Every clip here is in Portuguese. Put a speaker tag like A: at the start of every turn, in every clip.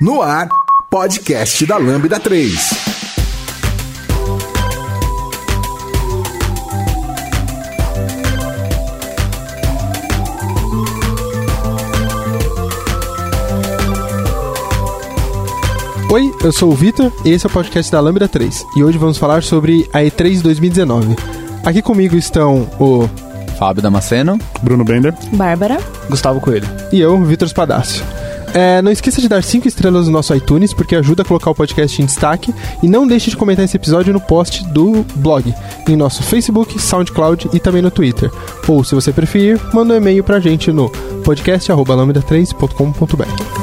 A: No ar, podcast da Lambda 3.
B: Oi, eu sou o Vitor e esse é o podcast da Lambda 3. E hoje vamos falar sobre a E3 2019. Aqui comigo estão o
C: Fábio Damasceno.
D: Bruno Bender.
E: Bárbara.
F: Gustavo Coelho.
B: e eu, Vitor Espadácio. É, não esqueça de dar 5 estrelas no nosso iTunes, porque ajuda a colocar o podcast em destaque. E não deixe de comentar esse episódio no post do blog, em nosso Facebook, SoundCloud e também no Twitter. Ou, se você preferir, manda um e-mail pra gente no podcast.lambda3.com.br.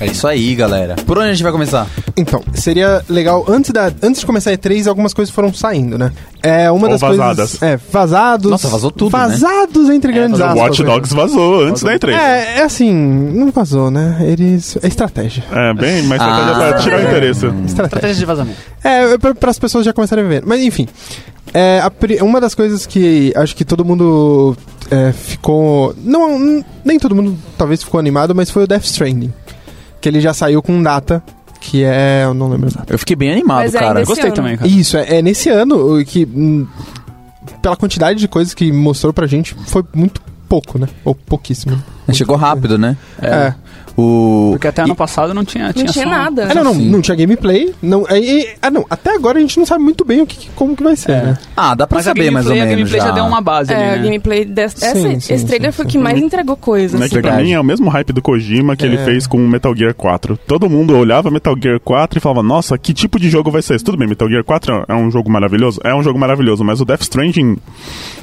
C: É isso aí, galera. Por onde a gente vai começar?
B: Então, seria legal, antes, da, antes de começar a E3, algumas coisas foram saindo, né? É, uma
D: Ou
B: das coisas...
D: vazadas.
B: É, vazados.
C: Nossa, vazou tudo, né?
B: Vazados entre grandes
D: O
B: aspas. né?
D: Watch Dogs vazou antes da E3. É,
B: É, é assim, não vazou, né? Eles... É estratégia.
D: bem, mas só
C: Ah.
D: pra- pra tirar o interesse.
B: Estratégia.
F: Estratégia de vazamento.
B: É, para as pessoas já começarem a ver. Mas, enfim. é, a pri- uma das coisas que acho que todo mundo é, ficou... Não, n- nem todo mundo talvez ficou animado, mas foi o Death Stranding. Que ele já saiu com data, que é... Eu não lembro exato.
C: Eu fiquei bem animado,
E: Mas é
C: cara.
E: ainda esse
F: Gostei
E: ano.
F: também, Ah, cara.
B: Isso, é, é nesse ano o que. hum, Pela quantidade de coisas que mostrou pra gente, foi muito pouco, né? Ou pouquíssimo.
C: Chegou rápido, né?
B: É.
C: O...
F: Porque até ano passado não tinha
E: Não tinha
F: só-
E: nada.
B: Ah, não, não,
C: Sim.
B: não tinha gameplay. Não, aí, aí- ah, não. Até agora a gente não sabe muito bem o que, que- como que vai ser,
F: É.
B: né?
C: Ah, dá pra
F: Mas
C: saber
F: a gameplay,
C: mais ou
F: a
C: menos.
F: gameplay já. deu uma base
E: É, a
F: ali, né?
E: gameplay dessa. essa-
B: Sim, sim,
E: esse trailer
B: sim,
E: foi o
B: sim.
E: que mais entregou coisa.
D: Né, que pra
C: Verdade.
D: mim é o mesmo hype do Kojima que ele
B: É.
D: fez com o Metal Gear 4. Todo mundo olhava Metal Gear 4 e falava, nossa, que tipo de jogo vai ser esse? Tudo bem, Metal Gear 4 é um jogo maravilhoso? É um jogo maravilhoso, mas o Death Stranding.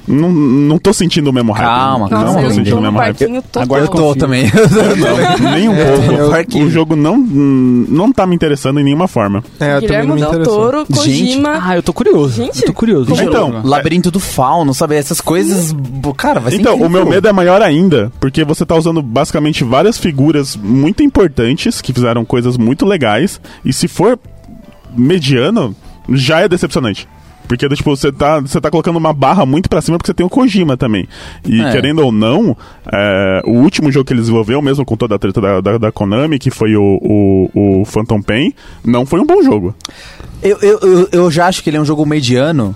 D: Não, não tô sentindo o mesmo hype.
C: Calma,
E: Nossa,
D: não
C: calma,
D: tô
E: eu
C: gente,
D: sentindo
E: tô
D: o
E: no
D: mesmo hype.
E: parquinho total.
C: Agora eu tô
F: confio.
C: também.
D: Não, nem um pouco.
C: eu-
D: o jogo não, não tá me interessando em nenhuma forma.
B: É,
E: Guilherme Del
B: interessou.
E: Toro, Kojima.
F: Ah, eu tô curioso.
E: Gente.
F: Eu tô curioso.
D: Então,
F: Jogo, né?
C: Labirinto do Fauno, sabe? Essas coisas. bo- Cara, vai ser.
D: Então, o
C: incrível.
D: meu medo é maior ainda, porque você tá usando basicamente várias figuras muito importantes que fizeram coisas muito legais, e se for mediano, já é decepcionante. Porque, do tipo, você tá, você tá colocando uma barra muito pra cima porque você tem o Kojima também. E,
C: É.
D: querendo ou não, é, o último jogo que ele desenvolveu, mesmo com toda a treta da, da, da Konami, que foi o, o, o Phantom Pain, não foi um bom jogo.
C: Eu, eu, eu, eu já acho que ele é um jogo mediano.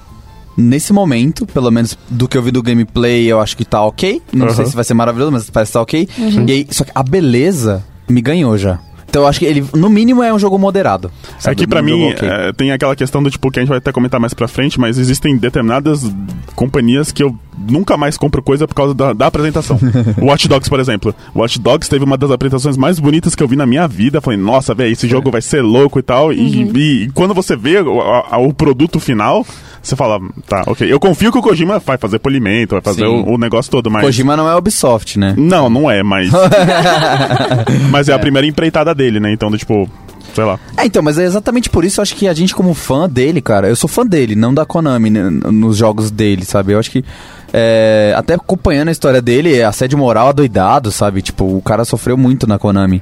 C: Nesse momento, pelo menos do que eu vi do gameplay, eu acho que tá ok. Não
D: Aham.
C: sei se vai ser maravilhoso, mas parece que tá ok. E aí, só que a beleza me ganhou já. Então eu acho que ele, no mínimo, é um jogo moderado. sabe?
D: Aqui, É pra
C: Um
D: mim,
C: jogo ok.
D: eh, tem aquela questão do tipo que a gente vai até comentar mais pra frente, mas existem determinadas companhias que eu nunca mais compro coisa por causa da, da apresentação. Watch Dogs, por exemplo. Watch Dogs teve uma das apresentações mais bonitas que eu vi na minha vida. Falei, nossa, velho, esse
C: É.
D: jogo vai ser louco e tal. E,
C: Uhum.
D: e quando você vê o, a- o produto final, você fala, tá, ok. Eu confio que o Kojima vai fazer polimento, vai fazer
C: Sim.
D: o, o negócio todo, mas.
C: Kojima não é Ubisoft, né?
D: Não, não é, mas. mas é a primeira empreitada dele, né? Então, do tipo, sei lá.
C: É, então, mas é exatamente por isso eu acho que a gente, como fã dele, cara, eu sou fã dele, não da Konami né, n- nos jogos dele, sabe? Eu acho que. é, até acompanhando a história dele, é assédio moral adoidado, sabe? Tipo, o cara sofreu muito na Konami.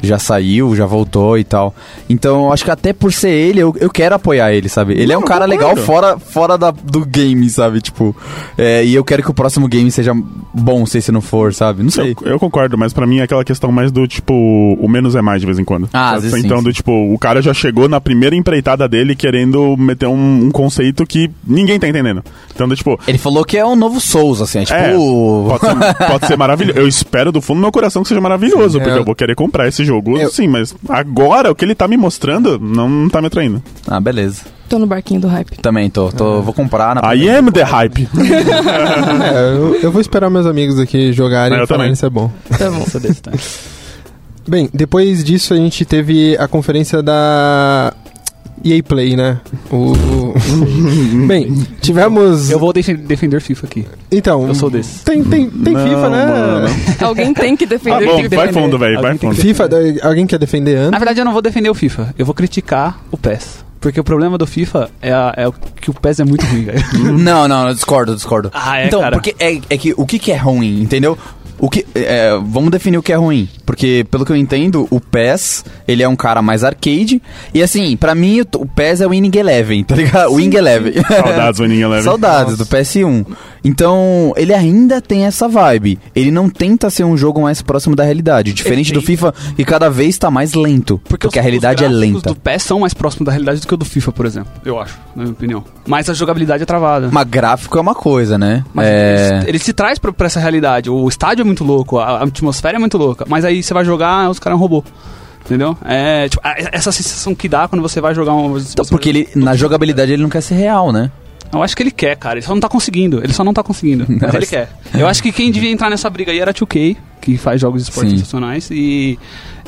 C: Já saiu, já voltou e tal. Então, eu acho que até por ser ele, eu, eu quero apoiar ele, sabe? Ele é um
D: Não,
C: cara legal
D: concordo.
C: fora, fora da- do game, sabe? Tipo, é, e eu quero que o próximo game seja bom, se esse não for, sabe? Não sei.
D: Eu, eu concordo, mas pra mim é aquela questão mais do tipo, o menos é mais de vez em quando.
C: Ah, às vezes sim,
D: então,
C: sim.
D: do tipo, o cara já chegou na primeira empreitada dele querendo meter um, um conceito que ninguém tá entendendo. Então, do tipo.
C: Ele falou que é um novo Souls, assim, é tipo.
D: É, pode ser, pode ser maravilhoso. Eu espero do fundo do meu coração que seja maravilhoso,
C: Sim, é.
D: porque
C: eu-
D: eu vou querer comprar esse jogo,
C: Eu-
D: sim, mas agora o que ele tá me mostrando não tá me atraindo.
C: Ah, beleza.
E: Tô no barquinho do hype.
C: Também tô.
F: É.
C: tô Vou comprar na
D: I am the hype.
B: É, eu, eu vou esperar meus amigos aqui jogarem
D: É, eu
B: e falarem
D: também.
B: se é bom.
E: Tá bom.
F: Sou desse, tá?
B: Bem, depois disso a gente teve a conferência da EA Play, né? O... o- Bem, tivemos.
F: Eu vou deixa- defender FIFA aqui.
B: Então.
F: Eu sou desse.
B: Tem, tem, tem
D: Não,
B: FIFA, né?
D: mano.
E: Alguém tem que
D: Tá
E: defender.
F: Alguém
D: bom,
F: tem que
D: vai
F: defender.
D: fundo, velho, vai
F: Alguém tem Ah,
D: fundo.
F: que
B: FIFA, alguém quer defender
F: Na
B: antes?
F: verdade, eu não vou defender o FIFA. Eu vou criticar o PES. Porque o problema do FIFA é, a- é o que o PES é muito ruim, velho.
C: Não, não, eu discordo, eu discordo.
F: Ah, é,
C: então,
F: cara.
C: porque é, é que o que, que é ruim, entendeu? O que, é, vamos definir o que é ruim. Porque, pelo que eu entendo, o PES, ele é um cara mais arcade. E assim, pra mim, o, t- o PES é o Winning Eleven, tá ligado? Winning Eleven.
D: Saudades, Winning Eleven.
C: Saudades do PS1. Então, ele ainda tem essa vibe. Ele não tenta ser um jogo mais próximo da realidade. Diferente do
F: tem-
C: FIFA, que cada vez tá mais lento. Porque,
F: os-
C: a realidade
F: os
C: é
F: gráficos
C: lenta.
F: do PES são mais próximos da realidade do que o do FIFA, por exemplo. Eu acho, na minha opinião. Mas a jogabilidade é travada.
C: Mas gráfico é uma coisa, né?
F: Mas
C: é...
F: ele, ele se traz pra, pra essa realidade. O estádio é muito louco, a, a atmosfera é muito louca. Mas aí você vai jogar, os caras é um robô. Entendeu? É, tipo, a- essa sensação que dá quando você vai jogar um.
C: Então, porque ele, na jogabilidade ele não quer ser real, né?
F: Eu acho que ele quer, cara. Ele só não tá conseguindo. Ele só não tá conseguindo. Mas ele quer. Eu acho que quem devia entrar nessa briga aí era a 2K, que faz jogos de esportes
C: Sim.
F: sensacionais. E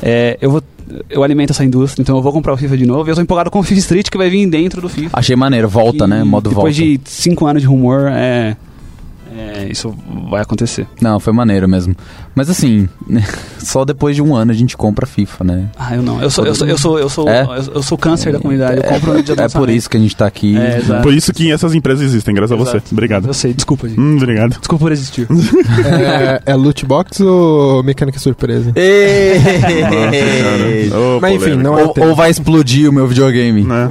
F: é, eu vou. Eu alimento essa indústria, então eu vou comprar o FIFA de novo. E eu tô empolgado com o FIFA Street que vai vir dentro do FIFA.
C: Achei maneiro, volta,
F: Que
C: né? Modo
F: Depois
C: volta.
F: de cinco anos de rumor, é, é, Isso vai acontecer.
C: Não, foi maneiro mesmo. Mas assim, só depois de um ano a gente compra a FIFA, né?
F: Ah, eu não. Eu sou, eu sou, eu sou, eu sou,
C: É?
F: eu sou- eu sou o câncer da comunidade. Eu compro no dia do
C: É por
F: lançamento.
C: isso que a gente tá aqui.
F: É, exato.
D: Por isso que essas empresas existem, graças a
F: Exato.
D: você. Obrigado.
F: Eu sei, desculpa, gente.
D: Hum, obrigado.
F: Desculpa por existir.
B: É, é loot box ou mecânica surpresa?
C: Ei!
D: Ô,
B: Mas enfim,
D: polêmica.
B: não é o
C: ou,
B: tema.
C: ou vai explodir o meu videogame.
D: Né?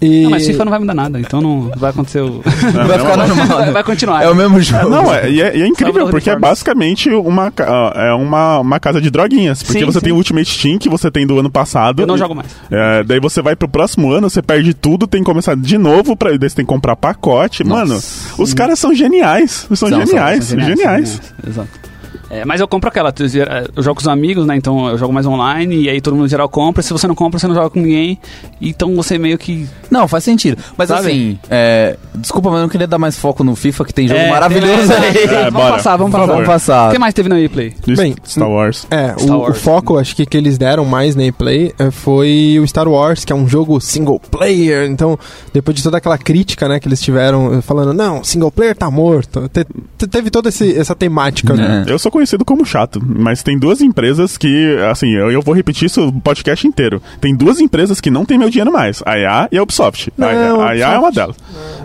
B: E-
F: É. Não, mas FIFA não vai mudar nada, então não vai acontecer o.
C: Vai
D: não,
C: ficar
D: não.
C: normal.
F: vai, vai continuar.
C: É o mesmo jogo.
D: Não, é, e é, e é incrível,
F: Salvador
D: porque é
F: Uniformes.
D: basicamente uma, ca- ó, é uma, uma casa de droguinhas. Porque
F: Sim,
D: você
F: sim.
D: tem o Ultimate Team, que você tem do ano passado.
F: Eu não
D: e-
F: jogo mais.
D: É, daí você vai pro próximo ano, você perde tudo, tem que começar de novo, pra, daí você tem que comprar pacote. Mano, os caras são geniais.
C: São,
D: São, geniais,
F: São
D: geniais.
F: são geniais, Exato. É, mas eu compro aquela, tu- gera- eu jogo com os amigos, né? Então eu jogo mais online e aí todo mundo em geral compra. Se você não compra, você não joga com ninguém. Então você meio que.
C: Não, faz sentido. Mas
F: Sabe?
C: assim, é, desculpa, mas eu não queria dar mais foco no FIFA, que tem jogo
F: É,
C: maravilhoso
F: tem-
C: aí.
D: É,
F: vamos
D: bora,
F: passar, vamos
D: por favor.
F: passar.
C: Vamos passar.
F: O que mais teve na ePlay?
D: Isso,
B: Bem,
D: Star Wars.
B: É, o-
F: Star
B: o,
F: Wars.
B: foco, acho que, que eles deram mais na Play eh, foi o Star Wars, que é um jogo single player. Então, depois de toda aquela crítica, né, que eles tiveram eh, falando, não, single player tá morto. Te- te- teve toda esse- essa temática, né?
D: Eu sou conhecido como chato, mas tem duas empresas que, assim, eu, eu vou repetir isso o podcast inteiro. Tem duas empresas que não tem meu dinheiro mais, a IA e a Ubisoft. a, IA,
B: Não,
D: a IA é uma delas.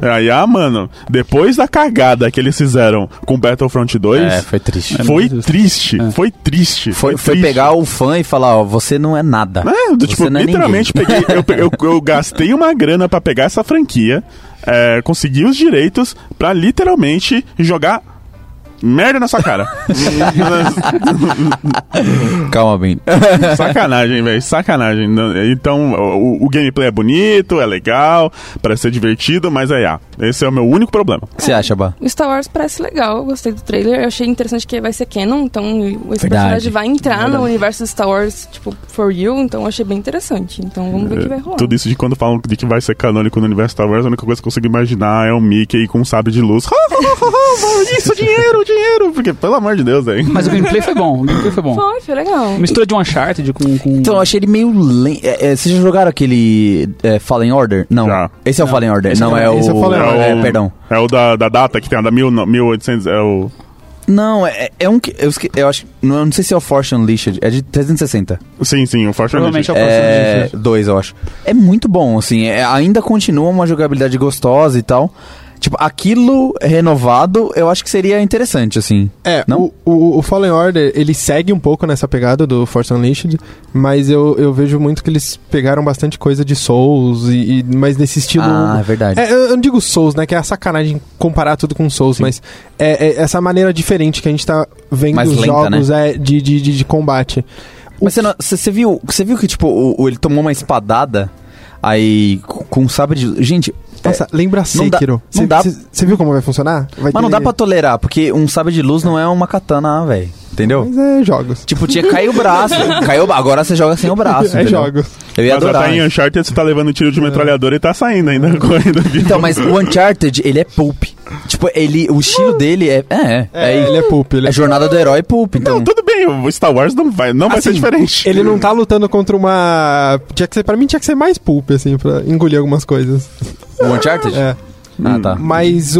D: A IA, mano, depois da cagada que eles fizeram com Battlefront 2,
C: É, foi triste. É.
D: foi, triste, foi triste,
C: Foi, foi
D: É triste.
C: pegar o fã e falar, ó, você não é nada.
D: É,
C: Você
D: do, tipo,
C: não é
D: literalmente
C: ninguém.
D: peguei, eu, pe- eu, eu gastei uma grana pra pegar essa franquia, é, consegui os direitos pra literalmente jogar merda na sua cara.
C: Calma, bem.
D: Sacanagem, velho. Sacanagem. Não, Então, o, o gameplay é bonito, é legal, parece ser divertido, mas aí, ah, esse é o meu único problema.
C: O que você acha, Bah?
E: O Star Wars parece legal, eu gostei do trailer. Eu achei interessante que vai ser canon, então esse
C: Verdade.
E: personagem vai entrar
C: Verdade.
E: no universo do Star Wars, tipo, for you, então eu achei bem interessante. Então vamos ver o que vai rolar.
D: É, Tudo isso de quando falam de que vai ser canônico no universo Star Wars, a única coisa que eu consigo imaginar é o Mickey com um sabre de luz. Isso, dinheiro, dinheiro! Porque, pelo amor de Deus, velho.
F: Mas o gameplay foi bom. O gameplay foi é bom.
E: Foi, foi legal.
F: Mistura de um Uncharted com. com...
C: Então, eu achei ele meio lento. É, é, vocês já jogaram aquele é, Fallen Order? Não.
D: Já.
C: Esse é o Fallen Order.
B: Esse
C: não,
B: é-
C: é, o...
B: esse é o Fallen
D: É
C: é,
D: o,
C: perdão.
D: É o da, da data que tem, a da mil, no- 1800. É o.
C: Não, é, é um que... Eu, esque- eu acho... Não, eu não sei se é o Fortune Unleashed. É de 360.
D: Sim, sim, o Fortune.
F: Provavelmente é o próximo.
C: É,
F: Unleashed.
C: dois, eu acho. É muito bom, assim. é- ainda continua uma jogabilidade gostosa e tal. Tipo, aquilo renovado, eu acho que seria interessante, assim.
B: É,
C: Não?
B: O, o, o Fallen Order, ele segue um pouco nessa pegada do Force Unleashed, mas eu, eu vejo muito que eles pegaram bastante coisa de Souls, e, e- mas nesse estilo...
C: Ah, é verdade.
B: É, eu, eu não digo Souls, né? Que é a sacanagem comparar tudo com Souls, mas é, é essa maneira diferente que a gente tá vendo
C: Mais
B: os
C: lenta, né?
B: jogos é, de, de, de, de combate.
C: Mas você, não- você- você viu, você viu que, tipo, o, o- ele tomou uma espadada aí com, com um sabre de. Gente,
B: Nossa, lembra
C: É, não dá-
B: Sekiro.
C: não dá-
B: Você viu como vai funcionar? Vai
C: mas não
B: ter-
C: dá pra tolerar, porque um sabre de luz não é uma katana, velho. Entendeu?
B: Mas é jogos.
C: Tipo, tinha caiu o braço. caiu, o bra- agora você joga sem o braço.
B: é
C: entendeu?
B: jogos.
C: Eu ia
D: Mas
C: adorar.
D: até em Uncharted você tá levando tiro de metralhadora e tá saindo ainda. correndo vivo.
C: Então, mas o Uncharted, ele é pulp. Tipo, ele, o estilo dele é. É, é.
B: É, ele é pulp. Ele
C: é jornada do herói pulp. Então,
D: Tudo bem, tem. O Star Wars não vai, não vai ser
B: Assim,
D: diferente.
B: Ele não tá lutando contra uma. Tinha que ser, pra mim tinha que ser mais pulp, assim, pra engolir algumas coisas.
C: O Uncharted?
B: É.
C: Ah, tá.
B: Mas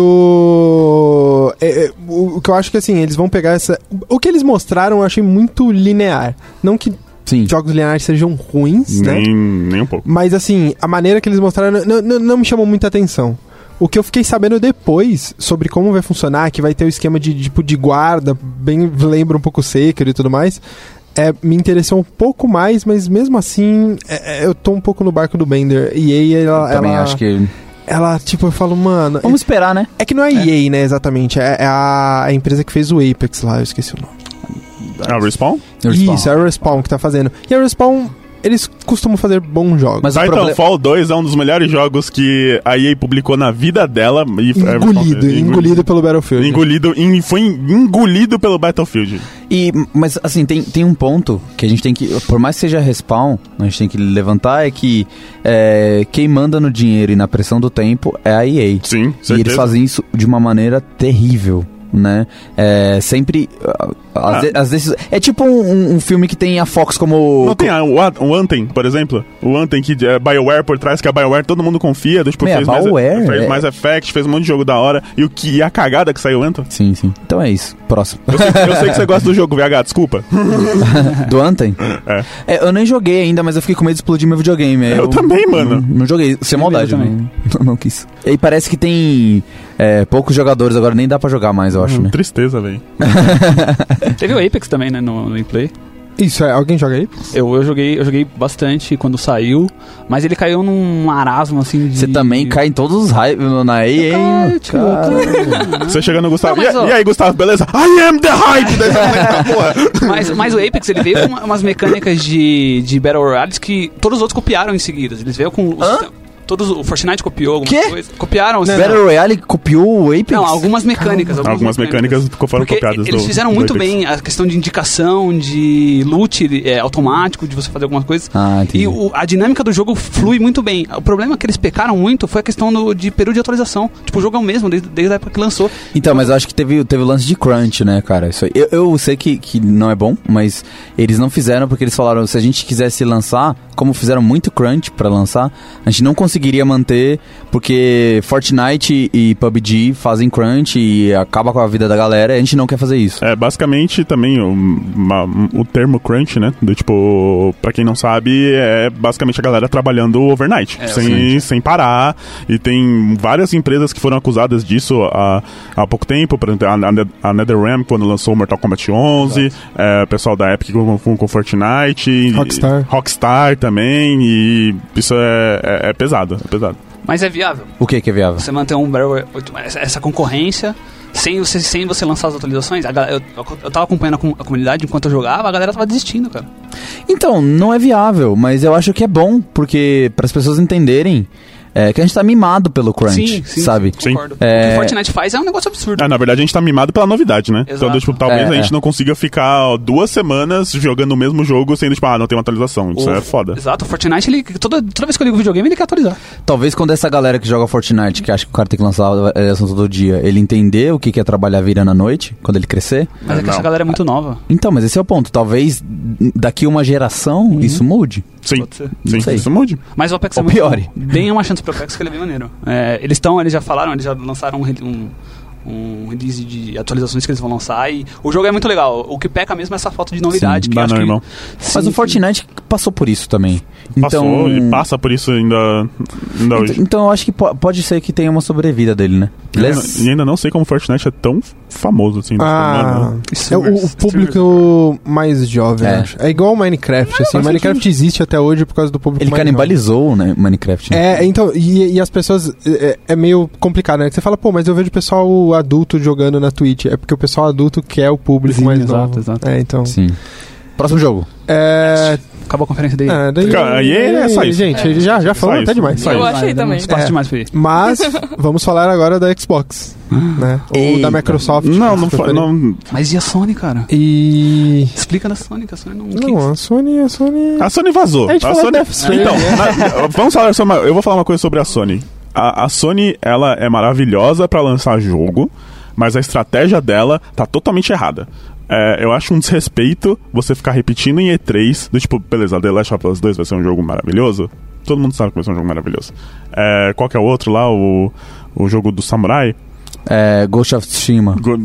B: o... é, é, o. o que eu acho que assim, eles vão pegar essa. O que eles mostraram eu achei muito linear. Não que
C: Sim.
B: jogos lineares sejam ruins, né?
D: Nem, nem um pouco.
B: Mas assim, a maneira que eles mostraram não, não- não me chamou muita atenção. O que eu fiquei sabendo depois sobre como vai funcionar, que vai ter o esquema de tipo de guarda, bem lembra um pouco o Sekiro e tudo mais. É, me interessou um pouco mais, mas mesmo assim é, é, eu tô um pouco no barco do Bender. E aí ela,
C: Também
B: ela,
C: acho que.
B: ela tipo, eu falo, mano.
C: Vamos esperar, né?
B: É que não é, EA, né, exatamente. É, é a, a empresa que fez o Apex lá, eu esqueci o nome.
D: Ah, Respawn?
B: Isso, é a Respawn que tá fazendo. E a Respawn, eles costumam fazer bons jogos.
C: Mas o problema.
D: Titanfall 2 é um dos melhores jogos que a EA publicou na vida dela. E é,
C: É,
B: engolido, engolido pelo Battlefield. né?
D: Engolido, em- foi engolido pelo Battlefield.
C: E, mas assim, tem, tem um ponto que a gente tem que. Por mais que seja respawn, a gente tem que levantar é que é, quem manda no dinheiro e na pressão do tempo é a EA. E
D: Sim,
C: eles
D: certeza.
C: fazem isso de uma maneira terrível. Né? É sempre. ah, Às,
D: Ah.
C: ve- às vezes. É tipo um, um- um filme que tem a Fox como.
D: Não tem a- o, An- o Anthem, por exemplo? O Anthem que é BioWare por trás, que a BioWare todo mundo confia. Tipo,
C: Meu,
D: fez
C: a
D: mais,
C: BioWare
D: fez
C: é-
D: mais Effect, fez um monte de jogo da hora. E, o que, e a cagada que saiu o Anthem?
C: Sim, sim. Então é isso. Próximo.
D: Eu sei, eu sei que você gosta do jogo, VH, desculpa.
C: Do Anthem? É. eu nem joguei ainda, mas eu fiquei com medo de explodir meu videogame.
D: Eu também, mano.
C: Não, não joguei, sem maldade,
F: medo
C: né? Não, não quis. E parece que tem é, poucos jogadores agora, nem dá pra jogar mais, eu acho, né?
D: Tristeza, velho.
F: Teve o Apex também, né, no, no Play.
B: Isso, é, alguém joga Apex?
F: Eu, eu, joguei, eu joguei bastante quando saiu, mas ele caiu num marasmo, assim, de...
C: Você também cai em todos os hype na EA, hein?
F: Cai, tipo, cai.
D: Você chega no Gustavo.
F: Não, mas,
D: e, a-
F: ó-
D: e aí, Gustavo, beleza? I am the hype! Daí você fala, "Porra."
F: Mas, mas o Apex, ele veio com uma- umas mecânicas de, de Battle Royales que todos os outros copiaram em seguida. Eles veio com... o
C: Hã?
F: sistema- Todos, o Fortnite copiou alguma
C: Quê?
F: coisa. Copiaram o sistema.
C: Battle Royale copiou o Apex?
F: Não, algumas mecânicas.
D: Algumas mecânicas foram
F: Porque
D: copiadas
F: eles
D: do-
F: fizeram
D: do
F: muito
D: Apex.
F: bem a questão de indicação, de loot é, automático, de você fazer algumas coisas.
C: Ah, entendi.
F: e o- a dinâmica do jogo flui muito bem. O problema que eles pecaram muito foi a questão do- de período de atualização. Tipo, o jogo é o mesmo desde, desde a época que lançou.
C: Então, mas eu acho que teve, teve o lance de crunch, né, cara? Isso aí. Eu, eu sei que, que não é bom, mas eles não fizeram porque eles falaram se a gente quisesse lançar, como fizeram muito crunch pra lançar, a gente não conseguiria manter porque Fortnite e PUBG fazem crunch e acaba com a vida da galera. E a gente não quer fazer isso.
D: É, basicamente também o, uma- o termo crunch, né? Do tipo, pra quem não sabe, é basicamente a galera trabalhando É, overnight, sem, sem parar. E tem várias empresas que foram acusadas disso há, há pouco tempo. Por exemplo, a, a- a NetherRealm, quando lançou o Mortal Kombat 11, é, o pessoal da Epic com, com, com Fortnite. e-
B: Rockstar.
D: Rockstar também. E isso é, é- é pesado, é pesado.
F: Mas é viável.
C: O que que é viável?
F: Você manter um Barrel essa essa concorrência sem você, sem você lançar as atualizações. A galera- eu, eu tava acompanhando a, com- a comunidade enquanto eu jogava, a galera tava desistindo, cara.
C: Então, não é viável, mas eu acho que é bom, porque para as pessoas entenderem é, que a gente tá mimado pelo crunch, sabe?
D: Sim.
F: Concordo. O que
C: É-
F: o Fortnite faz é um negócio absurdo.
D: Ah, na verdade, a gente tá mimado pela novidade, né?
F: Exato.
D: Então, tipo, talvez
C: É,
D: a gente
C: é.
D: não consiga ficar ó, duas semanas jogando o mesmo jogo sendo, tipo, ah, não tem uma atualização. Isso
F: O-
D: é foda.
F: Exato, o Fortnite, ele, toda, toda vez que eu ligo o videogame, ele quer atualizar.
C: Talvez quando essa galera que joga Fortnite, que acha que o cara tem que lançar a atualização todo dia, ele entender o que que é trabalhar virando à noite, quando ele crescer.
F: Mas é que
D: Não.
F: essa galera é muito nova.
C: Então, mas esse é o ponto. Talvez n- daqui uma geração
D: Uhum.
C: isso mude.
D: Sim,
F: Pode ser.
D: sim,
C: Não sei.
D: isso um mude.
F: Mas o Apex
C: Ou
F: é muito
C: piore.
F: bom. Deem uma chance pro Apex que ele é bem maneiro. É, eles estão, eles já falaram, eles já lançaram um, re- um, um release de atualizações que eles vão lançar e o jogo é muito legal. O que peca mesmo é essa falta de novidade.
C: Sim,
F: que
D: dá
F: acho
D: não,
F: que-
D: irmão.
F: Sim,
C: mas o
F: sim.
C: Fortnite passou por isso também.
D: Passou
C: então,
D: e passa por isso ainda, ainda
C: Ent-
D: hoje. É,
C: Então eu acho que po- pode ser que tenha uma sobrevida dele, né? Les-
D: E ainda não sei como Fortnite é tão famoso assim. né?
B: Ah, é o,
F: Streamers,
B: o público mais jovem,
C: É.
B: eu acho. É igual o Minecraft, assim. O Minecraft existe até hoje por causa do público
C: Ele
B: mais
C: canibalizou, né, Minecraft. né?
B: É, então, e, e as pessoas. É, é meio complicado, né? Que Você fala, pô, mas eu vejo pessoal adulto jogando na Twitch. É porque o pessoal adulto quer o público
F: Sim,
B: mais
F: exato,
B: novo.
F: exato.
B: É, então.
C: Sim. Próximo jogo.
B: É.
F: Acabou a conferência dele.
B: é, daí-
D: Cara, aí é só isso.
B: Gente, já, já falou
D: Só
B: até
D: isso.
B: demais.
D: Só
E: Eu
D: isso.
E: achei também.
F: Espaço
B: É.
F: demais pra ele.
B: Mas vamos falar agora da Xbox, né? Ou
C: Eita.
B: da Microsoft.
D: Não, não,
B: se
D: fa-
B: preferir.
D: não.
F: Mas e a Sony, cara?
B: E
F: Explica da Sony, que a Sony não...
B: não, é. a Sony, a Sony.
D: A Sony é vazou.
B: A gente falou
D: Sony...
B: Death Stranding,
D: Então, na- vamos falar sobre uma... Eu vou falar uma coisa sobre a Sony. A, a Sony, ela é maravilhosa pra lançar jogo, mas a estratégia dela tá totalmente errada. é, eu acho um desrespeito você ficar repetindo em E3, do tipo, beleza, The Last of Us 2 vai ser um jogo maravilhoso. Todo mundo sabe que vai ser um jogo maravilhoso. É, qual que é o outro lá? O, o jogo do Samurai?
C: É, Ghost of Tsushima.
D: Go-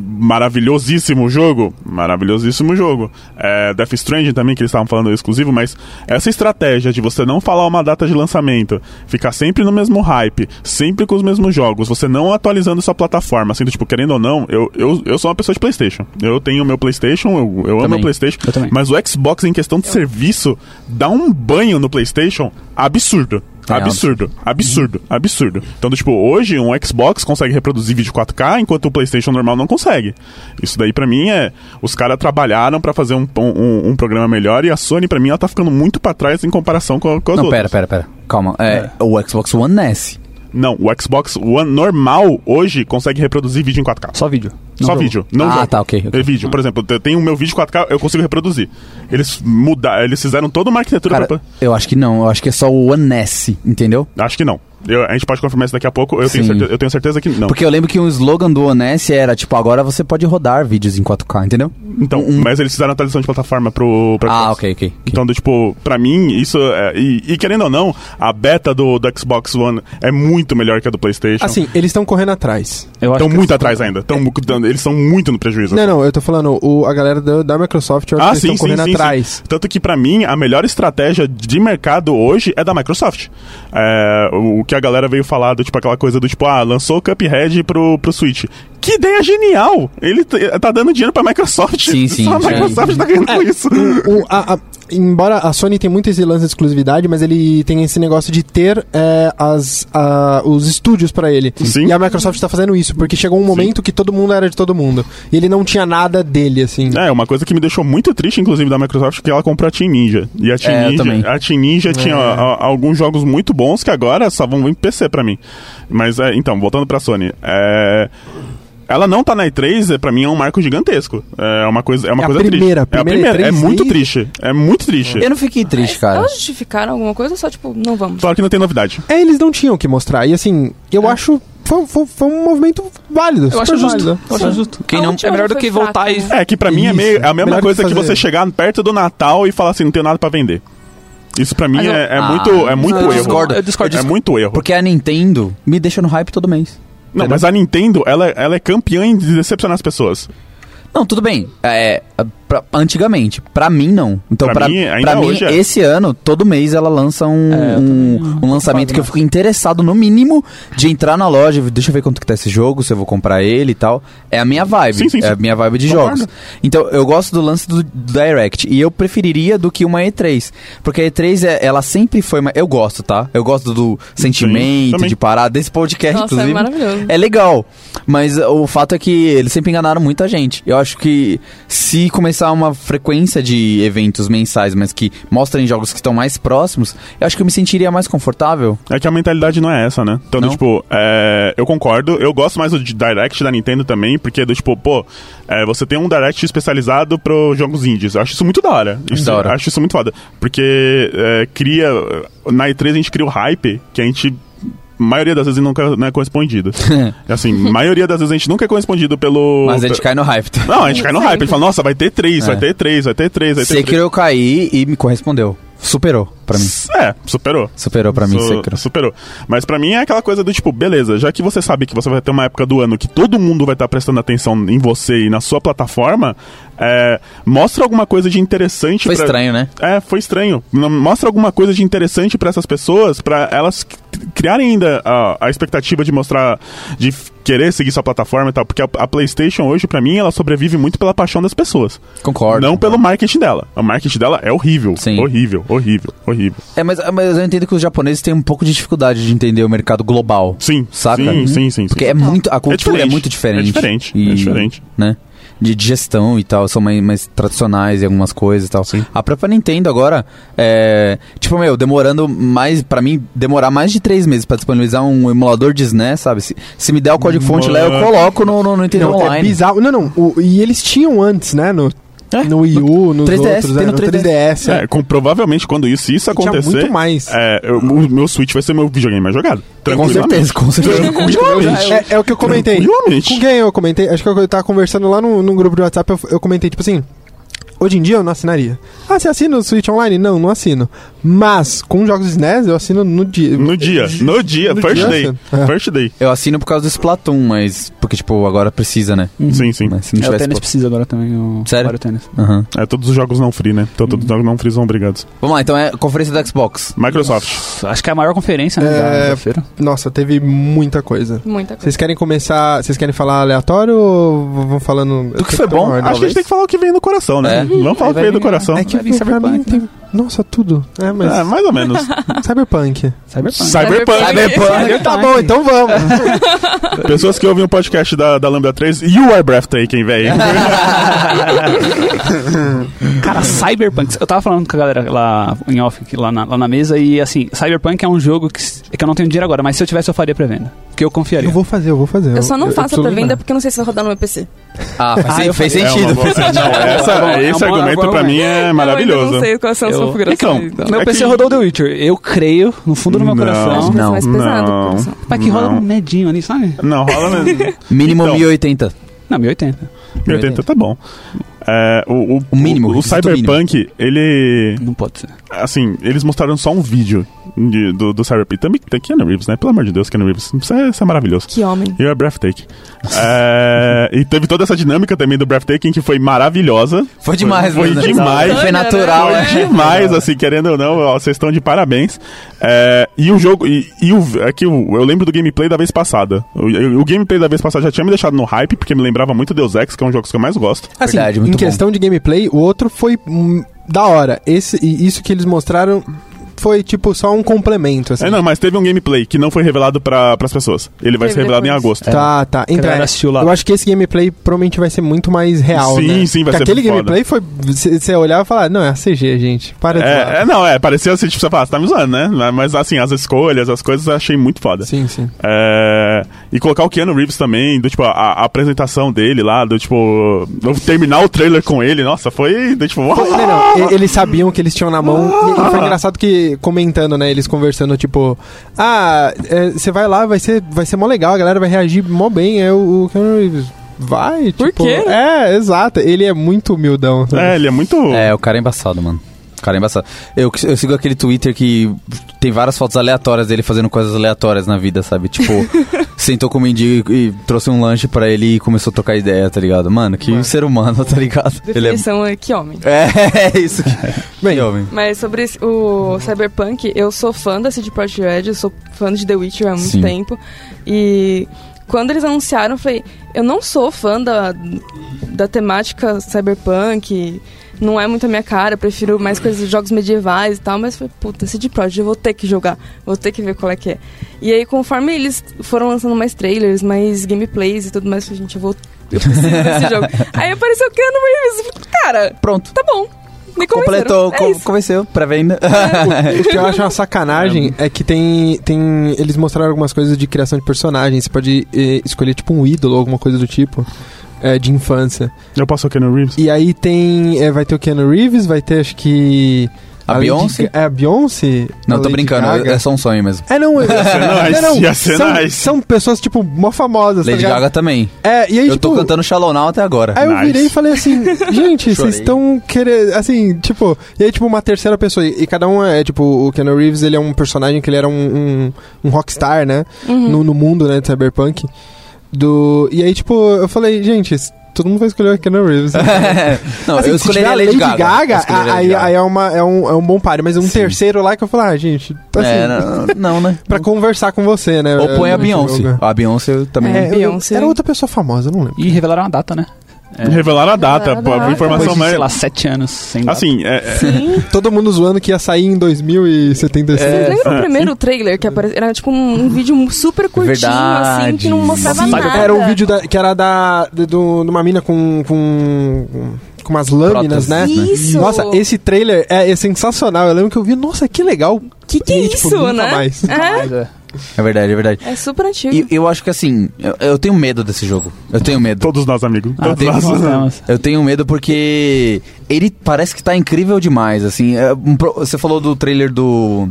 D: Maravilhosíssimo jogo. Maravilhosíssimo jogo. É, Death Stranding também, que eles estavam falando exclusivo, mas essa estratégia de você não falar uma data de lançamento, ficar sempre no mesmo hype, sempre com os mesmos jogos, você não atualizando sua plataforma, assim, do tipo, querendo ou não, eu, eu, eu sou uma pessoa de Playstation. Eu tenho meu Playstation, eu, eu amo
C: Também.
D: meu Playstation,
F: Eu também.
D: mas o Xbox, em questão de serviço, dá um banho no Playstation absurdo.
C: É,
D: Absurdo, absurdo, absurdo. Então, do tipo, hoje um Xbox consegue reproduzir vídeo 4K, enquanto o PlayStation normal não consegue. Isso daí, pra mim, é. Os caras trabalharam pra fazer um, um, um programa melhor e a Sony, pra mim, ela tá ficando muito pra trás em comparação com, com as
C: Não,
D: outras.
C: pera, pera, pera. Calma. É, O Xbox One S.
D: Não, o Xbox One normal hoje consegue reproduzir vídeo em 4K.
F: Só vídeo.
D: Só
F: jogo.
D: vídeo. Não
C: Ah,
D: jogo.
C: tá, ok, ok.
D: É vídeo. Por exemplo, eu tenho o meu vídeo 4K, eu consigo reproduzir. Eles mudaram, eles fizeram toda uma arquitetura
C: Cara,
D: pra...
C: eu acho que não. Eu acho que é só o One S, entendeu?
D: Acho que não. Eu- a gente pode confirmar isso daqui a pouco. Eu, tenho
C: Sim.
D: certeza, eu tenho certeza que não.
C: Porque eu lembro que um slogan do One S era, tipo, agora você pode rodar vídeos em 4K, entendeu?
D: Então, mas eles fizeram atualização de plataforma pro. pro
C: Um, Ah,
D: Xbox.
C: ok, ok. ok.
D: Então, do, tipo, pra mim, isso. é- e, e querendo ou não, a beta do, do Xbox One é muito melhor que a do PlayStation.
B: Assim, eles estão correndo atrás.
F: Eu
C: Então,
F: acho
D: Estão
F: que-
D: muito atrás ainda. Tão, mu- tão- eles são muito no prejuízo.
B: É. Não, não, eu tô falando, o- a galera do- da Microsoft, eu acho que
D: Ah,
B: eles
D: sim,
B: estão
D: sim,
B: correndo
D: sim,
B: atrás.
D: sim. Tanto que, pra mim, a melhor estratégia de mercado hoje é da Microsoft. É, o o que a galera veio falar, do, tipo, aquela coisa do tipo, ah, lançou o Cuphead pro, pro Switch. Que ideia genial! Ele t- tá dando dinheiro pra Microsoft.
C: Sim, sim,
D: Só a
C: sim.
D: Microsoft tá
B: É.
D: ganhando com isso.
B: O- a- a- embora a Sony tenha muito esse lance de exclusividade, mas ele tem esse negócio de ter é, as, a- os estúdios pra ele.
D: Sim.
B: E a Microsoft tá fazendo isso, porque chegou um momento que todo mundo era de todo mundo. E ele não tinha nada dele, assim.
D: É, uma coisa que me deixou muito triste, inclusive, da Microsoft, que ela comprou a Team Ninja. E a Team
C: É, eu também.
D: Ninja, a Team Ninja tinha a- a- alguns jogos muito bons que agora só vão vir em PC pra mim. Mas, é, então, voltando pra Sony. É, Ela não tá na E3, é, pra mim é um marco gigantesco. É uma coisa, é uma
B: É a
D: coisa
B: primeira,
D: triste.
B: primeira
D: é a primeira. É
B: E3
D: muito
B: aí?
D: triste. É muito triste.
C: Eu não fiquei triste, cara.
E: Elas justificaram alguma coisa ou só, tipo, não vamos?
D: Claro que não tem novidade.
B: É, eles não tinham o que mostrar. E assim,
D: É.
B: eu acho. Foi, foi- foi um movimento válido.
F: Eu
B: super
F: acho justo.
B: válido.
F: Eu acho justo.
E: Quem
F: Quem
E: A não-
F: não,
E: última
F: é
E: não
F: melhor do
E: foi
F: que voltar
E: fraca, né?
F: e.
D: É, que pra mim é,
B: Isso,
D: meio, é a mesma
B: melhor
D: coisa que,
B: que fazer.
D: você chegar perto do Natal e falar assim, não tenho nada pra vender. Isso pra mim
F: Mas eu-
D: é, é
C: Ah,
D: muito, é muito
F: não,
D: erro.
F: eu discordo, eu discordo
D: É
F: disso.
D: muito erro.
C: Porque a Nintendo me deixa no hype todo mês.
D: Não, mas a Nintendo, ela, ela é campeã em decepcionar as pessoas.
C: Não, tudo bem. É, pra- antigamente, pra mim não. Então,
D: Pra
C: pra,
D: mim, ainda
C: pra mim,
D: hoje é.
C: esse ano, todo mês ela lança um,
F: É, eu
C: um, um lançamento que eu fico interessado, no mínimo, de entrar na loja. Deixa eu ver quanto que tá esse jogo, se eu vou comprar ele e tal. É a minha vibe.
D: Sim, sim,
C: É a
D: sim.
C: minha vibe de
D: Concordo.
C: jogos. Então, eu gosto do lance do, do Direct. E eu preferiria do que uma E3. Porque a E3, é- ela sempre foi. Uma, eu gosto, tá? Eu gosto do sentimento,
D: também.
C: de parar, desse podcast,
E: Nossa, é
C: inclusive.
E: maravilhoso.
C: É legal, mas uh, o fato é que eles sempre enganaram muita gente. Eu acho que se começar uma frequência de eventos mensais, mas que mostrem jogos que estão mais próximos, eu acho que eu me sentiria mais confortável.
D: É que a mentalidade não é essa, né? Então, do
C: Não?
D: tipo, é, eu concordo. Eu gosto mais do di- Direct da Nintendo também, porque, do tipo, pô, é, você tem um Direct especializado para jogos indies. Eu acho isso muito da hora. Isso,
C: da hora.
D: Acho isso muito foda. Porque é, cria... Na E3 a gente cria o hype que a gente... a maioria das vezes nunca não é correspondido. assim, maioria das vezes a gente nunca é correspondido pelo...
C: Mas a gente cai no hype.
D: Não, a gente cai no hype. A gente fala, nossa, vai ter três,
C: É.
D: vai ter três, vai ter três, vai ter três.
C: Sekiro eu caí e me correspondeu. Superou pra mim.
D: É, superou.
C: Superou pra mim,
D: Su-
C: Sekiro.
D: Superou. Mas pra mim é aquela coisa do tipo, beleza, já que você sabe que você vai ter uma época do ano que todo mundo vai estar prestando atenção em você e na sua plataforma, é, mostra alguma coisa de interessante.
C: Foi
D: pra-
C: estranho, né?
D: É, foi estranho. Não- Mostra alguma coisa de interessante pra essas pessoas, pra elas c- criarem ainda a, a expectativa de mostrar, de f- querer seguir sua plataforma e tal. Porque a, a PlayStation hoje, pra mim, ela sobrevive muito pela paixão das pessoas.
C: Concordo.
D: Não pelo marketing dela. O marketing dela é horrível.
C: Sim.
D: Horrível, horrível, horrível.
C: É, mas, mas eu entendo que os japoneses têm um pouco de dificuldade de entender o mercado global.
D: Sim,
C: Saca?
D: sim, sim, sim.
C: Porque
D: sim.
C: é
F: Tá.
C: muito. A cultura é,
D: diferente.
C: muito diferente.
D: É diferente, é
C: E,
D: diferente.
C: Né? De de gestão e tal, são mais, mais tradicionais e algumas coisas e tal.
D: Sim.
C: A própria Nintendo agora é. Tipo, meu, demorando mais. Pra mim, demorar mais de três meses pra disponibilizar um emulador de SNES, sabe? Se, se me der o código-fonte lá, eu
D: Mano.
C: coloco no, no, no Nintendo
B: Não, é
C: Online.
B: bizarro. Não, não. o- e eles tinham antes, né? No No Wii U, nos
C: 3DS,
B: outros,
C: tem
B: é,
C: no
B: no
C: 3DS.
B: 3DS. é.
D: É, com, provavelmente quando isso, se isso
B: Tinha
D: acontecer.
B: muito mais.
D: É, eu- o meu Switch vai ser meu videogame mais jogado.
C: Com
D: Tranquilamente.
C: certeza, com certeza.
D: Tranquilamente.
B: É, é o que eu comentei.
D: Tranquilamente.
B: Com quem eu comentei? Acho que eu tava conversando lá num, num grupo de WhatsApp, eu, eu comentei, tipo assim. Hoje em dia eu não assinaria. Ah, você assina o Switch Online? Não, não assino. Mas, com jogos SNES, eu assino no dia.
D: No dia, no dia,
B: No
D: first
B: dia,
D: day.
B: assim. É.
D: First day.
C: Eu assino por causa do Splatoon, mas. Porque, tipo, agora precisa, né?
D: Sim, sim.
C: Mas se não
F: É, o
C: tivesse.
F: tênis precisa agora também. O
C: Sério?
F: Mario Tênis.
C: Splatoon- Aham.
D: É, todos os jogos não free, né? Então todos os jogos não free são obrigados.
C: Vamos lá, então é conferência da Xbox.
D: Microsoft.
F: Acho que é a maior conferência, né?
B: É.
F: Da, da feira.
B: Nossa, teve muita coisa.
E: Muita coisa.
B: Vocês querem começar. Vocês querem falar aleatório ou v- vão falando.
C: Do que foi bom,
B: Ordem.
D: é Acho que a gente tem que falar o que vem do coração, né?
C: É.
D: Vamos falar o que
F: Vai
D: vem do
F: vir-
D: coração.
B: É que
F: Vai vir
B: pra mim
F: Cyberpunk, né?
D: né?
B: tem. Nossa, tudo. É, mas.
D: É, mais ou menos.
B: Cyberpunk.
F: Cyberpunk.
D: Cyberpunk.
C: Cyberpunk.
B: Tá bom, então vamos.
D: Pessoas que ouvem o podcast da, da Lambda 3, you are breathtaking, velho.
F: Cara, Cyberpunk. Eu tava falando com a galera lá em off, que lá na, lá na mesa, e assim, Cyberpunk é um jogo que, s- que eu não tenho dinheiro agora, mas se eu tivesse eu faria pré-venda. Porque eu confiaria.
B: Eu vou fazer, eu vou fazer.
E: Eu só não faço a
B: preciso
E: pré-venda
B: lembrar.
E: porque eu não sei se vai rodar no meu PC.
C: Ah, faz,
F: Ah, eu
C: fez
F: falei.
D: É uma
C: sentido.
D: boa- Não, essa-
F: É bom,
D: esse
F: é um bom
D: argumento pra
F: argumento.
D: mim é
E: Eu ainda
D: maravilhoso.
E: não sei quais são as
F: Eu-
E: configurações.
D: Então,
E: então.
F: Meu
D: É
F: PC
D: que-
F: rodou The Witcher. Eu creio, no fundo do meu
D: Não.
E: Acho
F: coração.
E: que vai ser
C: não,
E: mais pesado.
D: não.
E: porque são-
F: Mas que rola
D: Não.
F: um medinho ali, sabe?
D: Não, rola mesmo.
C: Mínimo
D: Então.
C: 1080.
F: Não, 1080.
D: 80 tá bom. É, o, o,
C: O mínimo,
D: o, o
C: requisito
D: Cyberpunk, ele.
F: Não pode ser.
D: Assim, eles mostraram só um vídeo de- do, do Cyberpunk. Também tem Keanu Reeves, né? Pelo amor de Deus, Keanu Reeves. Isso é, isso é maravilhoso.
E: Que homem.
D: E o Breathtaking. É, e teve toda essa dinâmica também do Breathtaking que foi maravilhosa.
C: Foi demais,
D: Foi
C: né?
D: demais.
C: Foi natural,
D: Foi
C: né?
D: demais, assim, querendo ou não, ó, vocês estão de parabéns. É, e o jogo. E, e o, é que o- eu lembro do gameplay da vez passada. O, o gameplay da vez passada já tinha me deixado no hype, porque me lembrava muito Deus Ex, que é um jogo que eu mais gosto.
B: Assim,
C: Verdade, muito
B: em
C: bom.
B: questão de gameplay, o outro foi hum, da hora. Esse, e isso que eles mostraram foi tipo só um complemento, assim.
D: É, não, mas teve um gameplay que não foi revelado pra, pras pessoas. Ele vai
E: Teve
D: ser revelado
E: depois.
D: em agosto.
B: Tá, tá. Então,
F: galera
B: é,
F: assistiu lá.
B: eu acho que esse gameplay provavelmente vai ser muito mais real,
D: Sim,
B: né?
D: sim, vai
B: Porque
D: ser
B: aquele
D: foda.
B: gameplay foi... Você olhava e falava, não, é a CG, gente. Para de zoar."
D: É, é, não, é, parecia assim, tipo, você fala, ah, você tá me zoando, né? Mas assim, as escolhas, as coisas eu achei muito foda.
B: Sim, sim.
D: É, e colocar o Keanu Reeves também, do tipo, a, a apresentação dele lá, do tipo, eu terminar o trailer com ele, nossa, foi do tipo,
B: Foi- não, não, e- eles sabiam que eles tinham na mão. E, e foi engraçado que, comentando, né? Eles conversando, tipo, ah, você vai lá, vai ser, vai ser mó legal, a galera vai reagir mó bem. Aí o, o Keanu Reeves vai, tipo.
E: Por quê?
B: É, exato. Ele é muito humildão. sabe?
D: É, ele é muito.
C: É, o cara é embaçado, mano. O cara é embaçado. Eu, eu sigo aquele Twitter que tem várias fotos aleatórias dele fazendo coisas aleatórias na vida, sabe? Tipo, sentou com o mendigo e, e trouxe um lanche pra ele e começou a trocar ideia, tá ligado? Mano, que ser humano, tá ligado? Ele é...
E: Definição é que homem.
C: é, é isso. que- Bem, homem.
E: Mas sobre esse- o Cyberpunk, eu sou fã da CD Projekt Red, eu sou fã de The Witcher há muito
C: Sim.
E: tempo. E quando eles anunciaram, eu falei, eu não sou fã da, da temática Cyberpunk, não é muito a minha cara, eu prefiro mais coisas de jogos medievais e tal, mas eu falei, puta, CD Projekt, eu vou ter que jogar, vou ter que ver qual é que é. E aí, conforme eles foram lançando mais trailers, mais gameplays e tudo mais, eu falei, gente, eu vou. Eu preciso desse jogo. Aí apareceu o Keanu Reeves. eu falei, Cara,
C: Pronto.
E: tá bom. Me
C: Completou,
E: convenceram,
C: co-
E: é isso.
C: convenceu, pré-venda.
B: O que eu acho uma sacanagem é que tem, tem. Eles mostraram algumas coisas de criação de personagens. Você pode eh, escolher, tipo, um ídolo, alguma coisa do tipo. eh, de infância.
D: Eu passo o Keanu Reeves.
B: E aí tem. eh, vai ter o Keanu Reeves, vai ter acho que.
C: A
B: Lady
C: Beyoncé?
B: Ga- É a Beyoncé?
C: Não,
B: A
C: tô
B: Lady
C: brincando,
B: Gaga?
C: é só um sonho mesmo.
B: É, não, é,
D: nice,
B: não, não,
D: ia ser
B: são,
D: nice.
B: são pessoas, tipo, mó famosas,
C: Lady
B: tá ligado?
C: Gaga também.
B: É, e aí,
C: Eu
B: tipo,
C: tô cantando Shallow Now até agora.
B: Aí eu
D: Nice.
B: virei e falei assim, gente,
C: Chorei.
B: vocês estão querendo. Assim, tipo. E aí, tipo, uma terceira pessoa. E, e cada um é, tipo, o Keanu Reeves, ele é um personagem que ele era um, um, um rockstar, né? No, no mundo, né, de Cyberpunk. Do... E aí, tipo, eu falei, gente, s- todo mundo vai escolher o Keanu Reeves. né?
C: Não,
B: Assim,
C: eu
B: se
C: escolheria
B: tiver
C: a Lady Gaga. Eu
B: a-
C: escolheria a Lady
B: aí,
C: Gaga.
B: aí é, uma, é, um, é um bom par, mas um terceiro lá que eu falei, ah, gente, tá assim,
C: É, não, não, né?
B: pra conversar com você, né?
C: Ou põe a
B: Eu-
C: Beyoncé.
B: eu-
C: A Beyoncé eu também.
E: É.
B: eu-
E: Beyoncé.
B: Era outra pessoa famosa, eu não lembro.
F: E revelaram a data, né? É.
D: Revelaram a data,
E: Revelaram
D: pô,
E: a data.
F: Depois
D: informação
F: de,
D: mais.
F: sei lá, sete anos sem data.
D: Assim, é, é-
B: Todo mundo zoando que ia sair em 2076.
E: Vocês lembram
D: É,
E: o primeiro trailer que apareceu? Era tipo um, um vídeo super curtinho,
C: Verdade.
E: assim, que não mostrava
C: Sim,
E: nada.
B: Era um vídeo da- que era da, de, do- de uma mina com, com, com umas lâminas,
C: Prótese,
B: né?
E: né? Isso!
B: Nossa, esse trailer é, é sensacional. Eu lembro que eu vi, nossa, que legal.
E: Que que é
B: E, tipo,
E: isso,
B: nunca
E: né?
B: mais.
E: É.
F: Mas, é.
C: É verdade, é verdade.
E: É super antigo.
C: E eu acho que assim, eu, eu tenho medo desse jogo. Eu tenho medo.
D: Todos nós, amigo.
F: Ah,
D: Todos
F: tem
D: nós.
F: problemas.
C: Eu tenho medo porque ele parece que tá incrível demais, assim. É um pro- Você falou do trailer do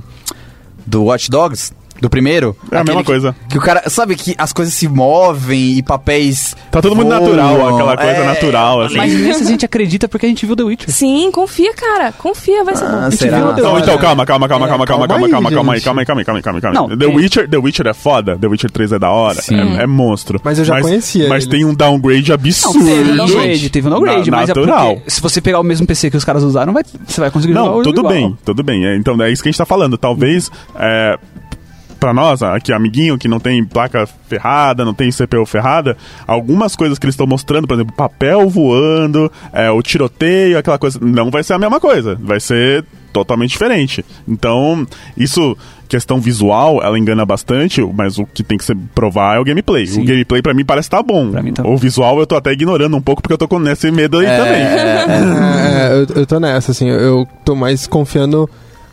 C: do Watch Dogs, do primeiro.
D: É a
C: Aquele
D: mesma
C: que-
D: coisa.
C: Que o cara, sabe que as coisas se movem e papéis.
D: Tá tudo muito
C: voam.
D: natural, aquela coisa
C: É,
D: natural, assim.
F: Mas nesse a gente acredita porque a gente viu The Witcher.
E: Sim, confia, cara. Confia, vai ser
C: Ah,
E: bom.
C: será?
F: viu, deu-
D: Não, então
F: Olha,
D: calma, calma, calma, calma, calma, calma,
B: calma
D: calma,
B: aí,
D: calma aí,
B: gente.
D: calma aí, calma aí, calma aí, calma aí, calma aí.
F: Não,
D: The
F: tem-
D: Witcher, The Witcher é foda, The Witcher 3 é da hora,
C: Sim.
D: é, é monstro.
B: Mas eu já conhecia
D: Mas
B: ele.
D: tem um downgrade
F: Não,
D: absurdo.
F: teve um downgrade, teve um downgrade,
D: Na-
F: mas
D: natural.
F: é porque se você pegar o mesmo PC que os caras usaram, vai- você vai conseguir jogar
D: Não,
F: o jogo
D: tudo
F: igual.
D: bem, tudo bem. É, Então é isso que a gente tá falando. Talvez é, para nós, aqui, amiguinho, que não tem placa ferrada, não tem CPU ferrada, algumas coisas que eles estão mostrando, por exemplo, papel voando, é, o tiroteio, aquela coisa, não vai ser a mesma coisa. Vai ser totalmente diferente. Então, isso, questão visual, ela engana bastante, mas o que tem que se provar é o gameplay. O gameplay, pra mim, parece que tá bom.
F: Pra mim tá
D: O visual eu tô até ignorando um pouco, porque eu tô com esse medo aí também.
B: É, é, eu, eu tô nessa, assim, eu- eu tô mais confiando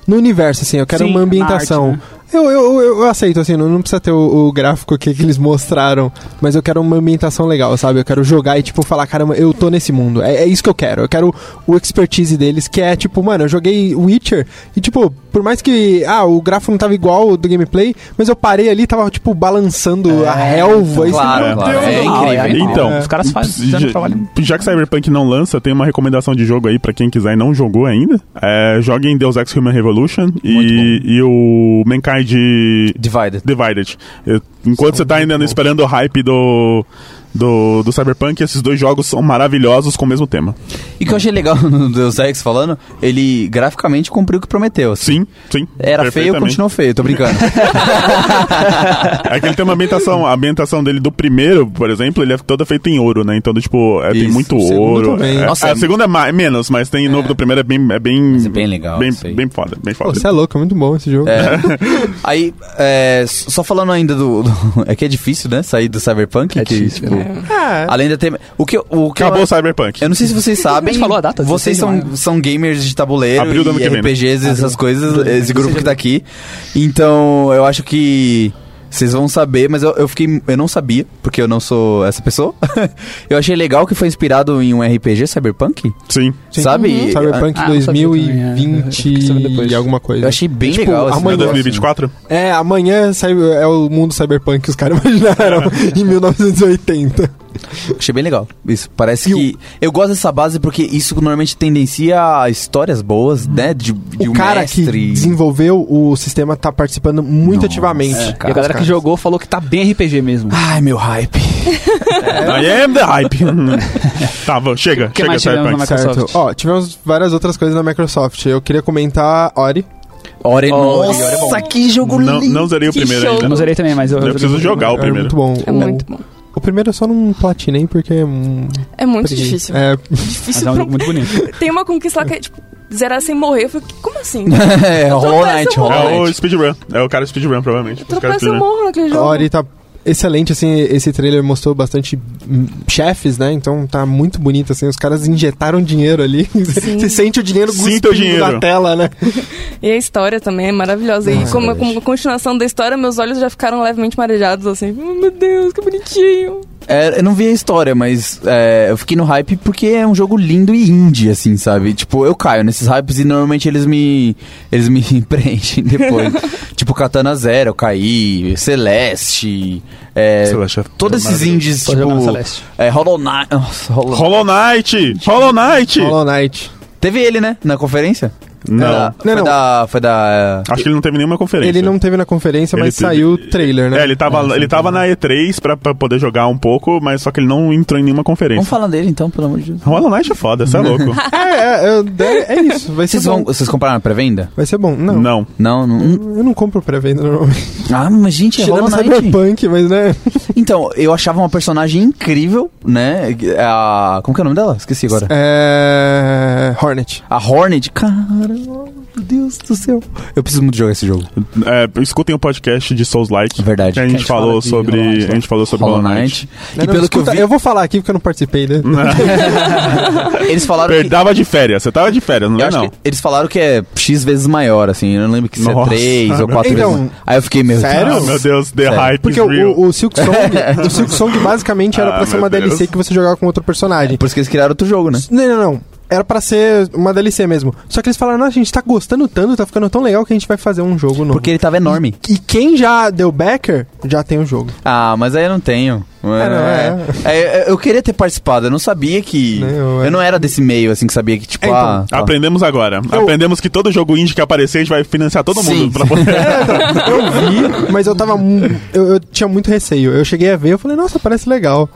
B: no universo, assim, eu quero
F: Sim,
B: uma
F: na
B: ambientação.
F: arte, né?
B: eu, eu, eu, eu aceito, assim, não, não precisa ter o, o gráfico que, que eles mostraram, mas eu quero uma ambientação legal, sabe? Eu quero jogar e, tipo, falar, caramba, eu tô nesse mundo. É, é isso que eu quero. Eu quero o expertise deles, que é, tipo, mano, eu joguei Witcher e, tipo, por mais que, ah, o gráfico não tava igual ao do gameplay, mas eu parei ali, tava, tipo, balançando a relva. e
C: É, claro,
B: assim, meu
C: claro.
B: Deus,
C: É
B: eu-
F: animal,
C: incrível.
F: animal.
D: Então,
F: os caras fazem
D: já,
F: fizeram um trabalho.
D: já que Cyberpunk não lança, tem uma recomendação de jogo aí pra quem quiser e não jogou ainda. É, jogue em Deus Ex Human Revolution e, e o Mankind
C: Divided.
D: Divided. Eu- enquanto você tá ainda esperando o hype do, do, do Cyberpunk, esses dois jogos são maravilhosos com o mesmo tema.
C: E que eu achei legal no Deus Ex falando, ele graficamente cumpriu o que prometeu. assim.
D: Sim, sim.
C: Era feio,
D: perfeitamente.
C: continuou feio, tô brincando.
D: É que ele tem uma ambientação, a ambientação dele do primeiro, por exemplo, ele é toda feita em ouro, né? Então, tipo, é, tem
C: Isso,
D: muito
B: o segundo
D: ouro.
B: também.
D: É,
C: Nossa,
D: a
C: é-
D: segunda é ma- é menos, mas tem novo do primeiro é bem é bem,
C: é bem legal,
D: Bem,
C: isso aí.
D: bem foda, bem
B: Pô,
D: foda.
B: você é louco, é muito bom esse jogo.
C: É. Aí, é, só falando ainda do, do- É que é difícil, né? Sair do Cyberpunk. que, tipo, Além da ter. O que, eu- o que eu-
D: Acabou o Cyberpunk.
B: é
C: Eu não sei se vocês sabem.
F: A gente falou a data,
C: Vocês
F: 16 de
C: são,
F: maio.
C: são gamers de tabuleiro,
D: Abril do ano
C: e
D: que vem, né?
C: RPGs e essas coisas, esse grupo que tá aqui. Então, eu acho que vocês vão saber, mas eu, eu fiquei, eu não sabia, porque eu não sou essa pessoa. eu achei legal que foi inspirado em um RPG Cyberpunk,
D: Sim.
B: Sim. Uhum.
C: sabe?
B: Cyberpunk
F: Ah, não sabia também, é. Eu
B: 2020
F: fiquei sabendo depois.
B: e alguma coisa.
C: Eu achei bem
B: Tipo,
C: legal. assim.
D: Não é
B: amanhã-
C: negócio.
D: 2024?
B: É, amanhã sai- é o mundo cyberpunk que os caras imaginaram em 1980.
C: Achei bem legal. Isso, parece que. Eu gosto dessa base porque isso normalmente tendencia a histórias boas, né? De, de
B: o
C: um
B: cara
C: mestre.
B: que desenvolveu o sistema tá participando muito
C: Nossa,
B: ativamente.
C: é,
F: E a galera que jogou falou que tá bem RPG mesmo.
C: Ai, meu hype.
B: É.
D: I am the hype. tá, vamos, chega,
F: que
D: chega
F: mais tivemos
D: Cyberpunk.
F: na
B: Certo.
F: Microsoft.
B: Ó, tivemos várias outras coisas na Microsoft. Eu queria comentar Ori.
C: Ore,
F: Ore,
E: Ore é bom.
C: nossa, que jogo
D: Não,
C: lindo.
D: não zerei o
E: Que
D: primeiro
E: show.
F: Eu
D: ainda.
F: não zerei também, mas eu.
D: Eu preciso jogar o
B: Era
D: primeiro.
B: muito bom.
E: É
B: o,
E: muito bom.
B: o primeiro eu só não platinei porque... é um-
E: É muito
B: preguiça.
E: difícil.
B: É,
F: Mas
E: difícil
F: é um
E: pra-
F: jogo muito bonito.
E: Tem uma conquista lá que é tipo, zerar sem morrer. Eu falei, como assim?
C: é, Hollow Knight,
E: Eu tô
D: É
C: Hollow
D: o
C: Knight.
D: speedrun. É o cara speedrun, provavelmente. Os caras
E: Tropeço eu
D: speedrun.
E: morro naquele jogo.
B: Ori tá excelente, assim, esse trailer mostrou bastante hum, chefes, né? Então tá muito bonito, assim, os caras injetaram dinheiro ali. Você sente o dinheiro
D: Sinta o
B: cuspindo
D: dinheiro.
B: da tela, né?
E: E a história também é maravilhosa. e como, como continuação da história, meus olhos já ficaram levemente marejados, assim. Oh, meu Deus, que bonitinho.
C: É, eu não vi a história, mas é, eu fiquei no hype porque é um jogo lindo e indie, assim, sabe? Tipo, eu caio nesses hypes e normalmente eles me eles me preenchem depois. tipo, Katana Zero, eu caí, Celeste, é,
D: Celeste é
C: todos esses
D: maravilhoso.
C: indies,
F: Tô jogando
C: tipo,
F: Celeste.
C: é, Hollow Knight, nossa, Hollow-
D: Hollow Knight! Hollow Knight!
B: Hollow Knight.
C: Teve ele, né, na conferência?
D: Não.
C: Era- foi,
B: não.
C: Da, é. foi da...
D: Acho que ele não teve nenhuma conferência.
B: Ele não teve na conferência,
D: né? Ele
B: mas
D: teve-
B: saiu o trailer, né?
D: É, ele tava, ele tava na E3 pra, pra poder jogar um pouco, mas só que ele não entrou em nenhuma
C: Vamos
D: conferência.
C: falar dele então, pelo amor de Deus.
D: Hollow Knight é foda, você é louco.
B: É, é, é, é isso, vai ser
C: Vocês,
B: bom.
C: vão, vocês compraram na pré-venda?
B: Vai ser bom. Não,
D: não.
C: Não, não.
B: eu não compro pré-venda normalmente.
C: Ah, mas gente, é Hollow
B: Tirando
C: Knight.
B: Cyberpunk, mas né...
C: Então, eu achava uma personagem incrível, né? A... Como que é o nome dela? Esqueci agora.
B: É... Hornet.
C: A Hornet, cara. Deus do céu. Eu preciso muito jogar esse jogo.
D: É, escutem o podcast de Souls Like.
C: Verdade.
D: Que a gente,
F: a gente
D: falou
F: fala de
D: sobre.
F: Hollow Knight,
D: a
F: né?
D: gente falou sobre
C: Hollow Knight.
B: Não,
C: E
B: não,
C: pelo que eu
B: escuta,
C: vi,
B: eu vou falar aqui porque eu não participei, né?
C: eles falaram que...
D: Perdava de férias, você tava de férias, não
C: Eu
D: é
C: acho
D: não.
C: que eles falaram que é X vezes maior, assim. Eu não lembro que se é
D: Nossa.
C: 3 ou 4
B: Então,
C: vezes maior. Aí eu fiquei, meu
B: sério?
D: Ah,
C: Deus.
D: meu Deus, The
C: Sério.
D: Hype
B: Porque
D: is real.
B: o, o Silk Song, o Silk Song basicamente era
D: Ah,
B: pra ser
D: meu
B: uma
D: Deus.
B: DLC que você jogava com outro personagem.
C: Por isso que eles criaram outro jogo, né?
B: Não, não, não. Era pra ser uma DLC mesmo. Só que eles falaram, nossa, a gente tá gostando tanto, tá ficando tão legal que a gente vai fazer um jogo novo.
C: Porque ele tava enorme.
B: E quem já deu backer, já tem o jogo.
C: Ah, mas aí eu não tenho.
B: Ah, não,
C: É, é, eu queria ter participado, eu não sabia que.
B: Nem eu, é.
C: eu não era desse meio, assim, que sabia que, tipo,
B: É, então,
C: ah. tá.
D: Aprendemos agora. Aprendemos que todo jogo indie que aparecer, a gente vai financiar todo
C: Sim.
D: mundo. Pra poder...
B: Eu vi, mas eu tava. mu- Eu, eu tinha muito receio. Eu cheguei a ver, eu falei, nossa, parece legal.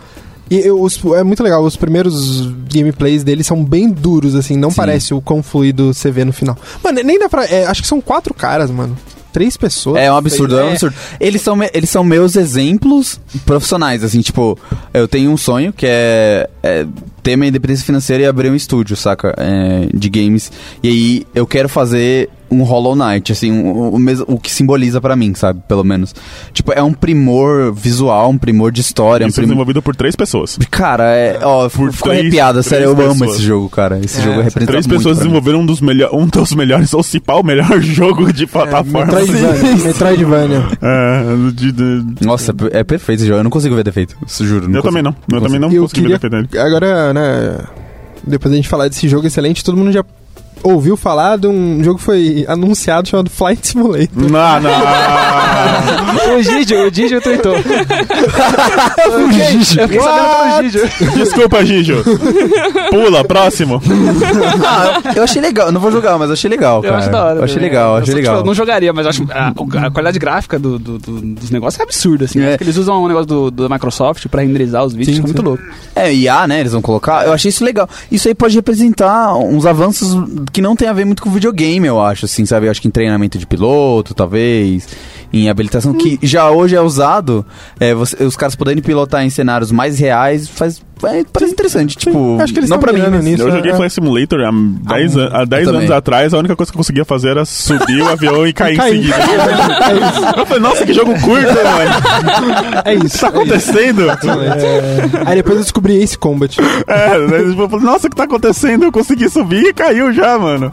B: E eu- os- é muito legal, os primeiros gameplays dele são bem duros, assim, não
C: Sim.
B: parece o quão fluido você vê no final. Mano, nem dá pra. é, acho que são quatro caras, mano. Três pessoas.
C: É um absurdo, é, um
B: É.
C: absurdo. Eles são, me- eles são meus exemplos profissionais, assim, tipo, eu tenho um sonho que é, é ter minha independência financeira e abrir um estúdio, saca? É, de games. E aí eu quero fazer um Hollow Knight, assim, um- o, mes- o que simboliza pra mim, sabe? Pelo menos. Tipo, é um primor visual, um primor de história, um
D: Isso foi
C: primor.
D: desenvolvido por três pessoas.
C: Cara, é, ó, eu
D: Por
C: fico fico
D: três-
C: arrepiado,
D: três
C: sério, eu amo
D: pessoas.
C: esse jogo, cara. Esse
B: É,
C: jogo representa
D: Três
C: tá muito
D: pessoas
C: pra mim.
D: desenvolveram um dos, melho- um dos melhores, ou se pá, o melhor jogo de plataforma.
B: Metroidvania. Metroidvania.
D: É, de- de-
C: Nossa, é perfeito esse jogo, eu não consigo ver defeito, juro.
D: eu também não. Eu também não
B: Eu
D: consegui me
B: queria-
D: defender.
B: Agora, né? Depois a gente falar desse jogo excelente, todo mundo já ouviu falar de um jogo que foi anunciado chamado Flight Simulator.
D: Não, não.
F: O Gigi, o Gigi tweetou. o Gigi. Eu fiquei sabendo pelo Gigi.
D: Desculpa, Gijo. Pula, próximo.
C: Ah, eu achei legal. Eu Não vou jogar, mas eu achei legal,
F: Eu
C: cara.
F: acho da hora.
C: Eu
B: né?
C: achei
F: também.
C: legal, eu
F: Eu
C: achei
F: só,
C: legal.
F: tipo, não jogaria, mas eu acho a, a qualidade gráfica do- do- do- dos negócios é absurda, assim.
C: É.
F: Acho que eles usam um negócio do, da Microsoft pra renderizar os vídeos,
B: Sim,
F: fica
B: sim.
F: muito louco.
C: É, IA, né? Eles vão colocar. Eu achei isso legal. Isso aí pode representar uns avanços que não tem a ver muito com videogame, eu acho, assim, sabe? Eu acho que em treinamento de piloto, talvez, em habilitação, que já hoje é usado, é, você- os caras podendo pilotar em cenários mais reais, faz, é, parece interessante. Tipo,
B: Acho que eles
C: não
B: tão
C: pra mim,
B: mirando
C: mas-
B: nisso.
D: Eu joguei
B: é.
D: Flight Simulator há 10 an- há 10
C: eu
D: anos
C: também.
D: atrás, a única coisa que eu conseguia fazer era subir o avião e cair em
B: Cair.
D: seguida. Eu falei, nossa, que jogo curto, mano.
B: É isso. É.
D: Tá acontecendo?
B: Aí depois eu descobri Ace Combat.
D: É, daí eu falei, nossa, o que tá acontecendo? Eu consegui subir e caiu já, mano.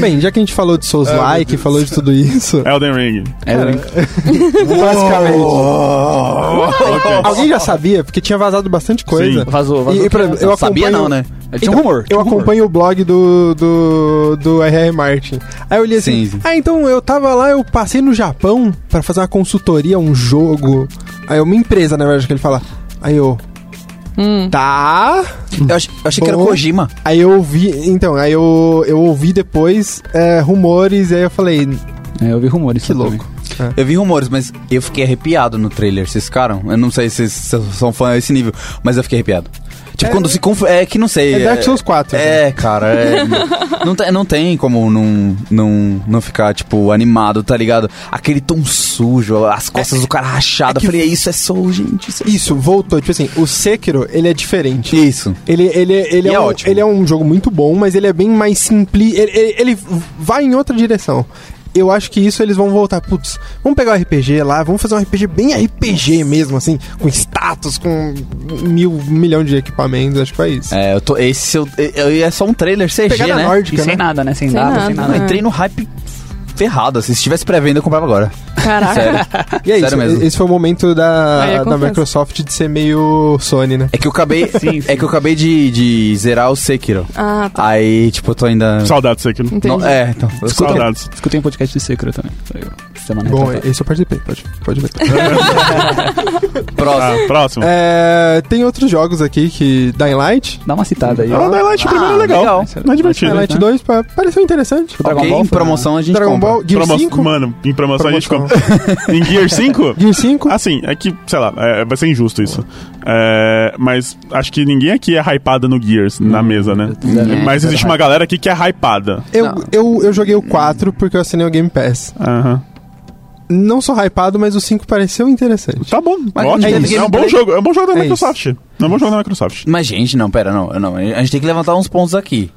B: Bem, já que a gente falou de Souls
D: Ah,
B: Like, falou de tudo isso,
D: Elden Ring.
C: É,
D: É
B: basicamente.
C: Oh,
D: Ok.
B: Alguém já sabia, porque tinha vazado bastante coisa.
D: Sim.
F: Vazou,
B: E,
F: vazou.
B: e pra-
F: criança.
B: eu acompanho-
C: sabia
B: Então,
C: não, né?
F: Tinha um rumor.
B: Eu
F: tinha um rumor.
B: acompanho o blog do, do, do R.R. Martin. Aí eu li assim:
C: Sim, sim.
B: Ah, então eu tava lá, eu passei no Japão pra fazer uma consultoria, um jogo. Aí uma empresa, na verdade, que ele fala. Aí eu. Tá.
C: Eu ach- eu achei que era
B: Bom.
C: Kojima.
B: Aí eu ouvi. Então, aí eu, eu ouvi depois é, rumores, e aí eu falei. "Ah,
F: É, eu vi rumores.
B: Que louco.
C: Eu vi rumores, mas eu fiquei arrepiado no trailer. Vocês ficaram? Eu não sei se vocês são fã desse nível, mas eu fiquei arrepiado. Tipo,
B: É,
C: quando se conf... É que não sei.
B: É Dark Souls né? 4.
C: É, cara, é, não, tem, não tem como não, não, não ficar, tipo, animado, tá ligado? Aquele tom sujo, as costas do cara rachado. eu falei, isso é soul, gente. Isso. é
B: Isso, voltou. Tipo assim, o Sekiro, ele é diferente.
C: soul." isso.
B: Ele, ele, ele,
C: E
B: é
C: é
B: um,
C: ótimo.
B: ele é um jogo muito bom, mas ele é bem mais simples. Ele, ele, ele vai em outra direção. Eu acho que isso eles vão voltar. Putz, vamos pegar o RPG lá, vamos fazer um RPG bem RPG mesmo, assim, com status, com mil um milhão de equipamentos, acho que foi isso.
C: É, eu tô. Esse eu, eu- eu- é só um trailer CG,
B: Pegada
C: né?
F: E
B: nórdica,
F: sem
B: né?
F: nada, né? Sem,
E: Sem
F: nada,
E: nada.
F: sem
C: Não,
F: nada.
C: eu entrei no hype ferrado. assim, se tivesse pré-venda, eu comprava agora.
E: Caraca.
C: Sério.
B: E é
C: Sério
B: isso,
C: mesmo.
B: esse foi o momento
E: Aí
B: da, da
E: acontece.
B: Microsoft de ser meio Sony, né?
C: É que eu acabei.
F: Sim, sim.
C: É que eu acabei de, de zerar o Sekiro.
E: Ah, tá.
C: Aí, tipo, eu tô ainda.
D: Saudades disso aqui.
E: Entendi.
C: Não, é, então. eu sou-
D: Saudades.
F: Escutei um podcast de Secret também. Foi
C: É,
F: Semana
B: Bom, é.
F: retrasada.
B: esse eu participei, pode, pode ver.
C: Próximo.
D: Ah, próximo.
B: É, tem outros jogos aqui que. Dying Light.
F: Dá uma citada aí.
B: né?
D: Ah, o Daylight primeiro é legal.
C: legal.
D: Não é divertido.
B: Dying Light 2 pa- pareceu interessante.
F: Dragon
C: ok,
F: Ball
C: em
F: foi, né?
C: promoção a gente
B: Dragon
C: compra.
B: Ball, Gear
D: Promo-
B: 5?
D: Mano, em promoção,
B: Promoção.
D: a gente ficou. em Gear 5?
B: Gear 5?
D: Assim, é que, sei lá, é, vai ser injusto isso. É, mas acho que ninguém aqui é hypada no Gears, na
C: Hum,
D: mesa, né? mas existe uma galera aqui que é hypada.
B: eu,
C: Não.
B: eu, eu joguei o 4 porque eu assinei o Game Pass.
D: Aham.
B: Não sou hypado, mas o 5 pareceu interessante.
D: Tá bom,
C: Mas
D: ótimo.
C: é
D: É,
C: isso.
D: um bom jogo, é um bom jogo da
B: É
D: Microsoft. É um bom jogo da Microsoft.
C: Mas, gente, não, pera, não, não. A gente tem que levantar uns pontos aqui.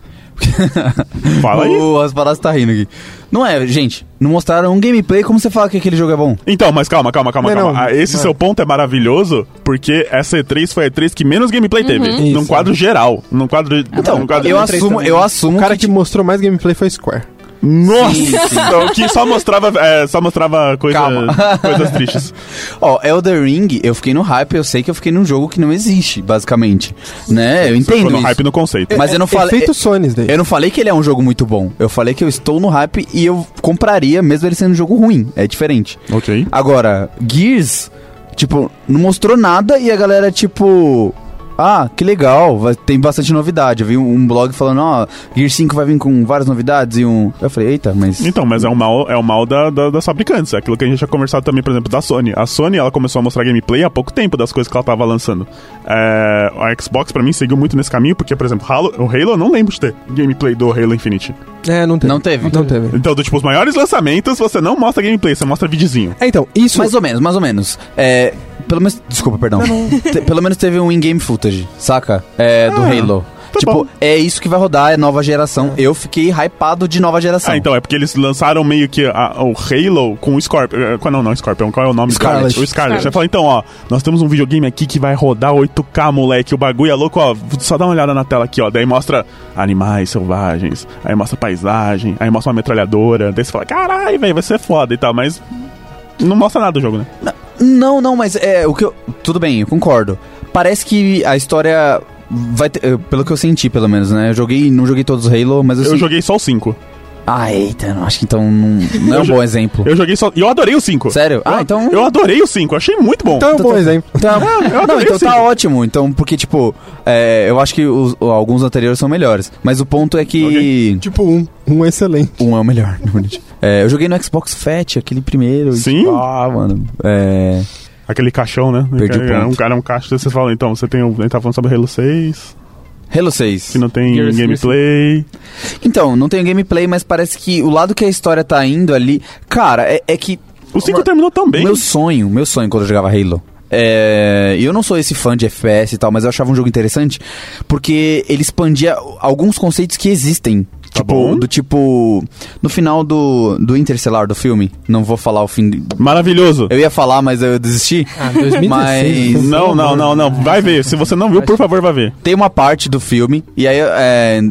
D: Fala aí.
C: O Asparas tá rindo aqui. Não é, gente, não mostraram um gameplay como você fala que aquele jogo é bom.
D: Então, mas calma, calma, calma,
B: Não,
D: calma.
B: não,
D: Ah, esse
B: não é.
D: seu ponto é maravilhoso, porque essa E3 foi a E3 que menos gameplay teve. Num
B: Isso.
D: quadro geral. Num quadro.
C: Uhum. Então,
D: num quadro
C: eu assumo, eu assumo
B: O cara
C: que, tipo,
B: que mostrou mais gameplay foi Square.
D: Nossa!
C: Sim, sim.
D: Então, que só mostrava, é, só mostrava coisa-
C: Calma.
D: coisas tristes.
C: Ó, Elder Ring, eu fiquei no hype, eu sei que eu fiquei num jogo que não existe, basicamente. Né? Eu entendo
D: Ficou no
C: isso. É.
D: hype no conceito.
C: Mas
B: É,
C: eu não falei.
B: Efeito Sony daí.
C: Eu não falei que ele é um jogo muito bom. Eu falei que eu estou no hype e eu compraria, mesmo ele sendo um jogo ruim. É diferente.
D: Ok.
C: Agora, Gears, tipo, não mostrou nada e a galera, tipo. Ah, que legal, vai- tem bastante novidade. Eu vi um um blog falando, ó, Gears 5 vai vir com várias novidades e um. Eu falei, eita, mas.
D: Então, mas é o mal, é o mal da, da- das fabricantes. É aquilo que a gente já conversado também, por exemplo, da Sony. A Sony, ela começou a mostrar gameplay há pouco tempo das coisas que ela tava lançando. É, a Xbox, pra mim, seguiu muito nesse caminho, porque, por exemplo, Halo, o Halo, eu não lembro de ter gameplay do Halo Infinite.
B: É, não teve.
C: Não teve.
B: Não teve. É um
D: Então, do, tipo, os maiores lançamentos, você não mostra gameplay, você mostra videozinho.
B: É, então, isso...
C: Mais ou menos, mais ou menos. É. Pelo menos. Desculpa, perdão. Te- pelo menos teve um in-game footage, saca? É, do
D: Ah,
C: Halo.
D: tá
C: tipo,
D: bom.
C: é isso que vai rodar, é nova geração. Eu fiquei hypado de nova geração.
D: Ah, então, é porque eles lançaram meio que a- o Halo com o Scorpion. eh, Qual, não, não, Scorpion, qual é o nome?
C: Scarlet.
D: O Scarlet.
E: Scarlet.
D: Você fala, então, ó, nós temos um videogame aqui que vai rodar 8K, moleque, o bagulho é louco, ó, só dá uma olhada na tela aqui, ó. Daí mostra animais selvagens, aí mostra paisagem, aí mostra uma metralhadora. Daí você fala, caralho, velho, vai ser foda e tal, mas não mostra nada do jogo, né?
C: Não, não, mas é o que eu. Tudo bem, eu concordo. Parece que a história vai ter, eh, Pelo que eu senti, pelo menos, né? Eu joguei, não joguei todos os Halo, mas eu,
D: Eu
C: sen-
D: joguei só o 5.
C: Ah, eita, não, acho que então não, não é
D: Eu
C: um
D: jo-
C: bom exemplo.
D: Eu joguei só. E eu adorei o 5.
C: Sério? Ah, então.
D: Eu adorei o 5, achei muito bom.
B: Então é um
C: Tá-
B: bom
C: tá-
B: exemplo.
C: Tá, não,
D: adorei
C: então
D: esse
C: tá
D: jogo.
C: ótimo. Então, porque, tipo, é, eu acho que os- alguns anteriores são melhores. Mas o ponto é que.
D: Ok.
B: Tipo, um. Um é excelente.
C: Um é o melhor, na verdade. É, eu joguei no Xbox Fat, aquele primeiro. e,
D: Sim.
C: tipo, ah, mano. É.
D: Aquele caixão, né?
C: Perdi o
D: Cara,
C: ponto.
D: Um cara é um caixa, daí você fala, então, você tem. um- Ele tá falando sobre Halo 6.
C: Halo 6.
D: que não tem
F: Gears
D: gameplay.
C: Então, não tem gameplay, mas parece que o lado que a história tá indo ali. Cara, é, é que.
D: O 5
C: Uma-
D: terminou também.
C: Meu sonho, meu sonho quando eu jogava Halo. É, e eu não sou esse fã de FPS e tal, mas eu achava um jogo interessante porque ele expandia alguns conceitos que existem.
D: Tá
C: tipo,
D: bom.
C: do tipo. No final do, do Interstellar do filme, não vou falar o fim.
D: Maravilhoso.
C: Eu um ia falar, mas eu desisti.
B: Ah, 2016.
C: Mas-
D: Não, não, não, não. Vai ver. Se você não viu, por favor, vai ver.
C: tem uma parte do filme, e aí é,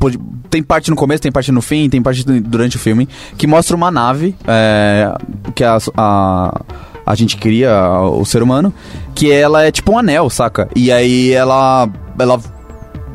C: pode- tem parte no começo, tem parte no fim, tem parte du- durante o filme, que mostra uma nave é, que a, a, a gente cria, a- o ser humano, que ela é tipo um anel, saca? E aí ela, ela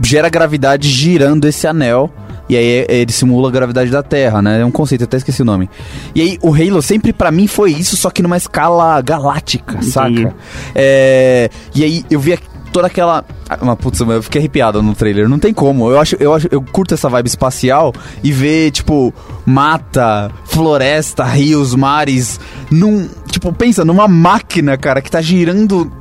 C: gera gravidade girando esse anel. E aí é- ele simula a gravidade da Terra, né? É um conceito, eu até esqueci o nome. E aí o Halo sempre pra mim foi isso, só que numa escala galáctica, saca? É, e aí eu vi a- toda aquela. Ah, Mas, putz, eu fiquei arrepiado no trailer. Não tem como. Eu acho, eu acho, eu curto essa vibe espacial e ver, tipo, mata, floresta, rios, mares. Num. Tipo, pensa numa máquina, cara, que tá girando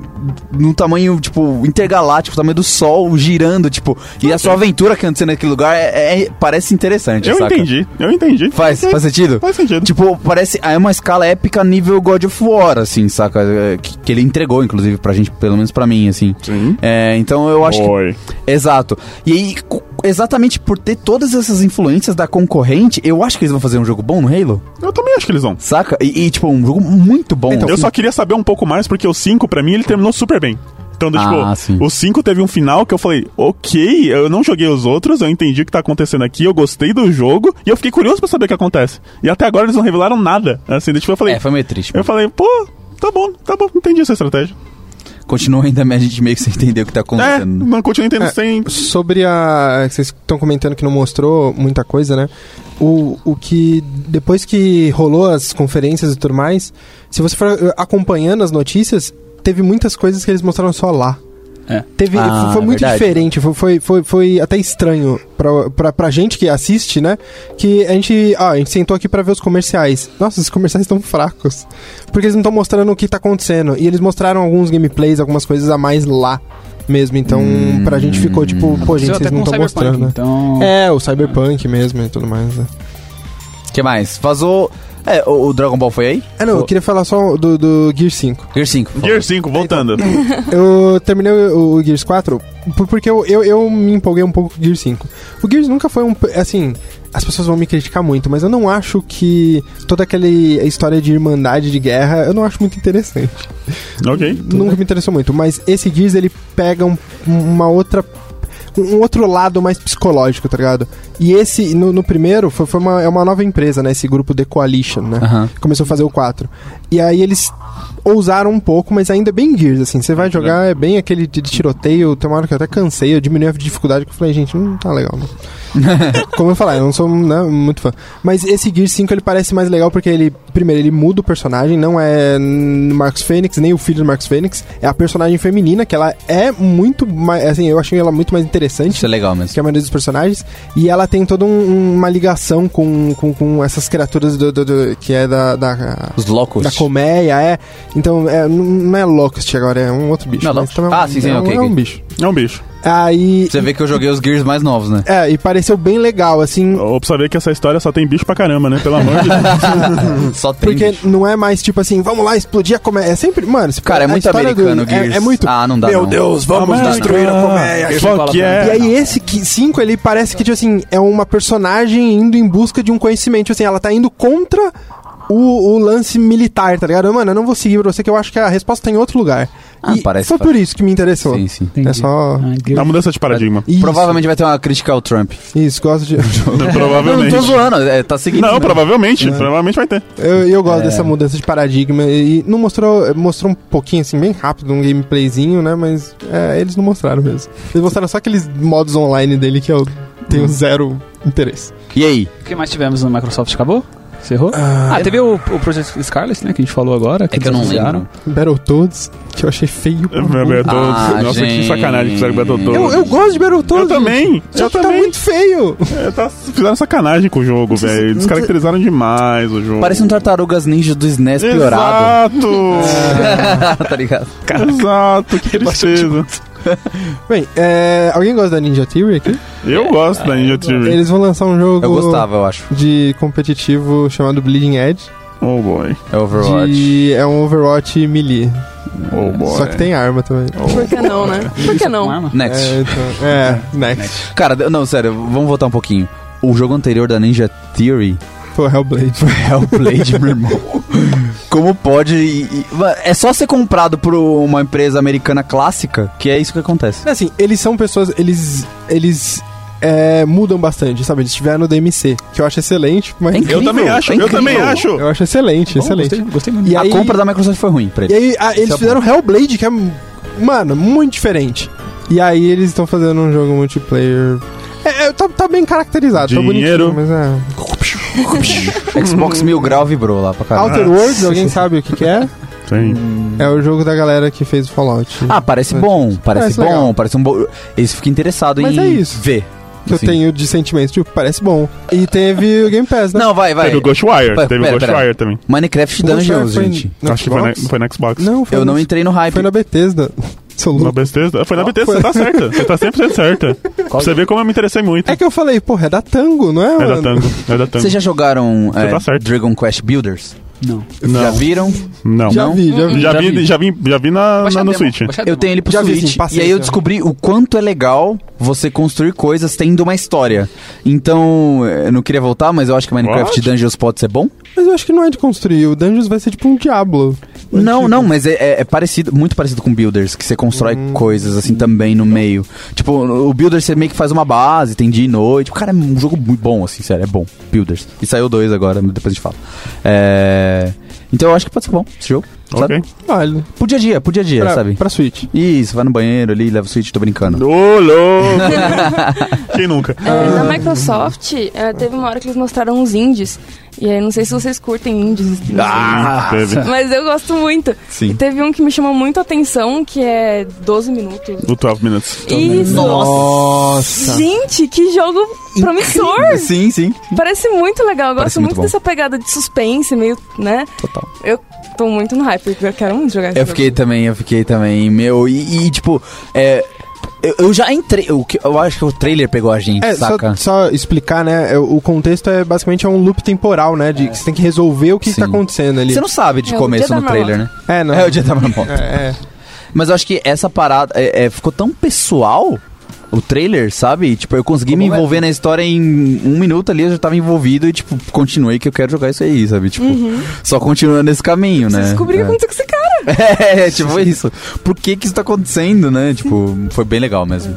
C: num tamanho, tipo, intergaláctico, tamanho do sol girando, tipo. E a sua aventura que aconteceu naquele lugar é, é- parece interessante,
D: Eu
C: saca?
D: entendi. Eu entendi.
C: Faz, faz sentido?
D: Faz sentido.
C: Tipo, parece. É uma escala épica nível God of War, assim, saca? É, Que, que ele entregou, inclusive, pra gente, pelo menos pra mim, assim.
D: Sim.
C: É, então eu acho
D: Foi.
C: que. Exato. E aí, co- exatamente por ter todas essas influências da concorrente, eu acho que eles vão fazer um jogo bom no Halo,
D: Eu também acho que eles vão.
C: saca? E, e, tipo, um jogo muito bom.
D: eu só queria saber um pouco mais, porque o 5, pra mim, ele terminou super bem. Então, do,
C: Ah, sim.
D: tipo, o 5 teve um final que eu falei, ok, eu não joguei os outros, eu entendi o que tá acontecendo aqui, eu gostei do jogo, e eu fiquei curioso pra saber o que acontece. E até agora eles não revelaram nada. Assim, do, tipo, eu falei,
C: É, foi meio triste.
D: eu falei, pô, tá bom, tá bom, entendi essa estratégia.
C: Continua ainda a gente meio que sem entender o que tá
D: É,
C: acontecendo.
D: não continuo entendendo
B: É.
D: sem.
B: Sobre a. Vocês estão comentando que não mostrou muita coisa, né? O, o que. Depois que rolou as conferências e tudo mais, se você for eh, acompanhando as notícias, teve muitas coisas que eles mostraram só lá.
F: É.
B: Teve,
C: Ah,
B: foi muito
C: verdade.
B: diferente, foi, foi, foi, foi até estranho pra, pra, pra gente que assiste, né? Que a gente, ah, a gente sentou aqui pra ver os comerciais. Nossa, os comerciais estão fracos. Porque eles não estão mostrando o que tá acontecendo. E eles mostraram alguns gameplays, algumas coisas a mais lá mesmo. Então, pra gente ficou tipo, pô, gente,
F: Hum. Aconteceu
B: vocês
F: até
B: não
F: com
B: estão mostrando,
F: Cyberpunk,
B: né?
F: Então...
B: É, o Cyberpunk mesmo e tudo mais, né?
D: É.
C: que mais? Vazou. É, o, o Dragon Ball foi aí?
B: Ah, não, eu queria falar só do, do Gear 5.
C: Gear 5. por favor.
D: Gear 5, voltando.
B: Eu terminei o, o Gears 4 por- porque eu, eu, eu me empolguei um pouco com o Gears 5. O Gears nunca foi um. p- Assim, as pessoas vão me criticar muito, mas eu não acho que toda aquela história de irmandade de guerra eu não acho muito interessante.
D: ok.
B: Nunca me interessou muito, mas esse Gears ele pega um- uma outra. Um outro lado mais psicológico, tá ligado? E esse, no, no primeiro, foi, foi uma, é uma nova empresa, né? Esse grupo The Coalition, né?
C: Aham.
B: Começou a fazer o 4. E aí eles ousaram um pouco, mas ainda é bem Gears, assim. Você vai jogar, é bem aquele de de tiroteio. Tem uma hora que eu até cansei, eu diminui a dificuldade, que eu falei, gente, não tá legal, não. Como eu falei, eu não sou né, muito fã. Mas esse Gear 5 ele parece mais legal porque ele, primeiro, ele muda o personagem, não é hum, Marcos Fênix, nem o filho do Marcos Fênix, é a personagem feminina, que ela é muito mais, assim, eu achei ela muito mais interessante
C: Isso é legal
B: que é
C: mesmo.
B: a maioria dos personagens, e ela tem toda um- uma ligação com, com, com essas criaturas do, do- do- que é da,
D: um
B: da,
C: Os loucos.
B: da colmeia, é. Então, é, não- não é Locust agora, é um outro bicho.
C: Não é
B: mas
C: Locust.
B: também é um-
C: Ah, sim, sim,
B: é um,
C: ok,
B: é
C: ok.
B: um bicho.
D: É um bicho.
B: Aí...
C: Você vê que eu joguei os Gears mais novos, né?
B: É, e pareceu bem legal, assim,
D: Ou pra saber que essa história só tem bicho pra caramba, né? Pelo amor de Deus. Uhum.
C: Só tem.
B: Porque
C: bicho.
B: não é mais tipo assim, vamos lá explodir a colmeia. É sempre. Mano, esse-
C: Cara, é
B: a
C: muito
B: história
C: americano
B: do,
C: o Gears.
B: É, é muito.
C: Ah, não dá.
A: Meu
C: não.
A: Deus, vamos
D: América.
A: destruir
F: Ah.
A: a colmeia.
D: Só que é-
B: E aí, esse 5, ele parece que, tipo assim, é uma personagem indo em busca de um conhecimento. Tipo Assim, ela tá indo contra o, o lance militar, tá ligado? Mano, eu não vou seguir pra você, que eu acho que a resposta tá em outro lugar.
C: Ah,
B: E
C: parece-
B: foi por isso que me interessou.
C: Sim, sim.
B: É só.
D: É uma mudança de paradigma.
B: Isso,
C: Provavelmente vai ter uma crítica ao Trump.
B: Isso, gosto de.
C: Não, não
D: provavelmente.
C: tô zoando, é, tá seguindo.
D: Não,
C: né?
B: É.
D: provavelmente. Provavelmente vai ter.
B: Eu, eu gosto dessa mudança de paradigma. E não mostrou. Mostrou um pouquinho, assim, bem rápido, um gameplayzinho, né? Mas é, eles não mostraram mesmo. Eles mostraram só aqueles modos online dele que eu tenho zero interesse.
C: E aí?
F: O que mais tivemos no Microsoft? Acabou? Cerrou? Ah, teve o, o Project Scarlet, né? Que a gente falou agora.
C: É que eu não
F: anunciaram.
C: lembro.
B: Battletoads, que eu achei feio. pra
D: Meu
B: burro.
D: Battletoads.
C: Ah,
D: Nossa, que
C: gente.
D: sacanagem que fizeram com o
B: eu,
D: Battletoads.
B: eu gosto de Battletoads.
D: Eu também,
B: Só
D: eu
B: que tá
D: também.
B: muito feio.
D: É, tá- fizeram sacanagem com o jogo, velho. Descaracterizaram demais o jogo.
C: Parece um Tartarugas Ninja do SNES piorado.
D: Exato!
B: É.
C: tá ligado?
D: Exato, que tristeza.
B: Bem, é, alguém gosta da Ninja Theory aqui?
D: Eu gosto da Ninja Theory.
B: Eles vão lançar um jogo
C: Eu gostava, eu acho.
B: de competitivo chamado Bleeding Edge.
D: Oh boy,
C: É Overwatch.
B: de- é um Overwatch melee.
D: oh boy.
B: Só que tem arma também.
E: Por que não, né? Por que não?
C: Next.
B: É, então, é, next.
C: Cara, d- não, sério, vamos voltar um pouquinho. O jogo anterior da Ninja Theory
B: Foi o Hellblade.
C: foi Hellblade, meu irmão. Como pode. e- e- ma- é só ser comprado por uma empresa americana clássica que é isso que acontece.
B: Assim, eles são pessoas. Eles. Eles. é, mudam bastante, sabe? Eles estiveram no DMC, que eu acho excelente, mas.
C: É incrível,
D: eu também
C: tá
D: acho, eu
C: incrível.
D: também acho.
B: Eu acho excelente,
F: Bom,
B: excelente.
F: Gostei, gostei muito.
B: E
C: a
B: aí-
C: compra da Microsoft foi ruim pra
B: E
C: eles.
B: aí, ah, eles
C: Isso é
B: fizeram Hellblade, que é. Mano, muito diferente. E aí, eles estão fazendo um jogo multiplayer. É, é, tá, tá bem caracterizado,
D: Dinheiro.
B: tá bonitinho, mas é.
C: Xbox Mil Grau vibrou lá pra
D: Tá
C: caralho.
B: Outer Worlds, alguém sabe o que, que é?
D: Tem.
B: É o jogo da galera que fez o Fallout.
C: Ah, parece bom, parece
B: Parece
C: bom,
B: legal.
C: parece um bom. Eles ficam interessados
B: Mas
C: em
B: é isso.
C: ver.
B: que eu
C: assim.
B: tenho de sentimentos, tipo, parece bom. E teve o Game Pass, né?
C: Não, vai, vai.
D: Teve o Ghostwire,
C: Pera,
D: teve o
C: pera, pera.
D: Ghostwire também.
C: Minecraft
B: Poxa,
C: Dungeons,
B: é foi
C: gente.
B: no
D: Acho que foi né? na,
B: Xbox?
D: foi no Xbox.
B: Não, foi um
C: Eu
B: no-
C: não entrei no hype.
B: Foi na Bethesda. Sou
D: Na
B: louco.
D: Bethesda? Foi na Bethesda, você tá certa. Você tá 100% certa. Pra você ver como eu me interessei muito.
B: É que eu falei, porra, é da Tango, não é,
D: É
B: mano?
D: da Tango, é da Tango.
C: Vocês já jogaram é,
D: tá certo.
C: Dragon Quest Builders?
F: Não.
C: Já
D: Não,
C: viram?
D: não.
B: Já
C: Não?
B: vi, já vi.
D: Já
C: Já
D: vi,
C: vi.
D: já vi, já vi na, na- no Switch.
F: Tá
C: Eu tenho ele pro
B: Já vi,
C: Switch.
B: sim, passei,
C: e aí eu
B: já.
C: descobri o quanto é legal você construir coisas tendo uma história. Então, eu não queria voltar, mas eu acho que Minecraft
D: What?
C: Dungeons pode ser bom.
B: Mas eu acho que não é de construir. O Dungeons vai ser tipo um Diablo. Vai
C: Não,
B: tipo-
C: não, mas é, é- é parecido, muito parecido com Builders, que você constrói
B: Hum.
C: coisas assim também no meio. Tipo, o Builders você meio que faz uma base, tem dia e noite. Cara, é um jogo muito bom, assim, sério, é bom. Builders. E saiu dois agora, depois a gente fala. É... Então eu acho que pode ser bom esse jogo. Sabe?
D: Ok.
B: Vale.
C: Pro dia a dia, pro dia a dia,
B: Pra,
C: sabe?
B: pra Switch.
C: Isso, vai no banheiro ali, leva o Switch, tô brincando.
D: Ô, louco! Quem nunca?
C: Ah.
E: É, na Microsoft, é, teve uma hora que eles mostraram uns indies. E aí, não sei se vocês curtem indies. não sei.
C: Ah,
D: Teve.
E: Mas eu gosto muito.
C: Sim.
E: E teve um que me chamou muito a atenção, que é 12 minutos.
D: Do 12 Minutes.
E: Isso!
B: Nossa.
E: Gente, que jogo promissor!
C: É, Sim, sim.
E: Parece muito legal, eu gosto
C: Parece muito
E: muito,
C: bom.
E: dessa pegada de suspense, meio, né?
C: Total.
E: Eu tô muito no hype, eu quero muito jogar esse
C: Eu
E: jogo.
C: fiquei também, eu fiquei também. Meu, e, e, tipo, é. Eu, eu já entrei. o que- Eu, acho que o trailer pegou a gente,
B: É, só,
C: saca?
B: só explicar, né? é, O contexto é basicamente é um loop temporal, né? De que você tem que resolver o que
C: É. Sim.
B: está acontecendo ali.
C: Você não sabe de
E: É o
C: começo
E: dia
C: no
E: da
C: trailer, né?
B: É, não.
C: É o dia da marmota.
B: É, é.
C: Mas eu acho que essa parada é, é, ficou tão pessoal. O trailer, sabe? Tipo, eu consegui me envolver na história em um minuto ali, eu já tava envolvido e, tipo, continuei que eu quero jogar isso aí, sabe? Tipo, só continuando esse caminho, né?
E: Preciso descobrir o que aconteceu com esse cara.
C: é. é, tipo isso. Por que que isso tá acontecendo, né? Tipo, foi bem legal mesmo.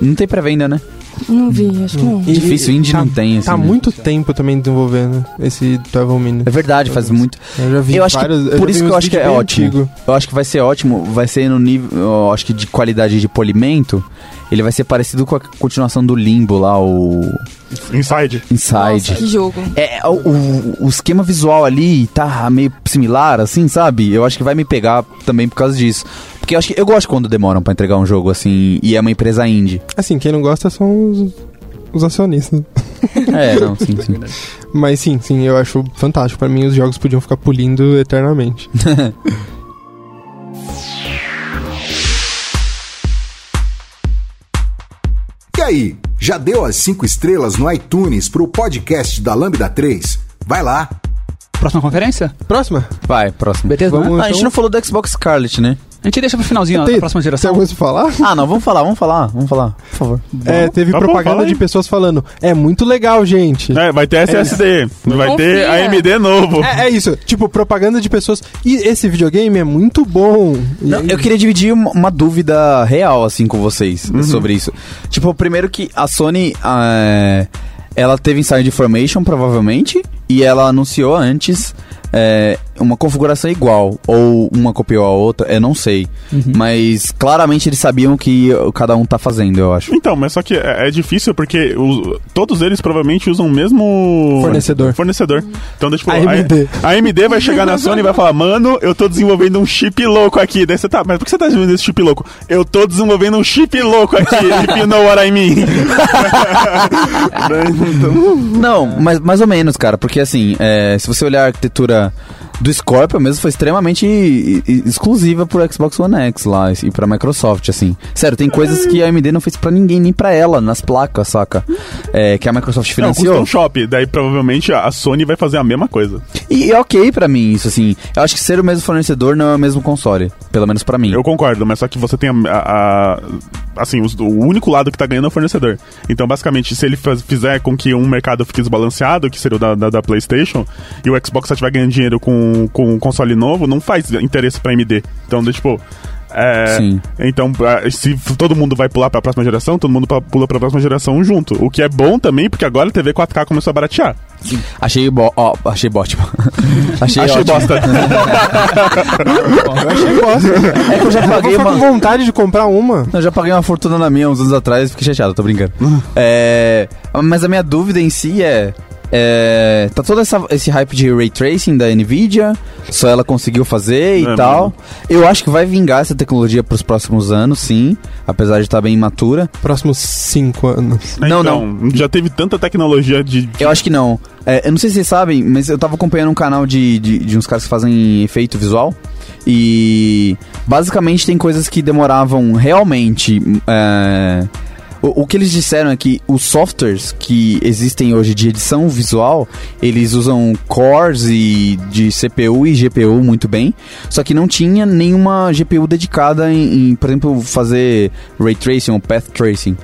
C: Não tem pré-venda, né?
E: Não vi, acho que não.
B: E-
C: Difícil, indie
B: tá-
C: não tem, assim,
B: Tá
C: né?
B: muito tempo também desenvolvendo esse Devil
C: É
B: Minute.
C: verdade, faz muito.
B: Eu já vi
C: Eu acho que
B: vários- já
C: por
B: vi
C: isso que
B: uns
C: eu acho que
B: vídeos
C: é
B: bem
C: ótimo.
B: antigos.
C: Eu acho que vai ser ótimo, vai ser no nível, eu acho que de qualidade de polimento, ele vai ser parecido com a continuação do Limbo lá, o
D: Inside.
C: Inside.
E: Nossa, que jogo.
C: É, o, o- o esquema visual ali tá meio similar, assim, sabe? Eu acho que vai me pegar também por causa disso. Porque eu acho que eu gosto quando demoram pra entregar um jogo assim, e é uma empresa indie.
B: Assim, quem não gosta são os, os acionistas.
C: É, não, sim, sim.
B: Mas sim, sim, eu acho fantástico. Pra mim, os jogos podiam ficar pulindo eternamente.
A: E aí, já deu as 5 estrelas no iTunes pro podcast da Lambda 3? Vai lá!
F: Próxima conferência?
B: Próxima?
C: Vai, próximo.
F: Beleza,
B: Vamos-
C: Ah,
F: né?
C: a gente
B: então-
C: não falou do Xbox Scarlet, né?
F: Ah, A gente deixa pro finalzinho, ó, da
B: Tem-
F: próxima
B: Tem
F: geração.
B: alguma coisa pra falar?
C: Ah, não, vamos falar, vamos falar, vamos falar. Por favor.
B: É, teve
D: Tá bom,
B: propaganda
D: fala aí.
B: de pessoas falando: é muito legal, gente.
D: É, vai ter SSD. Vai ter
E: Confia.
D: AMD novo.
B: É, é isso, tipo, propaganda de pessoas. E esse videogame é muito bom. E
C: Não,
B: aí-
C: eu queria dividir uma, uma dúvida real, assim, com vocês
B: Uhum.
C: sobre isso. Tipo, primeiro que a Sony, ah, ela teve Inside Information, provavelmente, e ela anunciou antes eh, uma configuração igual, ou uma copiou a outra, eu não sei.
B: Uhum.
C: Mas claramente eles sabiam o que cada um tá fazendo, eu acho.
D: Então, mas só que é, é difícil porque os- todos eles provavelmente usam o mesmo
B: Fornecedor.
D: fornecedor. Então, tipo,
B: AMD.
D: A, a AMD vai chegar na Sony e vai falar: "Mano, eu tô desenvolvendo um chip louco aqui". Daí você tá, mas por que você tá desenvolvendo esse chip louco? Eu tô desenvolvendo um chip louco aqui. If you know what I mean.
C: Não, mas mais ou menos, cara, porque assim, é, se você olhar a arquitetura do Scorpio mesmo, foi extremamente i- i- exclusiva pro Xbox One X lá e pra Microsoft, assim. Sério, tem coisas que a AMD não fez pra ninguém, nem pra ela, nas placas, saca? É, que a Microsoft
D: Não,
C: financiou.
D: custa um shop. Daí provavelmente a a Sony vai fazer a mesma coisa.
C: E é ok pra mim isso, assim. Eu acho que ser o mesmo fornecedor não é o mesmo console, pelo menos pra mim.
D: Eu concordo, mas só que você tem a. a- a- assim, os- o único lado que tá ganhando é o fornecedor. Então, basicamente, se ele faz- fizer com que um mercado fique desbalanceado, que seria o da, da, da PlayStation, e o Xbox só estiver ganhando dinheiro com, com um console novo, não faz interesse pra AMD. Então, do tipo. é,
C: Sim.
D: Então, ah, se f- todo mundo vai pular pra próxima geração, todo mundo pa- pula pra próxima geração junto. O que é bom também, porque agora a TV 4K começou a baratear.
C: Achei bo... ó, achei bo- ótimo. achei
D: Achei
C: ótimo.
D: bosta.
B: Eu achei bosta.
C: É que eu já
B: Eu vou
C: paguei
B: ficar
D: um
C: uma...
B: com vontade de comprar uma.
C: Eu já paguei uma fortuna na minha uns anos atrás, fiquei chateado, tô brincando. É, mas a minha dúvida em si é. é, tá todo essa- esse hype de ray tracing da Nvidia, só ela conseguiu fazer e
D: É,
C: tal.
D: mano.
C: Eu acho que vai vingar essa tecnologia pros próximos anos, sim, apesar de estar bem imatura.
B: Próximos cinco anos.
C: Não,
D: então, Já teve tanta tecnologia de.
C: Eu acho que não. É, eu não sei se vocês sabem, mas eu tava acompanhando um canal de, de, de uns caras que fazem efeito visual. E basicamente tem coisas que demoravam realmente. é, o, o que eles disseram é que os softwares que existem hoje de edição visual, eles usam cores e de CPU e GPU muito bem. Só que não tinha nenhuma GPU dedicada em, em, por exemplo, fazer ray tracing ou path tracing.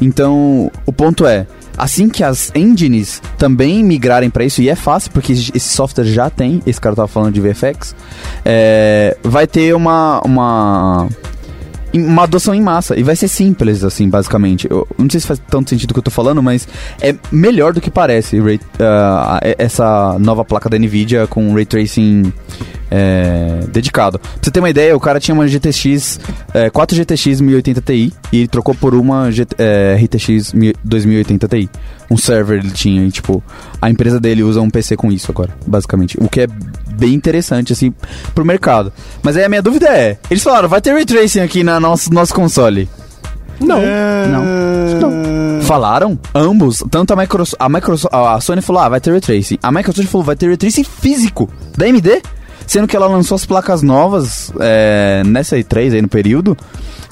C: Então, o ponto é, assim que as engines também migrarem pra isso, e é fácil porque esse software já tem, esse cara tava falando de VFX, é, vai ter uma, uma uma adoção em massa e vai ser simples assim, basicamente. Eu eu não sei se faz tanto sentido o que eu tô falando, mas é melhor é, do que parece Ray- ah, e- essa nova placa da Nvidia com ray tracing é, dedicado. Pra você ter uma ideia, o cara tinha uma GTX, é, 4 GTX 1080 Ti e ele trocou por uma GT, é, RTX 1000 2080 Ti. Um server ele tinha e, tipo, a empresa dele usa um PC com isso agora, basicamente. O que é bem interessante, assim, pro mercado. Mas aí a minha dúvida é, eles falaram, vai ter Ray Tracing aqui na nosso, nosso console.
B: Não.
D: Não.
C: Falaram? Ambos. Tanto a Microsoft, a Microsoft. A Sony falou, ah, vai ter Ray Tracing. A Microsoft falou, vai ter Ray Tracing físico da AMD. Sendo que ela lançou as placas novas é, nessa E3 aí no período.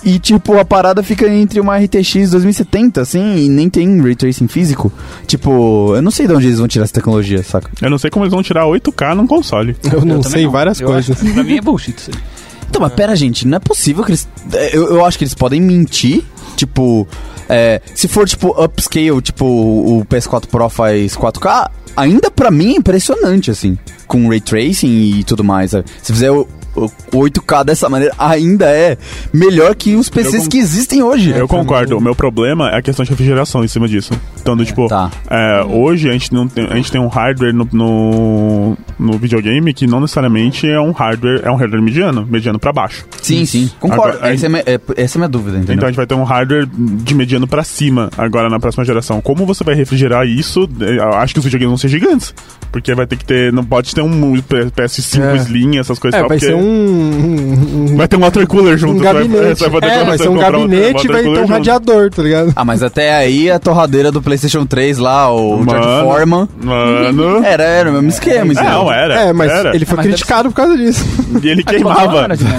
C: E, tipo, a parada fica entre uma RTX 2070, assim, e nem tem Ray Tracing físico. Tipo, eu não sei de onde eles vão tirar essa tecnologia, saca?
D: Eu não sei como eles vão tirar 8K num console.
B: Eu não
F: também
B: sei várias
F: Eu
B: coisas.
F: acho que Pra mim é bullshit isso aí.
C: Então, mas pera, gente, não é possível que eles. é, Eu, eu acho que eles podem mentir. Tipo, é, se for tipo upscale, tipo o PS4 Pro faz 4K, ainda pra mim é impressionante, assim. Com ray tracing e tudo mais. sabe? Se fizer o, o 8K dessa maneira, ainda é melhor que os PCs
D: con-
C: que existem hoje.
D: É,
B: É,
D: eu concordo. O meu problema é a questão de refrigeração em cima disso. Então, do, tipo,
C: tá.
D: é, hoje a gente, não tem, a gente tem um hardware no, no, no videogame que não necessariamente é um hardware, é um hardware mediano, mediano pra baixo.
C: Sim, sim, concordo.
D: Agora,
C: essa, é, minha- é- essa é a minha dúvida, entendeu?
D: Então a gente vai ter um hardware de mediano pra cima agora na próxima geração. Como você vai refrigerar isso? É, Eu acho que os videogames vão ser gigantes. Porque vai ter que ter. Não pode ter um PS5
B: É.
D: Slim, essas coisas e
B: É,
D: tal,
B: vai
D: porque
B: ser um. um- um-
D: Vai ter um water cooler junto.
B: um
D: você vai-
B: gabinete.
D: você vai poder
B: É, vai
D: comprar-
B: ser um
D: comprar
B: gabinete e
D: water
B: vai ter
D: cooler
B: um
D: junto.
B: radiador, tá ligado?
C: Ah, mas até aí a torradeira do PlayStation 3 lá, o George
D: Mano.
C: Foreman.
D: Mano.
C: Era, era o mesmo esquema,
D: É,
C: entendeu?
D: não, era.
B: É, mas
D: era.
B: ele foi
F: Mas deve
B: criticado por causa disso.
D: E ele
F: Fala,
D: queimava.
F: cara, tipo,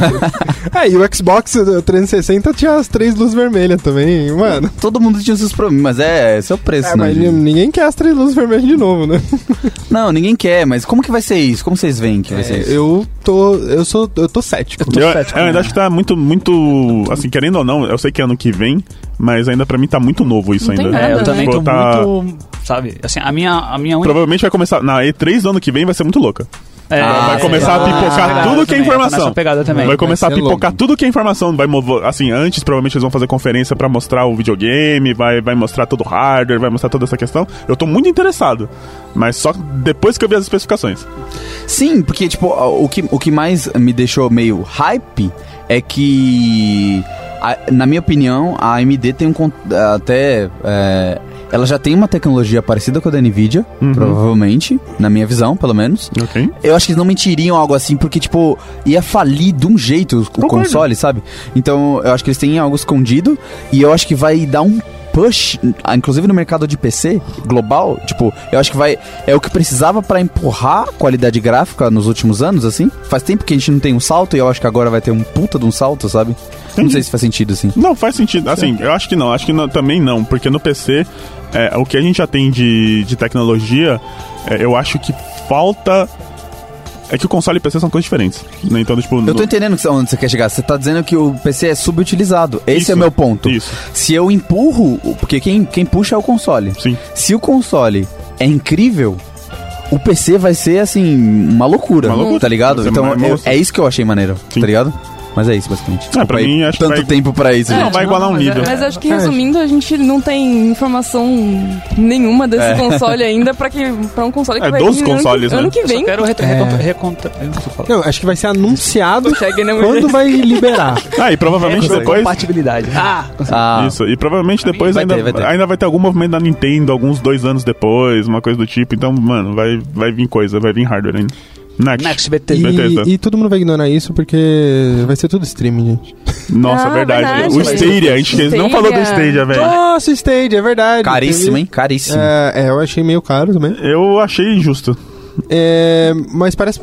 B: É, e o Xbox 360 tinha as três luzes vermelhas também, mano.
C: Todo mundo tinha seus problemas, mas é, esse é o preço,
B: É,
C: né?
B: mas
C: gente?
B: ninguém quer as três luzes vermelhas de novo, né?
C: Não, ninguém quer, mas como que vai ser isso? Como vocês veem
B: É,
C: que vai ser isso?
B: eu tô. Eu sou. Eu tô cético.
D: Eu, eu ainda acho que tá muito, muito. Assim, querendo ou não, eu sei que é ano que vem, mas ainda pra mim tá muito novo isso
E: Não tem
D: ainda.
E: nada,
F: é, eu
E: né?
F: também tô
D: Tipo, tá-
F: muito. Sabe? Assim, a minha, a minha única.
D: Provavelmente vai começar. Na E3 do ano que vem vai ser muito louca.
F: É,
C: Ah,
D: vai
F: é,
D: começar a
F: é,
D: pipocar
F: é
B: Ah,
F: verdade,
D: tudo que é
F: também, eu tô
D: informação.
F: nessa pegada também.
D: vai começar a
B: ser
D: pipocar
B: longo.
D: tudo que é informação. Vai mover, assim, antes provavelmente eles vão fazer conferência pra mostrar o videogame, vai, vai mostrar todo o hardware, vai mostrar toda essa questão. Eu tô muito interessado, mas só depois que eu vi as especificações.
C: Sim, porque, tipo, o que, o que mais me deixou meio hype é que, a- na minha opinião, a AMD tem um. con- Até. é, ela já tem uma tecnologia parecida com a da Nvidia, provavelmente, na minha visão, pelo menos.
D: Ok?
C: Eu acho que eles não mentiriam algo assim, porque, tipo, ia falir de um jeito o console, sabe? Então, eu acho que eles têm algo escondido e eu acho que vai dar um push, ah, inclusive no mercado de PC global, tipo, eu acho que vai é o que precisava pra empurrar a qualidade gráfica nos últimos anos, assim. Faz tempo que a gente não tem um salto e eu acho que agora vai ter um puta de um salto, sabe? Não sei se faz sentido, assim.
D: Não, faz sentido. Assim, eu acho que não. Acho que não- também não, porque no PC, é, o que a gente já tem de, de tecnologia, é, eu acho que falta. É que o console e o PC são coisas diferentes. né? Então, tipo.
C: Eu tô
D: no-
C: entendendo que- onde você quer chegar. Você tá dizendo que o PC é subutilizado. Esse
D: Isso,
C: é o meu ponto.
D: isso.
C: Se eu empurro, porque quem, quem puxa é o console.
D: Sim.
C: Se o console é incrível, o PC vai ser assim, uma loucura,
D: Uma loucura.
C: tá ligado?
D: Vai ser
C: Então
D: uma
C: eu-
D: emoção.
C: é isso que eu achei maneiro,
D: Sim. Ah,
C: tá ligado? Mas é isso, basicamente. Desculpa
D: pra
C: aí
D: mim, acho que
C: tanto
D: vai-
C: tempo pra isso,
D: Não,
C: gente.
D: vai igualar um
E: mas é-
D: nível.
E: Mas acho que resumindo, a gente não tem informação nenhuma desse console ainda pra, que, pra um console que
D: É,
E: vai
D: dos
E: vir ano que-
D: consoles, né?
E: ano que
F: Eu só
E: vem.
F: quero recontra.
B: É.
F: recontra, recontra
B: Não, acho que vai ser anunciado
E: Consegue, né,
B: quando
E: mulher?
B: vai liberar.
D: Ah, e
C: É,
D: provavelmente depois.
F: Compatibilidade. Ah,
C: Ah,
D: Isso, e provavelmente depois
C: vai
D: ainda,
C: ter, vai ter.
D: ainda vai ter algum movimento da Nintendo, alguns dois anos depois, uma coisa do tipo. Então, mano, vai, vai vir coisa, vai vir hardware ainda. Next.
F: Next BT.
D: Beleza.
B: E, e todo mundo vai ignorar isso porque vai ser tudo streaming, gente.
D: Nossa,
E: Ah,
D: verdade.
E: verdade.
D: O Stadia, a gente não
E: Stadia.
D: falou do Stadia, velho.
B: Nossa, Stage, é verdade.
C: caríssimo, hein? Caríssimo.
B: Teve- É, é, eu achei meio caro também.
D: Eu achei injusto.
B: É, mas parece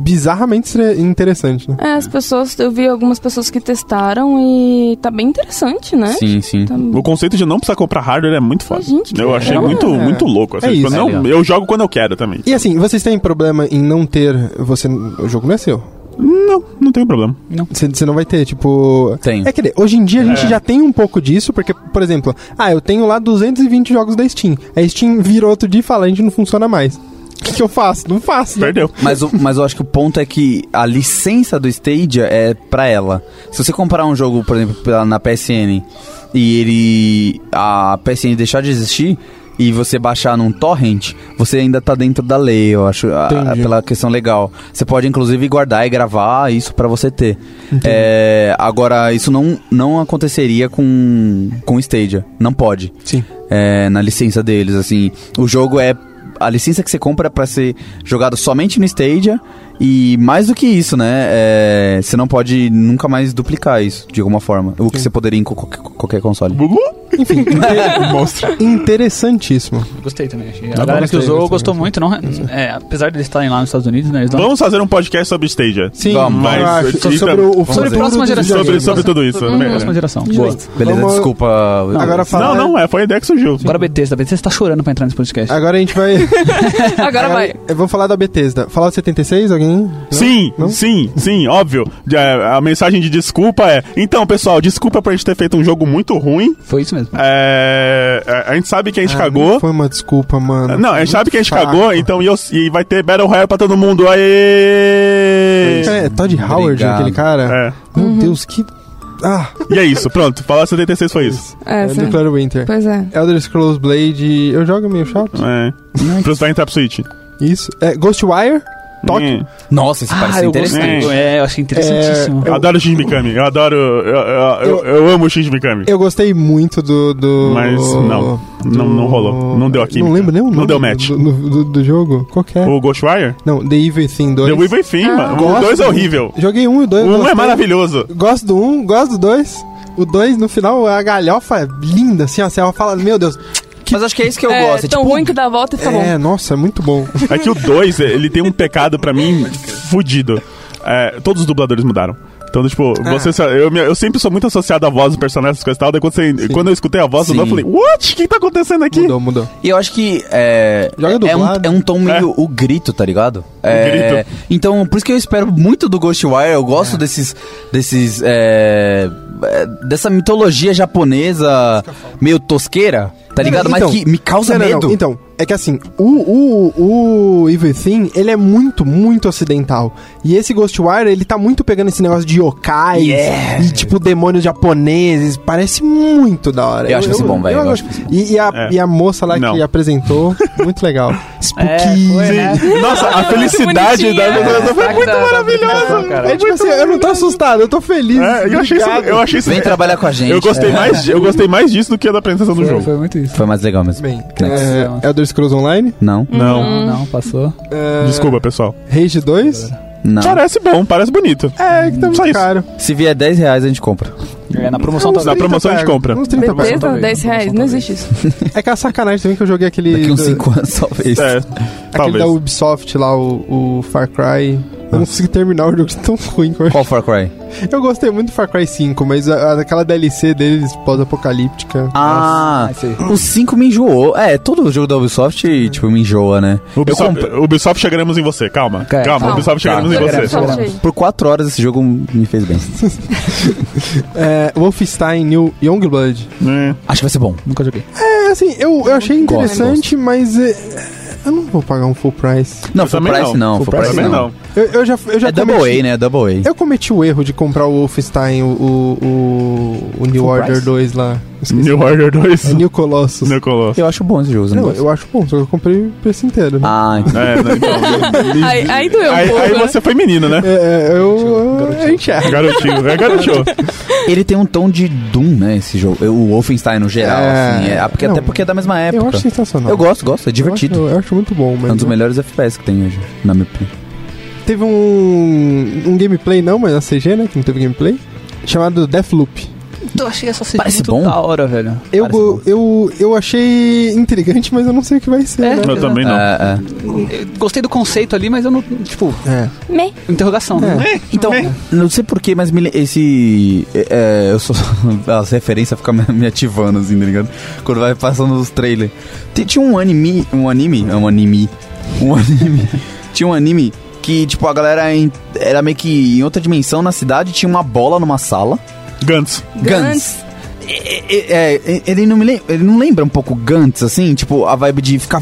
B: bizarramente stre- interessante, né?
E: É, as pessoas, eu vi algumas pessoas que testaram e tá bem interessante, né?
C: Sim, sim.
E: Tá-
D: O conceito de não precisar comprar hardware é muito foda.
E: Gente, que
D: eu achei
E: legal.
D: muito,
B: É.
D: muito louco. assim,
B: É
D: tipo,
B: isso.
D: não-
C: É legal.
D: eu jogo quando eu quero também.
B: E assim, vocês têm problema em não ter. Você, o jogo não é seu.
D: Não, não tem problema.
B: Você você não vai ter, tipo.
C: Tenho.
B: É que hoje em dia a gente já tem um pouco disso, porque, por exemplo, ah, eu tenho lá 220 jogos da Steam. A Steam vira outro dia e fala, a gente não funciona mais. O que, que eu faço? Não faço. né?
D: Perdeu.
C: Mas, o- mas eu acho que o ponto é que a licença do Stadia é pra ela. Se você comprar um jogo, por exemplo, pela- na PSN e ele. a PSN deixar de existir. e você baixar num torrent, você ainda tá dentro da lei, eu acho, a-
B: Entendi.
C: pela questão legal. Você pode inclusive guardar e gravar isso pra você ter. É, agora, isso não, não aconteceria com, com o Stadia. Não pode.
B: Sim.
C: É, na licença deles, assim. O jogo é. A licença que você compra é pra ser jogado somente no Stadia. E mais do que isso, né? é, você não pode nunca mais duplicar isso, de alguma forma. O que você poderia em co- co- qualquer console.
D: Bugu?
B: Enfim,
D: Monstro.
B: interessantíssimo.
F: Gostei também. achei. A
B: bom,
F: galera que
B: gostei,
F: usou
B: gostei,
F: gostou muito, não? É, apesar deles estarem lá nos Estados Unidos, né? Eles não...
D: Vamos fazer um podcast sobre
B: Tá.
D: Stadia.
B: Sim,
C: Vamos,
B: eu
D: mas
B: acho.
D: isso é-
B: sobre o, o
F: Sobre
B: futuro
F: próxima
B: dos
F: geração.
D: Sobre,
B: videogames.
D: sobre tudo isso. né?
F: Próxima geração.
B: Justo.
C: Beleza,
B: Vamos-
C: desculpa.
B: Agora
D: Não,
B: fala.
D: não, é, foi a ideia que surgiu.
F: Agora a Bethesda. A Bethesda tá chorando pra entrar nesse podcast.
B: Agora a gente vai.
E: Agora vai.
B: Eu vou falar da Bethesda. Falar do 76, alguém? Não?
D: Sim,
B: Não?
D: sim, sim, óbvio. É, a mensagem de desculpa é. Então, pessoal, desculpa por a gente ter feito um jogo muito ruim.
F: Foi isso
D: ah,
F: mesmo.
D: É, a- a gente sabe que a gente
B: Ah,
D: cagou.
B: não Foi uma desculpa, mano.
D: Não, a gente sabe que a gente
B: Saco.
D: cagou, então e, eu- e vai ter Battle Royale pra todo mundo. Aê!
B: É, Todd Howard,
C: Obrigado.
B: aquele cara.
D: É.
B: Meu Deus, que. Ah,
D: E é isso, pronto. Falar 76 foi isso.
E: É,
B: é
E: sim.
B: do Claro Winter.
E: Pois é.
B: Elder Scrolls Blade. Eu jogo meio chato.
D: É. Pra você vai entrar pro Switch.
B: Isso. É, Ghostwire. Toque.
D: Hum.
C: Nossa, isso
F: Ah,
C: parece
F: eu
C: interessante.
F: gostei. É, eu achei interessantíssimo.
D: Eu adoro Shin Mikami. Eu adoro. Eu, eu, eu, eu amo Shin Mikami.
B: Eu gostei muito do. do
D: Mas não. Não- não rolou. Não deu a química.
B: Não lembro nem o
D: Não
B: nome
D: deu match.
B: Do, do, do- do jogo. Qual que é?
D: O Ghostwire?
B: Não, The Evil Thing 2.
D: Deu Weaver e Fim, mano. O
B: Ah, Gosto
D: 2 é
B: do-
D: horrível.
B: Joguei um e o dois.
D: O 1 é
B: gostei.
D: maravilhoso.
B: Gosto do um, gosto do dois. O dois, no final, a galhofa é linda, assim, ó. Você fala, meu Deus.
C: Mas acho que é isso que eu
E: é
C: gosto. é
E: tão
C: tipo,
E: ruim que dá a volta e fica
B: é,
E: Tá bom.
B: nossa, é muito bom.
D: É que o 2, ele tem um pecado pra mim fudido. É, todos os dubladores mudaram. Então, tipo,
B: Ah.
D: você, só- eu, me- eu sempre sou muito associado à voz dos personagens, essas coisas e tal. Daí quando, você- quando eu escutei a voz do
C: Sim.
D: Dom, eu falei, what? O que tá acontecendo aqui?
B: Mudou, mudou.
C: E eu acho que é,
B: Joga
C: é, um,
B: dublado.
C: é um tom meio o grito, tá ligado? É,
D: grito.
C: Então, por isso que eu espero muito do Ghostwire. Eu
B: É.
C: gosto desses. desses é, é, dessa mitologia japonesa meio tosqueira, tá ligado?
B: Então-
C: Mas que me causa
B: Não, não, não.
C: medo.
B: Então, é que assim, o, o, o Evil Thing, ele é muito, muito ocidental. E esse Ghostwire, ele tá muito pegando esse negócio de yokais
C: Yeah.
B: e tipo demônios japoneses. Parece muito da hora.
C: Eu acho esse bom, velho, eu acho esse bom.
B: E, e a,
D: É.
B: e a moça lá
D: Não.
B: que apresentou, muito legal. Spooky.
C: É,
F: foi, né?
D: Nossa, a felicidade da
E: bonitinha.
D: pessoa foi é muito maravilhosa.
B: É tipo assim, eu não tô assustado, eu tô feliz.
D: É, eu achei isso.
B: obrigado.
D: Eu, achei isso
C: Vem trabalhar com a gente.
D: eu, gostei
C: É.
D: mais, eu gostei mais disso do que a da apresentação do jogo.
F: Foi muito isso.
C: Foi mais legal mesmo.
B: Bem,
C: Next.
B: é, Elder Scrolls Online,
C: Não,
D: Não.
F: Não, não, passou.
B: é,
D: Desculpa, pessoal.
B: Rage 2,
C: não.
D: Parece bom, parece bonito.
B: é, que tá
D: Só
B: muito
D: isso.
B: caro.
C: Se vier 10 reais, a gente compra.
F: É, na promoção
D: Na
F: tá...
D: promoção a gente compra.
B: Uns 30 pau.
E: Bethesda, 10 reais. Não existe isso.
B: É que a sacanagem também que eu joguei aquele.
C: Daqui uns
B: do-
C: 5 anos, talvez.
D: É,
B: aquele
D: talvez.
B: da Ubisoft lá, o, o Far Cry. Eu
C: Ah.
B: não consegui terminar o jogo de tão ruim. que eu-
C: Qual Far Cry?
B: Eu gostei muito do Far Cry 5, mas a- a- aquela DLC deles pós-apocalíptica.
C: Ah,
F: Nossa, esse
C: o 5 me enjoou. É, todo jogo da
B: É.
C: Ubisoft, tipo, me enjoa, né? Eu
D: Ubisoft,
C: comprei-
D: Ubisoft chegaremos em você, calma.
F: Ok.
D: Calma,
E: Calma.
D: Ubisoft chegaremos em
E: Chegaremos.
D: você.
E: Fala aí.
C: Por 4 horas esse jogo me fez bem.
B: É, Wolfenstein New Youngblood.
D: É.
C: Acho que vai ser bom.
F: Nunca joguei.
B: É, assim, eu, eu achei
C: Gosto,
B: interessante, mas. é, eu não vou pagar um full price.
C: Não,
D: Eu
C: foi
D: também
C: Price não, foi
D: Eu
C: Price
D: Também
C: não.
D: não.
B: Eu, eu já, eu já
C: É Double A, né? Double A.
B: Eu cometi o erro de comprar o Wolfenstein, o, o, o- o New
F: Full
B: Order
F: price?
B: 2 lá. Esqueci.
D: New Order 2.
B: É New Colossus.
D: New Colossus.
C: Eu acho bom esse jogo, né?
B: Não, eu acho bom, só que eu comprei o preço inteiro. Né?
C: Ah, então.
D: É, né, então.
E: Aí- aí doeu um
D: aí,
E: pouco,
D: aí
E: né?
D: você foi menino, né?
B: É, é, eu, eu enxergo.
D: Garotinho, é garotinho.
C: Ele tem um tom de Doom, né, esse jogo. O Wolfenstein no geral,
B: É.
C: assim. É, ah, porque,
B: Não,
C: até porque é da mesma época.
B: Eu acho sensacional.
C: Eu gosto, gosto, é divertido.
B: Eu acho, eu acho muito bom,
C: É um
B: mas.
C: dos melhores FPS que tem hoje, na minha opinião.
B: Teve um, um gameplay, não, mas na CG, né? Que não teve gameplay. Chamado Deathloop.
F: Eu achei essa cena
C: Parece
F: muito
C: bom.
F: da hora, velho.
B: Eu,
C: Parece
B: go- eu, eu achei intrigante, mas eu não sei o que vai ser.
F: É?
B: né?
D: Eu também não.
C: É, é.
F: Eu gostei do conceito ali, mas eu não... Tipo,
B: É.
E: Me.
F: interrogação, né?
C: Então, não sei porquê, mas me li- esse. é, é, eu sou. As referências ficam me- me ativando, assim, tá ligado? Quando vai passando os trailers. Ti- Tinha um anime. Um anime? É um anime. Um anime. tinha um anime que, tipo, a galera em- era meio que em outra dimensão na cidade, tinha uma bola numa sala.
D: Gantz.
E: Gantz.
C: Guns. É, é, é, ele, não me lem- ele não lembra um pouco Gantz, assim? Tipo, a vibe de ficar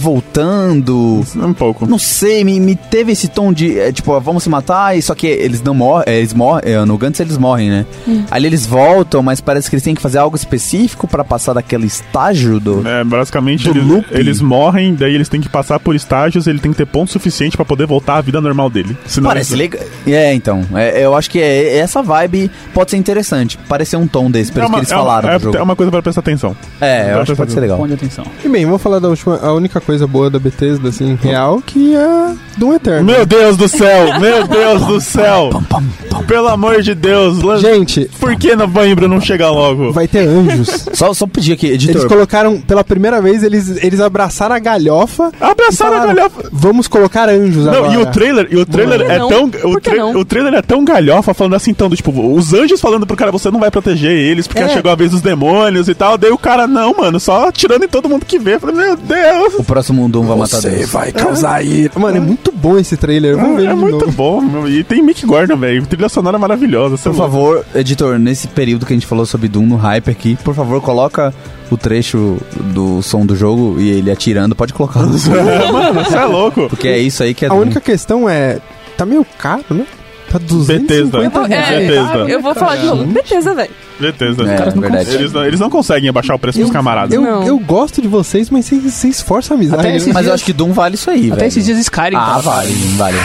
C: voltando.
D: Um pouco.
C: Não sei, me, me teve esse tom de, é, tipo, ah, vamos se matar, e só que eles não morrem, eles morrem, é, no Gantz eles morrem, né? Ali eles voltam, mas parece que eles têm que fazer algo específico pra passar daquele estágio do...
D: É, basicamente
C: Do
D: eles,
C: loop.
D: eles morrem, daí eles têm que passar por estágios, ele tem que ter ponto suficiente pra poder voltar à vida normal dele. Senão
C: Parece
D: ele...
C: legal. É, então, é, eu acho que é, essa vibe pode ser interessante, parecer um tom desse, pelo
D: é uma,
C: que eles
D: é uma-
C: falaram
D: é,
C: do jogo.
D: é uma coisa pra prestar atenção.
C: É, eu acho que pode ser legal.
F: Ponha atenção.
B: E bem, vamos falar da última, a única coisa boa da Bethesda, assim, real, que é Doom Eterno.
D: Meu Deus do céu! Meu Deus do céu!
C: Pam, pam, pam.
D: Pelo amor de Deus! lan-
B: Gente,
D: Por que não vai Imbra não chegar logo?
B: vai ter anjos.
C: Só, só pedir aqui,
B: Eles
C: editor,
B: colocaram, pela primeira vez, eles, eles abraçaram a galhofa.
D: Abraçaram
B: e
D: a galhofa.
B: Vamos colocar anjos
D: Não,
B: agora.
D: e o trailer, e o trailer
E: Por que
D: é
E: não?
D: tão. O,
E: Por que
D: tra-
E: não?
D: o trailer é tão galhofa falando assim, então, do, tipo, os anjos falando pro cara, você não vai proteger eles, porque
B: É.
D: chegou a vez dos demônios e tal. Daí o cara, não, mano, só atirando em todo mundo que vê. Eu Falei, meu Deus!
C: o próximo Doom vai matar
A: Você
C: Deus.
A: vai causar ira.
B: Mano, é muito bom esse trailer. Vamos ver
D: Hum? É
B: ele de
D: muito
B: novo.
D: bom, meu. E tem Mick Gordon, velho. Trilha sonora é maravilhosa.
C: Por favor, editor, nesse período que a gente falou sobre Doom no Hyper aqui, por favor, coloca o trecho do som do jogo e ele atirando, pode colocar no som,
D: Mano, você é louco.
C: porque é isso aí que é
B: A
C: Doom.
B: única questão é. Tá meio caro, né? Tá 250
D: Bethesda.
B: reais.
D: É, Bethesda.
E: Eu vou falar de novo. Beleza, velho.
D: Certeza.
C: É,
D: Cara,
C: na verdade.
D: Eles, não, eles não conseguem abaixar o preço dos camaradas.
B: Eu,
E: Não.
B: eu gosto de vocês, mas vocês, vocês forçam a amizade.
F: É, Até
B: né?
F: esses
C: Mas eu
F: dias-
C: acho que Doom vale isso aí,
F: Até
C: velho.
F: esses dias Skyrim.
C: Ah,
F: tava-
C: vale, vale.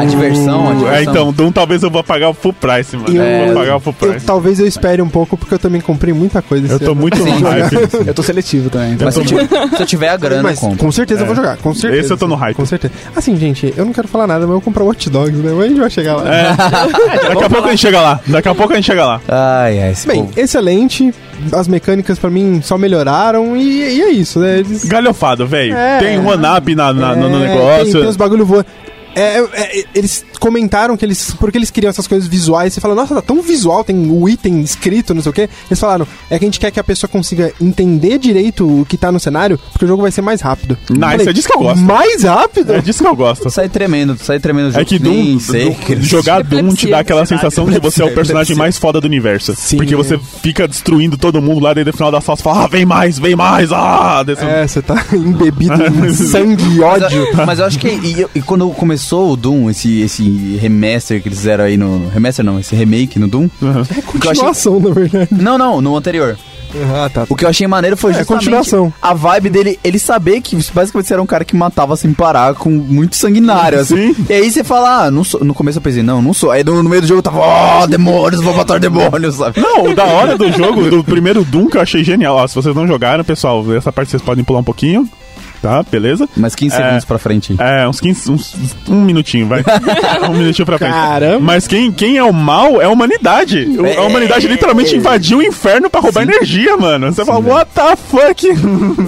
C: A diversão, a diversão.
D: É, então, Doom talvez eu vou pagar o full price, mano. Eu,
B: Eu-
D: vou pagar o full
B: Eu-
D: price.
B: talvez eu espere um pouco, porque eu também comprei muita coisa
D: Eu
B: esse
D: tô
B: ano.
D: muito no
C: Sim.
D: hype.
F: Eu tô seletivo também. então.
C: Mas se, eu tiver- se eu tiver a grana,
B: Mas
C: eu compro.
B: com certeza eu vou jogar, com certeza.
D: É. Esse eu tô no hype.
B: Com certeza. Assim, gente, eu não quero falar nada, mas eu vou comprar Watch Dogs, né? Mas a gente vai chegar lá.
D: É. Daqui a pouco a gente chega lá. Daqui a pouco a gente chega lá.
C: Ai, ai, esse
B: Bem,
C: povo.
B: excelente. As mecânicas pra mim só melhoraram e, e é isso, né? Eles...
D: Galhofado, velho.
B: É.
D: Tem um up na, na- no- no
B: É,
D: negócio.
B: Tem, tem os bagulho voando. É, é, é, eles comentaram que eles. Porque eles queriam essas coisas visuais. Você fala, nossa, tá tão visual, tem o item escrito, não sei o quê. Eles falaram, é que a gente quer que a pessoa consiga entender direito o que tá no cenário, porque o jogo vai ser mais rápido.
D: Nice,
B: Eu falei,
D: é disso que eu gosto.
B: Mais rápido?
D: É disso que eu gosto.
C: Sai tremendo, sai tremendo o jogo.
D: É que
C: Nem
D: Doom,
C: sei.
D: Doom- jogar Doom te dá aquela sensação de você é o personagem mais foda do universo.
B: Sim,
D: porque
B: é.
D: você fica destruindo todo mundo lá, daí no final da sala você fala, ah, vem mais, vem mais, ah! Desse...
B: É, você tá embebido em sangue e
C: Mas
B: ódio.
D: é,
C: eu, mas eu acho que. E, eu- e quando começou o Doom, esse, esse remaster que eles fizeram aí no. no- Remaster não, esse remake no Doom.
B: É
C: eu achei-
B: continuação, na verdade.
C: Não, não, no anterior.
B: Ah, tá.
C: O que eu achei maneiro foi
B: É,
C: justamente
B: continuação.
C: a vibe dele, ele saber que basicamente você era um cara que matava sem parar, com muito sanguinário, assim. E aí você fala, ah, não sou. No começo eu pensei, não, não sou. Aí no, no meio do jogo eu tava, ó, demônios, vou matar demônios, sabe?
D: Não, o da hora do jogo, do primeiro Doom que eu achei genial. Ó, se vocês não jogaram, pessoal, essa parte vocês podem pular um pouquinho, tá? Beleza?
C: Mas 15
D: É.
C: segundos pra frente.
D: É, uns 15. Uns, um minutinho, vai. um minutinho pra frente.
B: Caramba. É.
D: Mas quem, quem é o mal é a humanidade. O- A humanidade literalmente invadiu o inferno pra roubar energia, mano. Você fala, what the fuck?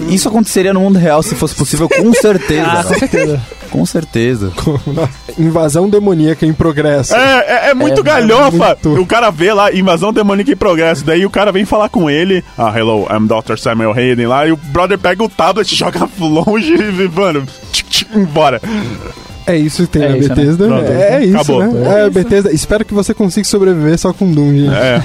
C: Isso aconteceria no mundo real se fosse possível, com certeza.
F: Ah, com certeza.
C: Com certeza.
B: Invasão demoníaca em progresso.
D: É, é, é muito
C: É,
D: galhofa.
B: muito.
D: O cara vê lá, invasão demoníaca em progresso. Daí o cara vem falar com ele. Ah, hello, I'm Dr. Samuel Hayden lá. E o brother pega o tablet, joga longe e, mano, tch, tch, embora.
B: É isso que tem
F: É
B: na
F: isso, né?
B: Bethesda.
D: Pronto.
B: É, é isso,
D: Acabou.
B: né? É, Bethesda. Espero que você consiga sobreviver só com Doom, gente.
D: É.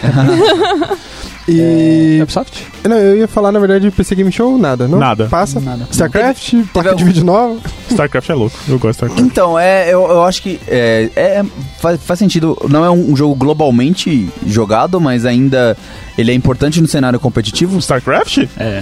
B: E...
F: Ubisoft?
B: Não, eu ia falar, na verdade, PC Game Show, nada, não?
D: Nada.
B: Passa?
F: É. Nada.
B: StarCraft, placa
C: teve
B: de vídeo nova.
D: StarCraft é louco. Eu gosto de StarCraft.
C: Então, é, eu, eu acho que é, é- faz, faz sentido. Não é um jogo globalmente jogado, mas ainda ele é importante no cenário competitivo.
D: StarCraft?
F: É.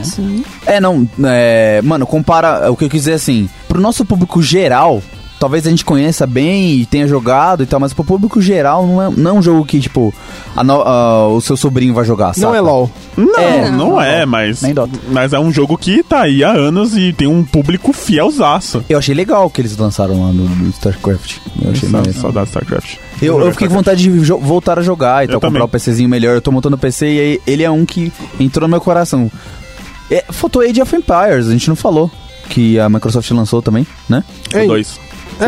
C: É, não. é, mano, compara o que eu quiser assim. Pro nosso público geral, talvez a gente conheça bem e tenha jogado e tal, mas pro público geral não é, não é um jogo que, tipo, a no- a- o seu sobrinho vai jogar, sabe?
B: Não é LOL.
D: Não,
C: É,
D: não,
C: não,
D: é, mas.
F: Nem Dota.
D: Mas é um jogo que tá aí há anos e tem um público fielzaço.
C: Eu achei legal o que eles lançaram lá no, no StarCraft. Eu achei
D: Sa-
C: maneiro.
D: Saudade de StarCraft.
C: Eu, eu fiquei com vontade de jo- voltar a jogar e
D: Eu
C: tal,
D: também.
C: comprar um PCzinho melhor. Eu tô montando o PC e aí ele é um que entrou no meu coração. É, faltou Age of Empires, a gente não falou. Que a Microsoft lançou também, né?
D: O dois.
B: É,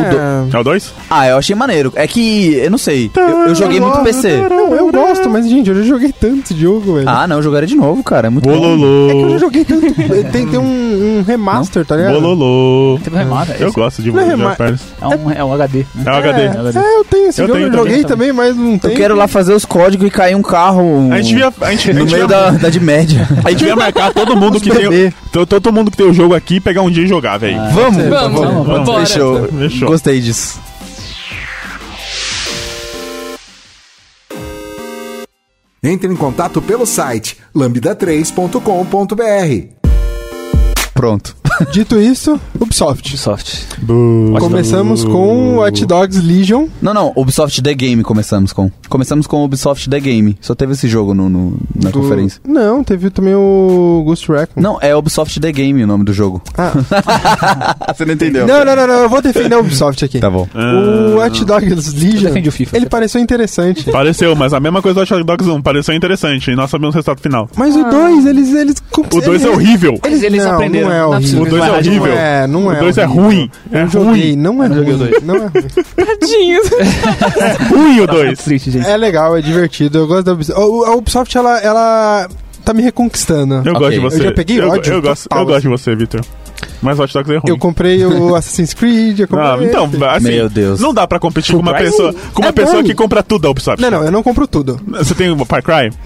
D: É o 2?
C: Ah, eu achei maneiro. É que, eu não sei, eu, eu joguei muito PC.
B: Não, eu gosto, mas, gente, eu já joguei tanto esse jogo, velho.
C: Ah, não, eu jogaria de novo, cara, é muito bom.
B: É que eu já
D: Bololô.
B: joguei tanto. Tem, tem um, um remaster, tá ligado?
D: Bololô.
F: Teve um remada.
D: Eu gosto de
B: Não é
D: Bololô.
B: remar-
D: rapaz.
F: É um, é um HD.
D: É o HD.
B: É, é, eu tenho esse
D: Eu
B: jogo,
D: tenho
B: eu
D: também,
B: joguei
F: também.
B: também, mas não tem.
C: Eu quero lá fazer os códigos e cair um carro
D: A gente via. A gente, a
C: no
D: gente
C: meio
D: via,
C: da, da de média.
D: a gente via marcar todo mundo que tem.
B: bebê.
D: o- to- Todo mundo que tem o jogo aqui e pegar um dia e jogar, velho.
C: Vamos,
B: Tá
E: Vamos,
B: bom,
E: vamos,
D: vamos.
E: bora.
C: Fechou.
D: Fechou.
C: Gostei disso.
A: Entre em contato pelo site lambda3.com.br.
C: Pronto.
B: Dito isso, Ubisoft.
F: Ubisoft.
B: Começamos com Watch Dogs Legion.
C: Não, não, Ubisoft The Game começamos com. Começamos com Ubisoft The Game. Só teve esse jogo no, no- na
B: do-
C: conferência.
B: Não, teve também o Ghost Recon.
C: Não, é Ubisoft The Game o nome do jogo.
B: Ah.
C: Ah, Você não entendeu.
B: Não, não, não, não, eu vou defender a Ubisoft aqui.
C: Tá bom.
B: O Watch Dogs Legion,
F: defende Ah. o FIFA, tá
B: ele
F: você-
B: pareceu interessante.
D: Pareceu, mas a mesma coisa do Watch Dogs 1. Pareceu interessante. E nós sabemos o resultado final.
B: Mas o 2, eles, eles...
D: O 2 é horrível.
F: Eles, Ah. eles
B: não,
F: aprenderam.
B: não é
F: Não
B: horrível.
F: possível.
D: O dois é
F: Vai,
D: horrível.
B: Não é, não é.
D: o 2 é
B: horrível.
D: ruim. É
B: Eu joguei,
D: ruim.
B: não é
F: Eu joguei o
B: ruim,
F: dois.
B: não é ruim.
E: Tadinhos.
B: né?
D: Ruim o
F: Tá
D: 2.
F: triste, gente.
B: É legal, é divertido, eu gosto da Ubisoft. O- A Ubisoft, ela, ela tá me reconquistando.
C: Ok.
D: Eu gosto de
C: Eu
D: você.
B: já peguei
D: eu,
B: ódio
D: Eu gosto,
B: total, assim.
D: eu gosto de você, Victor. Mas Watch Dogs é ruim.
B: Eu comprei o Assassin's Creed, eu comprei...
D: Ah, então,
B: esse.
D: assim,
C: Meu Deus.
D: não dá pra competir com uma
F: Cry?
D: pessoa, com uma
B: É
D: pessoa
B: bom.
D: que compra tudo da Ubisoft.
B: Não, não, eu não compro tudo.
D: Você tem o Far Cry?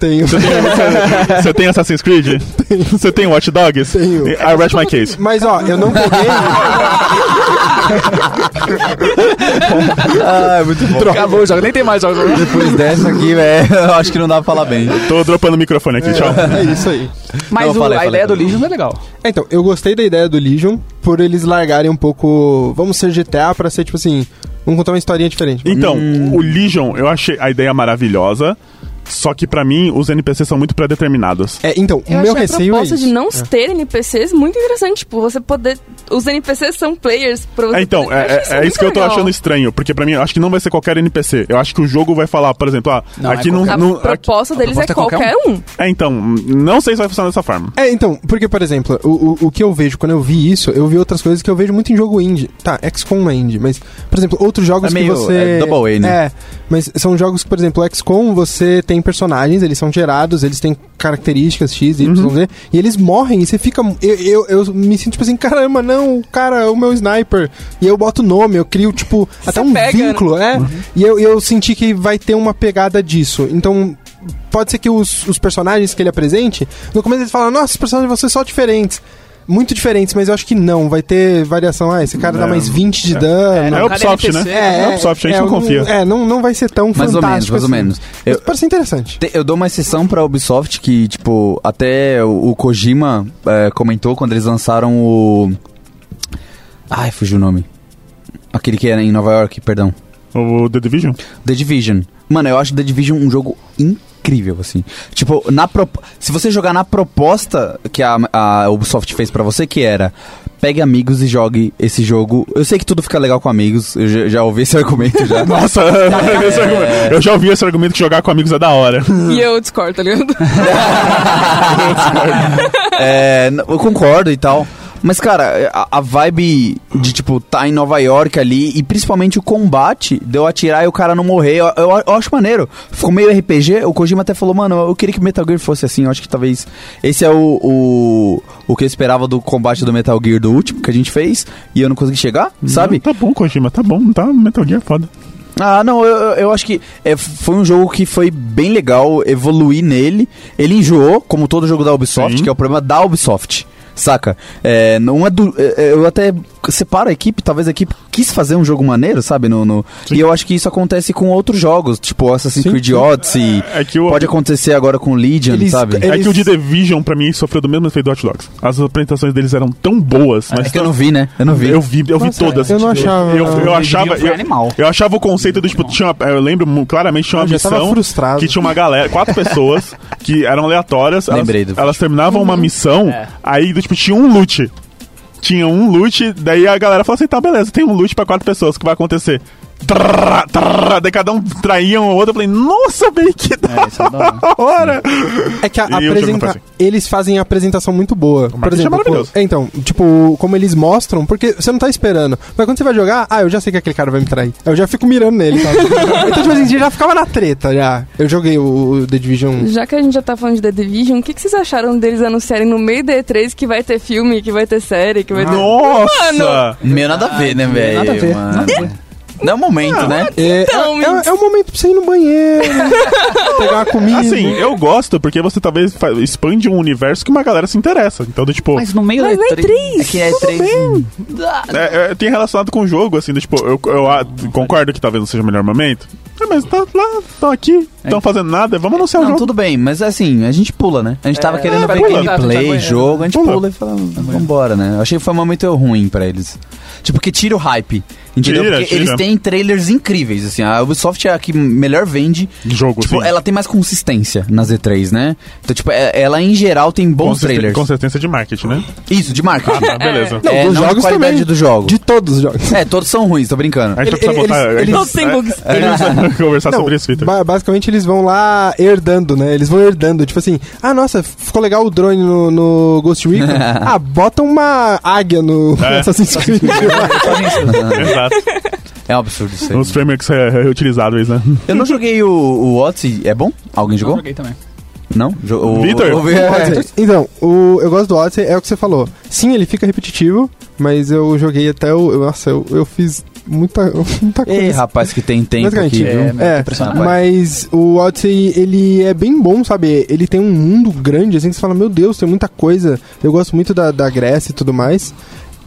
B: Tenho.
D: Você tem, você, você tem Assassin's Creed? Você tem Watch Dogs?
B: Tenho.
D: I rest my case.
B: Mas, ó, eu não peguei...
C: Ah, é muito bom.
F: Acabou o jogo, nem tem mais jogo.
C: Depois dessa aqui, velho, eu acho que não dá pra falar bem.
D: Tô dropando o microfone aqui, tchau.
B: É isso aí.
F: Mas
C: Não,
F: o-
C: falei,
F: a
C: falei,
F: ideia do
C: falei.
F: Legion é legal.
B: É, Então, eu gostei da ideia do Legion por eles largarem um pouco. Vamos ser GTA pra ser tipo assim. Vamos contar uma historinha diferente.
D: Então, o Legion, eu achei a ideia maravilhosa, só que pra mim os NPCs são muito pré-determinados.
B: É, então,
E: Eu
B: o meu
E: achei
B: receio
E: a
B: é
E: proposta
B: isso.
E: de não ter NPCs muito interessante. Tipo, você poder... Os NPCs são players pra você
D: É, então,
E: poder- Eu
D: é,
E: achei
D: é- é
E: muito
D: isso que eu tô
E: legal.
D: achando estranho, porque pra mim eu acho que não vai ser qualquer NPC. Eu acho que o jogo vai falar, por exemplo, ah,
F: Não,
D: aqui
F: é
D: não.
E: A
D: não- aqui-
E: proposta deles
F: proposta
E: é qualquer um.
D: é, então, não sei se vai funcionar dessa forma.
B: É, então, porque, por exemplo, o, o, o que eu vejo quando eu vi isso, eu vi outras coisas que eu vejo muito em jogo indie. Tá, XCOM não é indie, mas, por exemplo, outros jogos
C: É meio-
B: que você.
C: é double A, né?
B: É, mas são jogos que, por exemplo, o XCOM você tem personagens, eles são gerados, eles têm características X, Y,
C: Uhum.
B: Z, e eles morrem, e você fica. Eu, eu, eu me sinto tipo assim, caramba, não, o cara, é o meu sniper. E eu boto o nome, eu crio, tipo, até um
E: pega, né?
B: vínculo, é.
D: Uhum.
B: E eu, eu senti que vai ter uma pegada disso. Então, pode ser que os, os personagens que ele apresente, no começo eles falam, nossa, os personagens vão ser só diferentes. Muito diferentes, mas eu acho que não. Vai ter variação. Ah, esse cara dá
D: É.
B: mais 20 de dano.
D: É
F: Não, cada
D: Ubisoft, né?
F: NPC
D: É Ubisoft, a gente não confia.
B: É, não, não vai ser tão
C: Mais ou menos,
B: fantástico
C: mais ou
B: assim.
C: menos.
B: Mas
C: Eu-
B: parece interessante.
C: Te- Eu dou uma exceção pra Ubisoft que, tipo, até o o Kojima é, comentou quando eles lançaram o. Ai, fugiu o nome. Aquele que era em Nova York, perdão.
D: O The Division?
C: The Division. Mano, eu acho The Division um jogo incrível, assim. Tipo, na prop- se você jogar na proposta que a, a Ubisoft fez pra você, que era pegue amigos e jogue esse jogo. Eu sei que tudo fica legal com amigos, eu já, já ouvi esse argumento já.
D: Nossa, esse argumento- é. eu já ouvi esse argumento que jogar com amigos é da hora.
E: E eu discordo, tá ligado?
C: É, n- eu concordo e tal. Mas, cara, a, a vibe de, tipo, tá em Nova York ali e principalmente o combate, de eu atirar e o cara não morrer, eu, eu- eu acho maneiro. Ficou meio RPG, o Kojima até falou, mano, eu queria que Metal Gear fosse assim, eu acho que talvez. Esse é o, o, o que eu esperava do combate do Metal Gear do último que a gente fez e eu não consegui chegar, sabe?
D: Tá bom, Kojima, tá bom, tá? Metal Gear é foda.
C: Ah, não, eu, eu- eu acho que é, foi um jogo que foi bem legal evoluir nele. Ele enjoou, como todo jogo da Ubisoft,
D: Sim.
C: que é o problema da Ubisoft. Saca? É, não é do, é, é, eu até separo a equipe, talvez a equipe quis fazer um jogo maneiro, sabe? No, no- e eu acho que isso acontece com outros jogos, tipo Assassin's
B: Sim,
C: Creed
B: sim.
C: Odyssey.
D: É que o-
C: Pode acontecer agora com Legion,
B: Eles-
C: sabe?
B: é-
D: É
B: Eles-
D: que o The Division, pra mim, sofreu do mesmo efeito do Hot Dogs. As apresentações deles eram tão boas, mas
C: É que eu não vi, né? Eu não vi.
D: Eu vi, eu vi
B: Nossa,
D: todas.
B: eu não achava.
D: Eu, eu
F: O
D: achava.
F: Division foi
D: Eu,
F: animal.
D: eu achava o conceito do tipo. Tinha, uma- eu lembro mu- claramente tinha uma
B: Eu já tava
D: missão.
B: frustrado.
D: Que tinha uma galera, quatro pessoas que eram aleatórias. Elas,
C: Lembrei do-
D: elas terminavam
B: Uhum.
D: uma missão,
F: É.
D: aí do tipo, tinha um loot. Tinha um loot, daí a galera falou assim: tá, beleza, tem um loot pra quatro pessoas, o que vai acontecer? Trrr, trrr, daí cada um traía um ou outro. Eu falei, nossa, bem que da
C: É, isso é da hora.
D: hora.
B: É que a
D: E o jogo
B: apresenta-
D: não faz assim.
B: eles fazem a apresentação muito boa. Por
D: marketing é
B: exemplo,
D: maravilhoso.
B: pô, é, então, tipo, como eles mostram, porque você não tá esperando. Mas quando você vai jogar, ah, eu já sei que aquele cara vai me trair. Eu já fico mirando nele, sabe? então, tipo assim, já ficava na treta já. Eu joguei o, o The Division.
E: Já que a gente já tá falando de The Division, o que, que vocês acharam deles anunciarem no meio da E3 que vai ter filme, que vai ter série, que vai ter.
D: Nossa!
E: Mano!
C: Meio nada a ver, né, velho?
F: nada a ver, nada a ver.
C: Não é o momento, né?
B: É,
E: Então,
B: é, é- é o momento pra você ir no banheiro, pegar uma comida.
D: Assim, eu gosto porque você talvez fa- expande um universo que uma galera se interessa. Então, do tipo,
F: Mas no meio
E: Mas
F: da
E: não é
F: E3.
E: três.
C: É que é três.
D: é, é, tem relacionado com o jogo, assim, do tipo, eu, eu a- concordo que talvez não seja o melhor momento. É, mas tá lá, estão aqui, estão fazendo nada, vamos anunciar o
C: Não,
D: jogo.
C: tudo bem, mas assim, a gente pula, né? A gente
D: É,
C: tava querendo ver
F: pula.
D: Tá,
C: gameplay,
F: Pula.
C: jogo, a gente pula,
D: Pula. Tá
C: e fala, vambora, né? Eu achei que foi um momento ruim pra eles. Tipo, que tira o hype, entendeu?
D: Tira,
C: Porque
D: tira.
C: eles têm trailers incríveis, assim. A Ubisoft é a que melhor vende.
D: Jogo, assim,
C: Tipo,
D: sim.
C: ela tem mais consistência nas E3, né? Então, tipo, é- ela em geral tem bons
D: Consisten-
C: trailers.
D: Consistência de marketing, né?
C: Isso, de marketing.
D: Ah, beleza.
B: Não,
C: É,
B: dos
C: não de
B: jogos
C: qualidade
B: também.
C: do jogo.
B: De todos os jogos.
C: É, todos são ruins, tô brincando.
D: A gente
B: Ele-
D: vai precisar botar.
B: eles-
D: a gente-
E: Não tem bugs.
D: a gente precisa conversar Tá sobre isso, Vitor.
B: ba- basicamente eles vão lá herdando, né? Eles vão herdando. Tipo assim, ah, nossa, ficou legal o drone no, no Ghost Recon. ah, bota uma águia no
D: É.
B: Assassin's Creed.
D: Exato.
C: É um absurdo isso aí.
D: Os frameworks é, reutilizáveis, né?
C: Eu não joguei o, o Odyssey. É bom? Alguém
F: Eu
C: jogou?
F: joguei também.
C: Não? Jo- o-
D: Vitor?
C: o- o-
B: É, então, o, eu gosto do Odyssey, é o que você falou. Sim, ele fica repetitivo, mas eu joguei até o. eu- Nossa, eu, eu fiz muita, muita coisa.
C: Ei, rapaz que tem tempo
B: Mas,
C: aqui,
B: cara,
C: viu?
F: é,
B: É,
C: impressionante.
B: mas o Odyssey, ele é bem bom, sabe? Ele tem um mundo grande, assim, que você fala, meu Deus, tem muita coisa. Eu gosto muito da, da Grécia e tudo mais.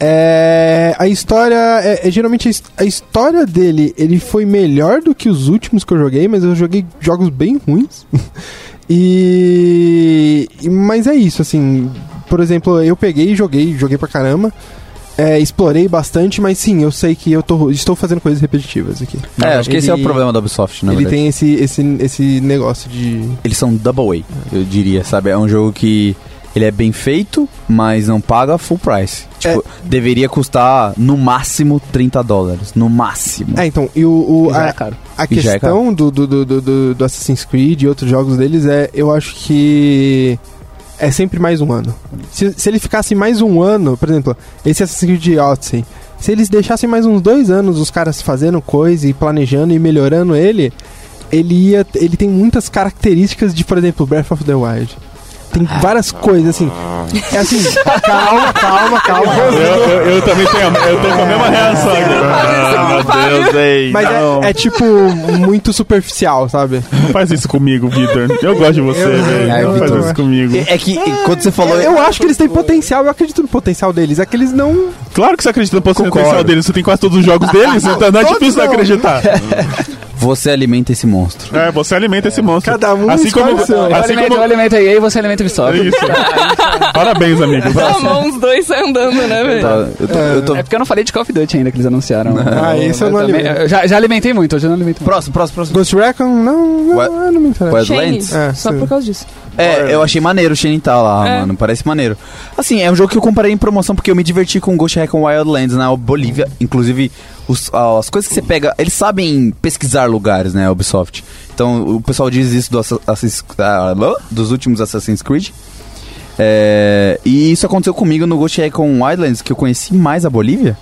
B: É, a história, é, é, geralmente a his- a história dele, ele foi melhor do que os últimos que eu joguei, mas eu joguei jogos bem ruins. e, e- Mas é isso, assim, por exemplo, eu peguei e joguei, joguei pra caramba. É, explorei bastante, mas sim, eu sei que eu tô- estou fazendo coisas repetitivas aqui.
C: É, acho que esse é o
B: Ele-
C: problema da Ubisoft, na
B: ele
C: verdade.
B: tem esse, esse, esse negócio de.
C: Eles são double A, eu diria, sabe? É um jogo que ele é bem feito, mas não paga full price. Tipo, deveria custar no máximo 30 dólares. No máximo.
B: É, então, e o, o-
F: Já é
B: a,
F: caro.
B: a
C: E já é
B: questão do, do, do, do- do, do Assassin's Creed e outros jogos deles é, eu acho que é sempre mais um ano. Se, se ele ficasse mais um ano, por exemplo, esse Assassin's Creed Odyssey, se eles deixassem mais uns dois anos os caras fazendo coisa e planejando e melhorando ele, ele ia. Ele tem muitas características de, por exemplo, Breath of the Wild. Tem várias coisas, assim. É assim, calma, calma, calma.
D: Eu, eu- eu também tenho, a- eu tô com a mesma reação aqui. Ah, meu Deus, ei.
B: Mas
D: não.
B: é, é, tipo muito superficial, sabe?
D: Não faz isso comigo, Vitor. Eu gosto de você,
B: Eu-
C: Ai,
D: velho. Não faz
C: Vitor.
D: isso comigo.
C: É que e quando você falou.
B: Eu, eu acho que eles têm potencial, eu acredito no potencial deles. É que eles não.
D: Claro que você acredita no potencial
C: Concordo.
D: deles. Você tem quase todos os jogos deles. Então não é
B: Todos
D: difícil não
B: não.
D: acreditar.
C: Você alimenta esse monstro.
D: É, você alimenta esse monstro.
B: Cada um
D: assim
B: escolhe
D: como,
B: o seu.
F: Eu
D: assim
F: alimento, eu
D: como É
F: alimento a EA e você alimenta o Ubisoft.
D: Isso. Parabéns, amigo.
E: Tá bom, os dois saem andando, né,
C: Eu tô-
E: velho?
C: Tá, eu tô- eu tô-
F: É porque eu não falei de Call of Duty ainda que eles anunciaram.
B: Ah,
C: é,
B: esse eu não
F: também-
B: alimento.
F: eu já, já alimentei muito, hoje eu não alimento muito.
C: Próximo, próximo, próximo.
B: Ghost Recon, não, não,
C: Ué-
B: ah, não me interessa.
E: Shane,
C: Wildlands?
B: É,
E: só
B: sim.
E: por causa disso.
C: É, eu achei maneiro o Shining tá lá,
E: É.
C: mano. Parece maneiro. Assim, é um jogo que eu comparei em promoção porque eu me diverti com Ghost Recon Wildlands na Bolívia. Inclusive, os- ah, as coisas que você pega, eles sabem pesquisar lugares, né, Ubisoft. Então, o pessoal diz isso do Assa- Assass- ah, blá, dos últimos Assassin's Creed. É, e isso aconteceu comigo no Ghost Recon Wildlands, que eu conheci mais a Bolívia.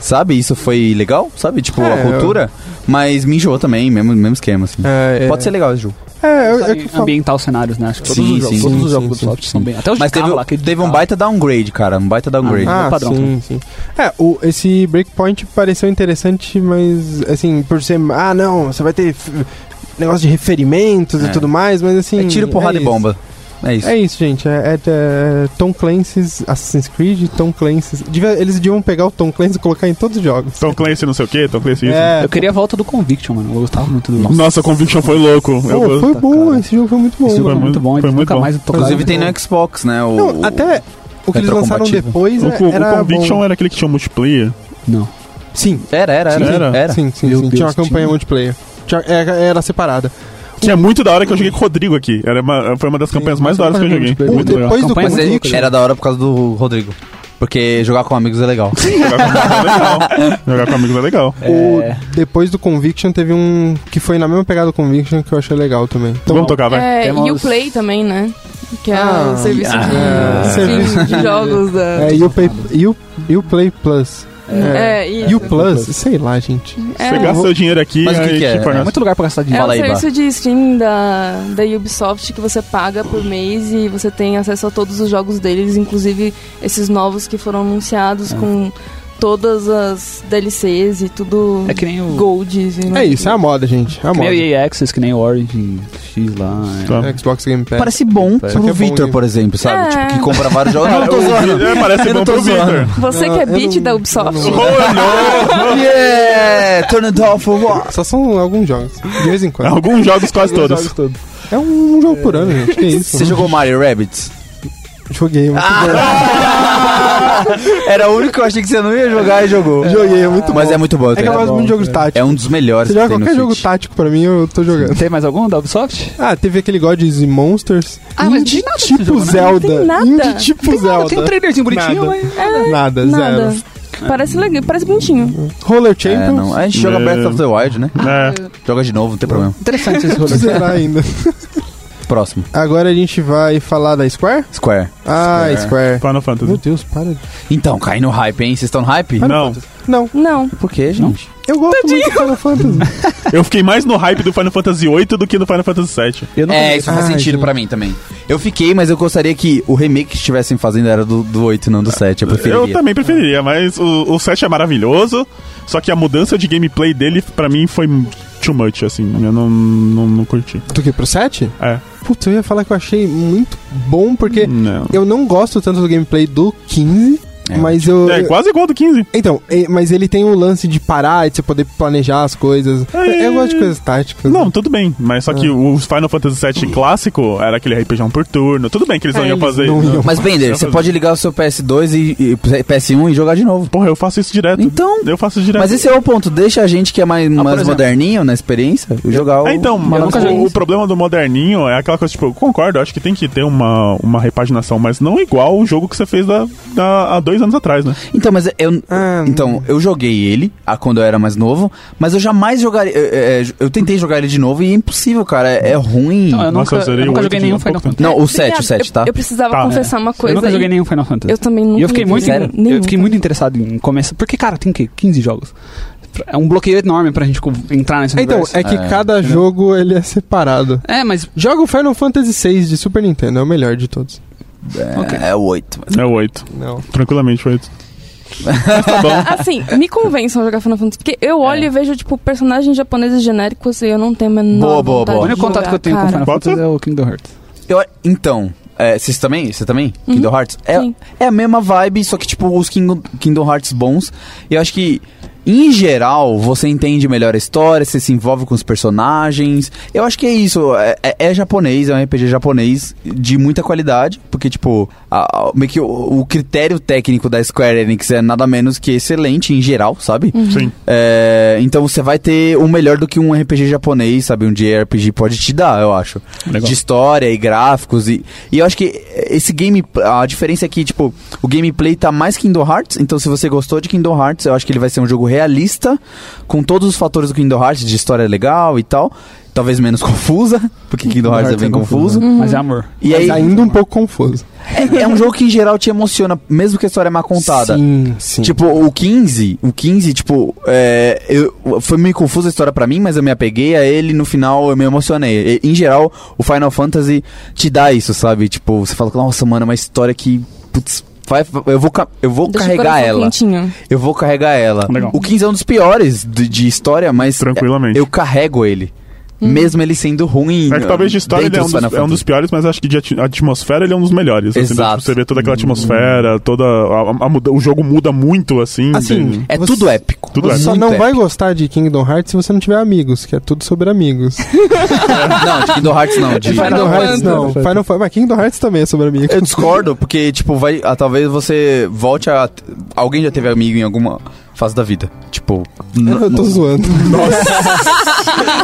C: Sabe? Isso foi legal, sabe? Tipo,
B: É,
C: a
B: eu-
C: cultura. Mas me enjoou também, mesmo, mesmo esquema, assim.
B: É, é.
C: Pode ser legal esse jogo.
B: É, eu, é que eu falo.
F: ambientar os cenários, né? Acho que todos
C: Sim,
F: os jogos,
C: sim.
F: todos
B: Sim,
F: os jogos
B: sim,
F: do Ubisoft
B: sim,
F: são
B: sim.
F: bem. Até os de
C: Mas teve,
F: carro lá, que tá-
C: teve um baita downgrade, cara. Um baita downgrade.
B: Ah,
F: padrão
B: sim,
F: também.
B: sim. É, o, esse Breakpoint pareceu interessante, mas assim, por ser. Ah, não, você vai ter f- negócio de referimentos
C: É.
B: e tudo mais, mas assim.
C: É tiro, porrada
B: é
C: e
B: isso.
C: bomba. É isso.
B: É isso, gente. É, é, é Tom Clancy's Assassin's Creed, Tom Clancy's. Devia- eles deviam pegar o Tom Clancy e colocar em todos os jogos.
D: Tom Clancy não sei o que, Tom Clancy isso.
B: É.
F: Eu queria a volta do Conviction, mano. Eu gostava muito do.
D: Nossa, Conviction foi louco. Eu
B: Pô,
D: gosto.
B: foi bom,
F: cara.
B: esse jogo foi muito bom.
F: Esse jogo
D: Foi
F: é muito
D: muito-
F: bom,
D: foi
F: eles
D: muito
F: nunca
D: bom.
F: mais tocaram.
C: Inclusive tem no Xbox, né? O,
B: Não, até o que eles lançaram
C: retrocompatível.
B: depois
D: O,
B: é-
D: co- o
B: era
D: Conviction
B: bom.
D: era aquele que tinha um multiplayer.
F: Não.
B: Sim,
C: Era, era, era.
D: Era?
C: era.
B: sim, sim,
F: Meu
B: sim.
F: Deus,
B: Tinha uma campanha
F: tinha.
B: multiplayer. Tinha- é, era, era separada.
D: Que é muito da hora que eu joguei com o Rodrigo aqui. Era uma- foi uma das campanhas mais da hora que eu joguei.
B: O-
D: Muito legal.
B: depois do
F: Campanha
C: Mas
F: Muito
C: ele-
B: Conviction...
C: era da hora por causa do Rodrigo. Porque jogar com amigos é legal.
D: Jogar com amigos é legal. Jogar com amigos é legal.
B: O- depois do Conviction teve um que foi na mesma pegada do Conviction que eu achei legal também. Então,
D: Vamos tocar, Ah, vai.
E: É,
F: Temos-
E: E o Play também, né? Que é
B: Ah,
E: o serviço de,
B: ah.
E: streaming
B: Serviço
E: de jogos da.
B: é, e o Play, e o, e o Play Plus.
E: É, isso.
B: E o Plus, sei lá, gente.
E: É,
D: Você gasta seu dinheiro aqui
C: Mas o que
D: aí
C: que é?
D: te fornece.
C: É
F: Muito lugar pra gastar
E: É
F: dinheiro.
C: Fala
E: um
C: aí, Bá.
E: serviço de stream da, da Ubisoft que você paga por mês e você tem acesso a todos os jogos deles, inclusive esses novos que foram anunciados
C: É.
E: com todas as DLCs e tudo
F: É que nem o.
E: um Gold.
B: É isso, é a moda, gente. É a
F: Que nem o
B: moda.
F: EA Access, que nem o Origin X lá. é.
D: Tá.
B: Xbox Game Pass.
C: Parece bom
B: Parece que é bom,
C: pro Victor,
B: né?
C: por exemplo, sabe?
E: É.
C: Tipo, que compra vários jogos. Não,
D: Cara,
C: eu tô
D: o
C: zoando.
D: vídeo- é, parece
C: Eu
D: bom
C: não tô
D: pro
C: zoando.
D: Victor.
E: Você
B: Não,
E: que é
B: eu
E: beat
B: não-
E: da Ubisoft.
B: eu
C: Yeah! Turn it off for what?
B: Só são alguns jogos, de vez em quando.
D: Alguns jogos, quase
B: Alguns
D: É um todos.
B: jogos todos. É um, jogo por ano, gente. Que isso?
C: Você jogou Mario Rabbits?
B: Joguei, muito
C: Era o único que eu achei que você não ia jogar e jogou.
B: bom. Joguei, é muito bom.
C: Mas é muito bom.
B: É que eu
C: cara.
B: gosto muito de jogo tático.
C: É um dos melhores
B: Se
C: que
B: jogar
C: tem no
B: qualquer jogo
C: Switch.
B: tático pra mim, eu tô jogando.
F: Tem mais algum da Ubisoft?
B: Ah, teve aquele Gods and Monsters.
F: Ah, mas
B: Indie
F: não tem nada
B: tipo
F: desse jogo, né?
B: Zelda.
E: Não tem nada.
B: Indie tipo Zelda.
F: Tem um trailerzinho bonitinho,
B: Nada.
F: mas.
B: Nada,
E: É, Nada.
B: zero.
E: Parece legal, parece bonitinho.
B: Roller
C: É, não.
B: Champions.
C: A gente joga
D: É.
C: Breath of the Wild, né?
D: É.
C: Joga de novo, não tem
E: é
C: problema.
F: Interessante esse
B: Vou
F: rolê.
B: zerar ainda.
C: Próximo.
B: Agora a gente vai falar da Square?
C: Square.
B: Ah, Square.
D: Final
B: Meu
D: Fantasy.
B: Deus, para. de-
C: Então, cai no hype, hein? Vocês estão no hype?
D: Não,
B: Não,
E: Não.
C: Por quê, gente?
B: eu gosto muito de Final Fantasy.
D: eu fiquei mais no hype do Final Fantasy VIII do que do Final Fantasy VII.
F: Eu não
C: É,
F: conheço.
C: isso faz
B: Ai,
C: sentido
B: gente.
C: pra mim também. Eu fiquei, mas eu gostaria que o remake que estivessem fazendo era do, do 8, não do 7. Eu
D: Eu
C: preferiria.
D: também preferiria, mas o, o 7 é maravilhoso, só que a mudança de gameplay dele, pra mim, foi too much, assim. Eu não, não, não curti.
B: Do que, pro 7?
D: É.
B: Putz, eu ia falar que eu achei muito bom, porque
D: Não.
B: eu não gosto tanto do gameplay do 15,
C: É,
B: mas eu...
D: É quase igual do 15.
B: Então, é, mas ele tem o lance de parar e de você poder planejar as coisas.
D: É.
B: Eu gosto de coisas táticas.
D: Não, tudo bem, mas só
C: É.
D: que o Final Fantasy VII clássico era aquele RPG um por turno. Tudo bem que eles não
B: É,
D: iam
B: eles
D: fazer.
B: não iam.
C: Mas, Bender, você pode ligar o seu PS2 e, e PS1 e jogar de novo.
D: Porra, eu faço isso direto.
C: Então.
D: Eu faço isso direto.
C: Mas esse é o ponto. Deixa a gente que é mais,
F: por
C: mais
F: exemplo.
C: moderninho na experiência jogar o.
D: É, então, mas
F: nunca
D: o-
F: joguei
D: o,
F: isso.
D: problema do moderninho é aquela coisa, tipo, eu concordo, eu acho que tem que ter uma, uma repaginação, mas não igual o jogo que você fez da, da- há dois anos atrás, né?
C: Então, mas eu.
B: Ah,
C: então, eu joguei ele ah, quando eu era mais novo, mas eu jamais jogaria. é, é, Eu, tentei jogar ele de novo e é impossível, cara. É, é ruim.
F: Não, Então, É, eu
D: Nossa, eu
F: nunca,
D: zerei
F: eu nunca
D: o
F: joguei
D: oito
F: nenhum
D: de pouco
F: Final Fantasy.
C: Não, o 7,
E: Obrigada.
C: o 7, tá?
E: Eu, eu precisava
D: Tá.
E: confessar uma
F: Eu
E: coisa.
F: nunca joguei
E: aí.
F: nenhum Final Fantasy.
E: Eu também nunca
F: E eu fiquei
E: joguei
F: muito,
C: Sério?
E: nenhum.
F: eu fiquei muito interessado em começar. Porque, cara, tem que 15 jogos. É um bloqueio enorme pra gente co- entrar nesse
B: Então,
F: universo.
B: é que
C: É,
B: cada jogo ele é separado.
F: É, mas.
B: Joga o Final Fantasy VI de Super Nintendo, é o melhor de todos.
C: É, é o 8.
D: É o 8.
B: Não.
D: Tranquilamente, o 8.
E: Assim, me convençam a jogar Final Fantasy. Porque eu olho
C: É.
E: e vejo, tipo, personagens japoneses genéricos e eu não tenho a menor
C: Boa, boa,
E: vontade
C: boa.
F: O
E: de
F: único contato
E: jogar,
F: que eu tenho com
E: cara.
F: Final
D: Pode
F: Fantasy
D: ser.
F: é o Kingdom Hearts.
C: Eu, então, é, vocês também? Você também? Kingdom Hearts? É,
E: Sim.
C: é a mesma vibe, só que, tipo, os Kingdom, Kingdom Hearts bons. E eu acho que, em geral, você entende melhor a história, você se envolve com os personagens. Eu acho que é isso. É, é- é japonês, é um RPG japonês de muita qualidade. Porque, tipo, a- a- meio que o, o critério técnico da Square Enix é nada menos que excelente em geral, sabe?
D: Sim.
C: É, então você vai ter o melhor do que um RPG japonês, sabe? Um JRPG pode te dar, eu acho.
D: Legal.
C: De história e gráficos. E, e eu acho que esse game. A diferença é que, tipo, o gameplay tá mais Kingdom Hearts. Então, se você gostou de Kingdom Hearts, eu acho que ele vai ser um jogo realista, com todos os fatores do Kingdom Hearts, de história legal e tal. Talvez menos confusa, porque Kingdom Hearts é bem confuso.
E: Uhum.
F: Mas é amor.
C: E
B: Mas
C: aí,
B: ainda um pouco confuso.
C: é, é um jogo que em geral te emociona, mesmo que a história é má contada.
B: Sim, sim.
C: Tipo, o 15, o 15, tipo, é, eu, foi meio confusa a história pra mim, mas eu me apeguei a ele no final eu me emocionei. E, em geral, o Final Fantasy te dá isso, sabe? Tipo, você fala, nossa, mano, é uma história que, putz, vai, eu vou, ca- eu vou
E: Deixa o
C: carregar
E: coração
C: ela.
E: quentinho.
C: Eu vou carregar ela.
D: Legal.
C: O 15 é um dos piores de, de história, mas
D: Tranquilamente.
C: eu carrego ele.
E: Hum.
C: Mesmo ele sendo ruim.
D: É que talvez de história ele
C: dentro
D: é um,
C: dos
D: dos,
C: Final
D: é um dos
C: Fantasy.
D: piores, mas acho que de ati- atmosfera ele é um dos melhores. assim,
C: Exato.
D: Você vê toda aquela atmosfera, toda a- a- a muda- o jogo muda muito, assim.
B: Assim,
D: tem-
C: É
B: Você-
C: tudo épico.
D: Tudo
B: Você
D: é
B: só
C: muito
B: não
C: épico.
B: vai gostar de Kingdom Hearts se você não tiver amigos, que é tudo sobre amigos.
C: Não, de Kingdom Hearts não. De
E: Final
B: Kingdom Hearts
E: Fantasy.
B: não. Final Fantasy. Mas Kingdom Hearts também é sobre amigos.
C: Eu discordo, porque, tipo, vai. ah, talvez você volte a. Alguém já teve amigo em alguma. fase da vida. Tipo, n-
B: Eu tô
C: n-
B: zoando.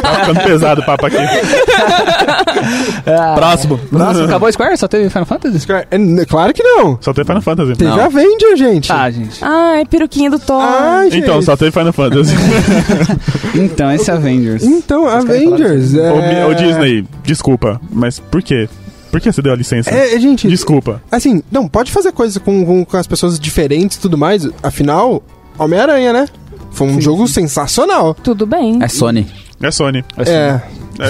D: Tá ficando pesado o papo aqui.
B: Ah,
C: Próximo.
F: Nossa, acabou a Square? Só teve Final Fantasy?
B: Cara, é, n- claro que não.
D: Só tem Final Fantasy.
B: Teve
C: Não.
B: a Avenger, gente.
F: Ah, gente.
E: Ai, peruquinha do Thor.
B: Ai, gente.
D: Então, só tem Final Fantasy.
F: Então, esse Avengers.
B: Então,
F: querem falar
B: Avengers.
D: Ô,
B: É...
D: Mi- ô, Disney, desculpa, mas por quê? Por que você deu a licença?
B: É, é, gente,
D: Desculpa.
B: assim, não, pode fazer coisas com, com, com as pessoas diferentes e tudo mais. Afinal, Homem-Aranha, né? Foi um jogo sensacional.
E: Tudo bem.
C: É Sony.
D: É Sony.
B: É,
D: É,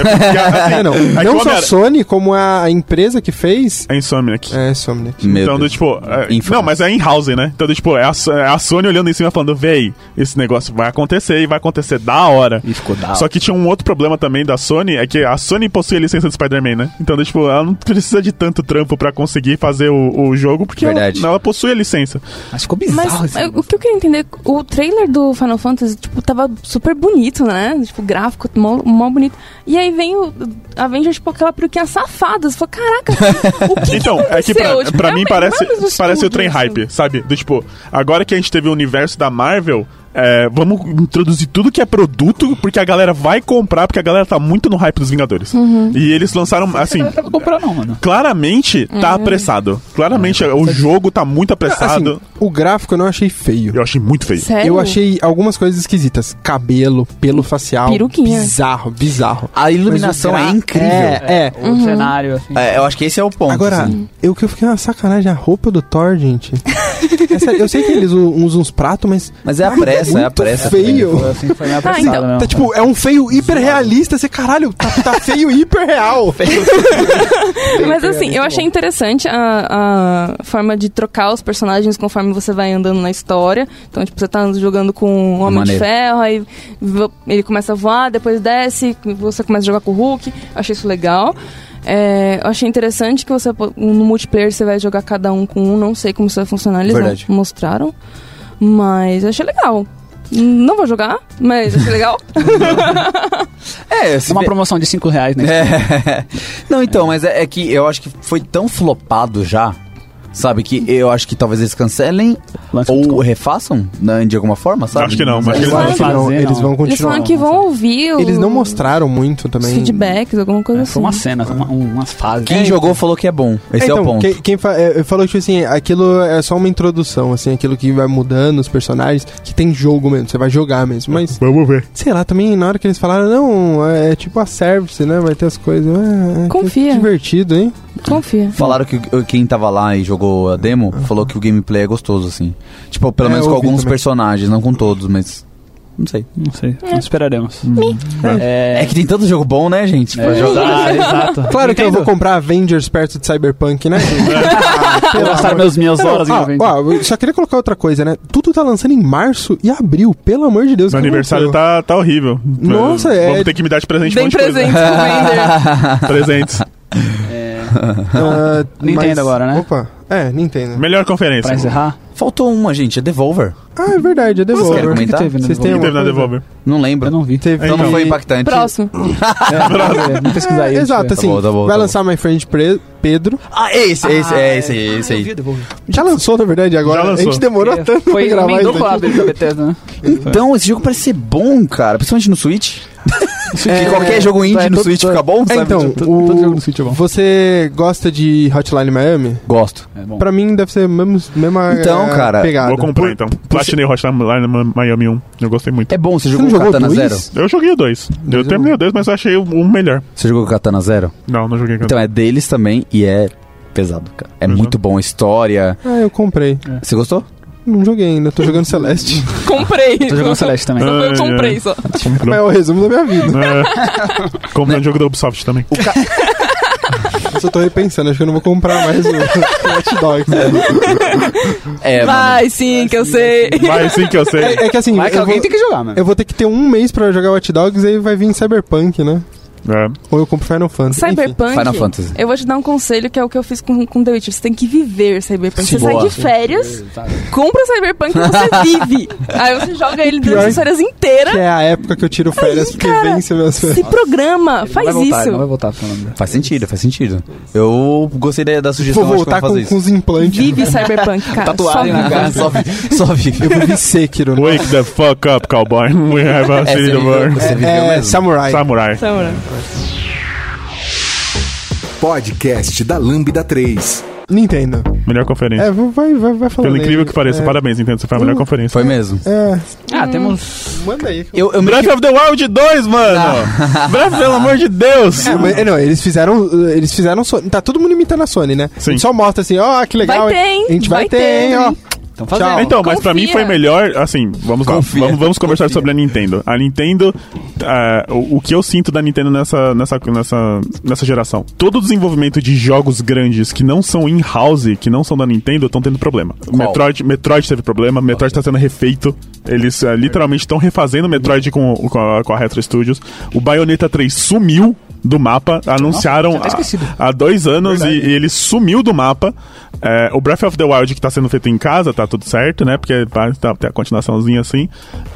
D: porque, assim,
B: é, não.
D: é que
B: não
D: o
B: só a
D: Homem-Aranha-
B: Sony, como a, a empresa que fez.
D: É Insomniac.
B: É, Somniac.
C: Meu
D: Então, do,
C: Deus.
D: tipo, é-
C: Infamous.
D: não, mas é in-house, né? Então, do, tipo, é a, So- é a Sony olhando em cima falando, véi, esse negócio vai acontecer e vai acontecer da hora.
C: E ficou da
D: Só que tinha um outro problema também da Sony, é que a Sony possui a licença do Spider-Man, né? Então, do, tipo, ela não precisa de tanto trampo pra conseguir fazer o, o jogo, porque ela,
C: Verdade.
D: ela possui a licença.
F: Mas ficou
E: Mas
F: bizarro
E: eu- o que eu queria entender, o trailer do Final Fantasy, tipo, tava super bonito, né? Tipo, gráfico, mó, mó bonito. E aí vem o Avengers, tipo, aquela peruquinha safada. Você fala, caraca, o que
D: Então,
E: que
D: é que pra,
E: aconteceu? Tipo,
D: pra
E: é o
D: mim
E: mesmo-
D: parece,
E: é o mesmo
D: parece o
E: estúdio,
D: trem
E: assim.
D: hype, sabe? Do tipo, agora que a gente teve o universo da Marvel, é, vamos introduzir tudo que é produto, porque a galera vai comprar, porque a galera tá muito no hype dos Vingadores.
E: Uhum.
D: E eles lançaram, assim.
F: Não dá pra comprar, não, mano.
D: Claramente tá
E: Uhum.
D: apressado. Claramente
F: É,
D: o jogo tá muito apressado.
B: Assim, o gráfico eu não achei feio.
D: eu achei muito feio.
E: Sério?
B: Eu achei algumas coisas esquisitas. Cabelo, pelo facial.
E: Peruquinha.
B: Bizarro, bizarro.
C: A iluminação
B: Mas o
C: é
B: gra-
C: incrível.
B: É, é.
F: O cenário, assim.
C: É, eu acho que esse é o ponto.
B: Agora,
C: assim.
B: eu que eu fiquei uma sacanagem, a roupa do Thor, gente. É sério, eu sei que eles u- usam uns pratos, mas.
C: Mas é a pressa, é a
B: muito
C: pressa.
B: Feio.
F: Foi assim, foi meio
E: Ah,
F: apressado
E: então.
F: mesmo.
B: Tá, tipo, é um feio hiperrealista. Você, caralho, tá, tá feio hiperreal.
E: Mas assim, eu achei interessante a, a forma de trocar os personagens conforme você vai andando na história. Então, tipo, você tá jogando com o Homem
C: Maneiro.
E: de Ferro, aí vo- ele começa a voar, depois desce, você começa a jogar com o Hulk. Eu Achei isso legal. É, eu achei interessante que você po- no multiplayer você vai jogar cada um com um, não sei como isso vai funcionar, eles
C: Verdade.
E: não mostraram. Mas eu achei legal. Não vou jogar, mas achei legal.
C: É, se
F: Uma
C: bem-
F: promoção de 5 reais, né?
C: É. Não, então, mas é, é que eu acho que foi tão flopado já, sabe? Que eu acho que talvez eles cancelem
F: Lance
C: ou refaçam né, de alguma forma, sabe?
D: Acho que não,
C: mas
D: mas acho que
B: Eu
D: eles
B: acho que não,
F: fazer,
B: eles
F: não.
B: vão
E: Eles
B: continuar.
E: falaram que vão ouvir o-
B: Eles não mostraram muito
E: os
B: também.
E: feedbacks, alguma coisa
F: É,
E: assim.
F: Foi uma cena, uma- um- umas fases.
C: Quem jogou falou que é bom. Esse é,
B: então,
C: o ponto.
B: Quem, quem fa- é, falou tipo assim, aquilo é só uma introdução, assim, aquilo que vai mudando os personagens, que tem jogo mesmo, você vai jogar mesmo. Mas,
D: Vamos ver.
B: sei lá, também na hora que eles falaram, não, é tipo a service, né? Vai ter as coisas. é, é,
E: Confia.
B: Que divertido, hein?
E: Confia.
C: Falaram que o- quem tava lá e jogou a demo falou que o gameplay é gostoso, assim. Tipo, pelo
B: É,
C: menos
B: eu
C: com
B: ouvi
C: alguns
B: também.
C: personagens, não com todos, mas. Não sei.
F: Não sei, não esperaremos.
C: É, que tem tanto jogo bom, né, gente? Pra
F: É,
C: jogar.
F: exato, exato.
B: Claro que eu vou
F: Entendo.
B: comprar Avengers perto de Cyberpunk, né?
F: Vou gastar meus minhas
B: Não,
F: horas em
B: ó,
F: evento.
B: ó, eu só queria colocar outra coisa, né? Tudo tá lançando em março e abril, pelo amor de Deus.
D: Meu
B: que
D: aniversário
B: loucura.
D: tá, tá horrível.
B: Nossa, é-
D: Vamos ter que me dar de presente um
E: Bem
D: monte de
E: presente
D: coisa.
E: pro Vender.
D: Presentes.
F: É,
D: tá-
B: Ah, mas-
F: Nintendo agora, né?
B: Opa, é, Nintendo.
D: Melhor conferência.
F: Pra encerrar.
C: Faltou uma, gente, é Devolver.
B: Ah, é verdade, é
C: Vocês querem
B: Devolver.
C: comentar?
F: teve, né?
B: Vocês têm
D: Quem teve
B: alguma
D: na
B: coisa?
D: Devolver?
C: Não lembro.
F: Eu não vi.
B: Teve- um-
C: Então não foi impactante.
E: Próximo.
F: É, Vamos pesquisar
B: É,
F: isso.
B: exato,
C: Tá
B: assim,
C: bom, tá bom,
B: vai
C: tá
B: lançar My Friend Pre- Pedro.
C: Ah, é esse, é esse, é esse,
F: Ah,
C: aí, é esse aí.
B: Já lançou, na verdade, agora.
D: Já lançou.
B: A gente demorou
C: É.
B: tanto
F: Foi
B: pra gravar
F: emendou
B: isso.
F: com a
B: aqui.
F: Bethesda, Bethesda, né?
C: Então, esse jogo parece ser bom, cara. Principalmente no Switch. Porque qualquer jogo indie
B: é,
C: no
B: todo-
C: Switch fica bom,
B: É,
C: sabe? Tipo,
B: então, o-
F: todo jogo no Switch é bom.
B: você gosta de Hotline Miami?
C: Gosto.
F: É bom.
B: Pra mim deve ser mesmo, mesma
C: Então,
B: eh,
C: cara,
B: pegada.
D: Vou comprar então. Platinei Hot Line Miami 1. Eu gostei muito.
C: É bom, você
B: Você
C: jogou
B: não
C: o
B: jogou
C: Katana
B: dois?
C: Zero?
D: Eu joguei o 2. Eu
B: Mas eu-
D: terminei o 2, mas eu achei o um melhor.
C: Você jogou o Katana Zero?
D: Não, não joguei.
C: Então, é deles também e é pesado, cara. É
D: Uhum.
C: muito bom a história.
B: Ah, eu comprei.
C: Você gostou?
B: Não joguei ainda, tô jogando Celeste.
E: Comprei.
F: Tô jogando Celeste também.
D: Ah.
E: Eu comprei só.
B: Mas é o resumo da minha vida.
D: É. Comprei um jogo da Ubisoft também.
B: Eu só tô repensando, acho que eu não vou comprar mais o Hot Dogs. né?
C: É, mano.
E: Vai sim, que eu sei.
D: Mas sim que eu sei.
B: É, é que assim,
F: Vai que
B: eu
F: alguém
B: vou,
F: tem que jogar, mano.
B: eu vou ter que ter um mês pra jogar Hot Dogs e aí vai vir Cyberpunk, né?
D: É.
B: Ou eu compro Final Fantasy. Enfim.
E: Cyberpunk.
C: Final Fantasy.
E: Eu vou te dar um conselho que é o que eu fiz com, com The Witcher. Você tem que viver Cyberpunk.
C: Sim.
E: você
C: Boa.
E: sai de férias, compra Cyberpunk e você vive. Aí você joga ele durante as férias inteiras.
B: Que é a época que eu tiro férias, porque
E: cara,
B: vence minhas férias.
E: Se programa,
G: vai
E: faz
G: voltar,
E: isso.
G: Não vai voltar pro Fernando.
C: Faz sentido, faz sentido. Eu gostei da, da sugestão
B: Vou
C: acho que eu
B: voltar
C: fazer
B: com, com os
C: isso.
B: implantes.
E: Vive Cyberpunk, cara.
G: Tatuagem
E: Só
G: na cara.
C: Só vi- Só vive.
B: Eu vou vir Sekiro. né?
D: Wake the fuck up, cowboy. We have a
C: É, você
D: city
C: viveu-
D: burn.
C: você viveu
B: É,
C: mesmo.
B: Samurai.
D: Samurai.
E: Então, né?
A: Podcast da Lambda 3.
B: Nintendo.
D: Melhor conferência.
B: É, vou- vai, vai, vai falando.
D: Pelo incrível
B: aí.
D: que pareça,
B: É,
D: parabéns, Nintendo. Você foi a melhor
B: Hum.
D: conferência.
C: Foi mesmo.
B: É,
F: Ah, temos.
B: manda aí.
C: Eu, eu me
D: Breath of the Wild 2, mano! Breath, pelo amor de Deus!
B: É, mas- não, eles fizeram. uh, Eles fizeram. so- Tá todo mundo imitando a Sony, né?
D: Sim.
B: Só mostra assim, ó, que legal.
E: Vai ter,
B: hein?
E: hein?
B: A gente vai,
E: Vai
B: ter,
E: ter,
B: hein, ó.
E: hein?
G: Então
B: Tchau.
G: fazendo.
D: Então, mas pra
E: Confia.
D: mim foi melhor, assim, vamos lá,
C: Confia.
D: vamos, vamos conversar sobre a Nintendo. A Nintendo, ah, o, o que eu sinto da Nintendo nessa, nessa, nessa, nessa geração? Todo o desenvolvimento de jogos grandes que não são in-house, que não são da Nintendo, estão tendo problema. Metroid, Metroid teve problema, Metroid tá sendo refeito, eles ah, literalmente estão refazendo Metroid com, com, a, com a Retro Studios. O Bayonetta 3 sumiu do mapa, anunciaram
F: tinha até esquecido.
D: há dois anos e, e ele sumiu do mapa. É, o Breath of the Wild que tá sendo feito em casa, tá tudo certo, né? Porque tá, tá, tem a continuaçãozinha assim.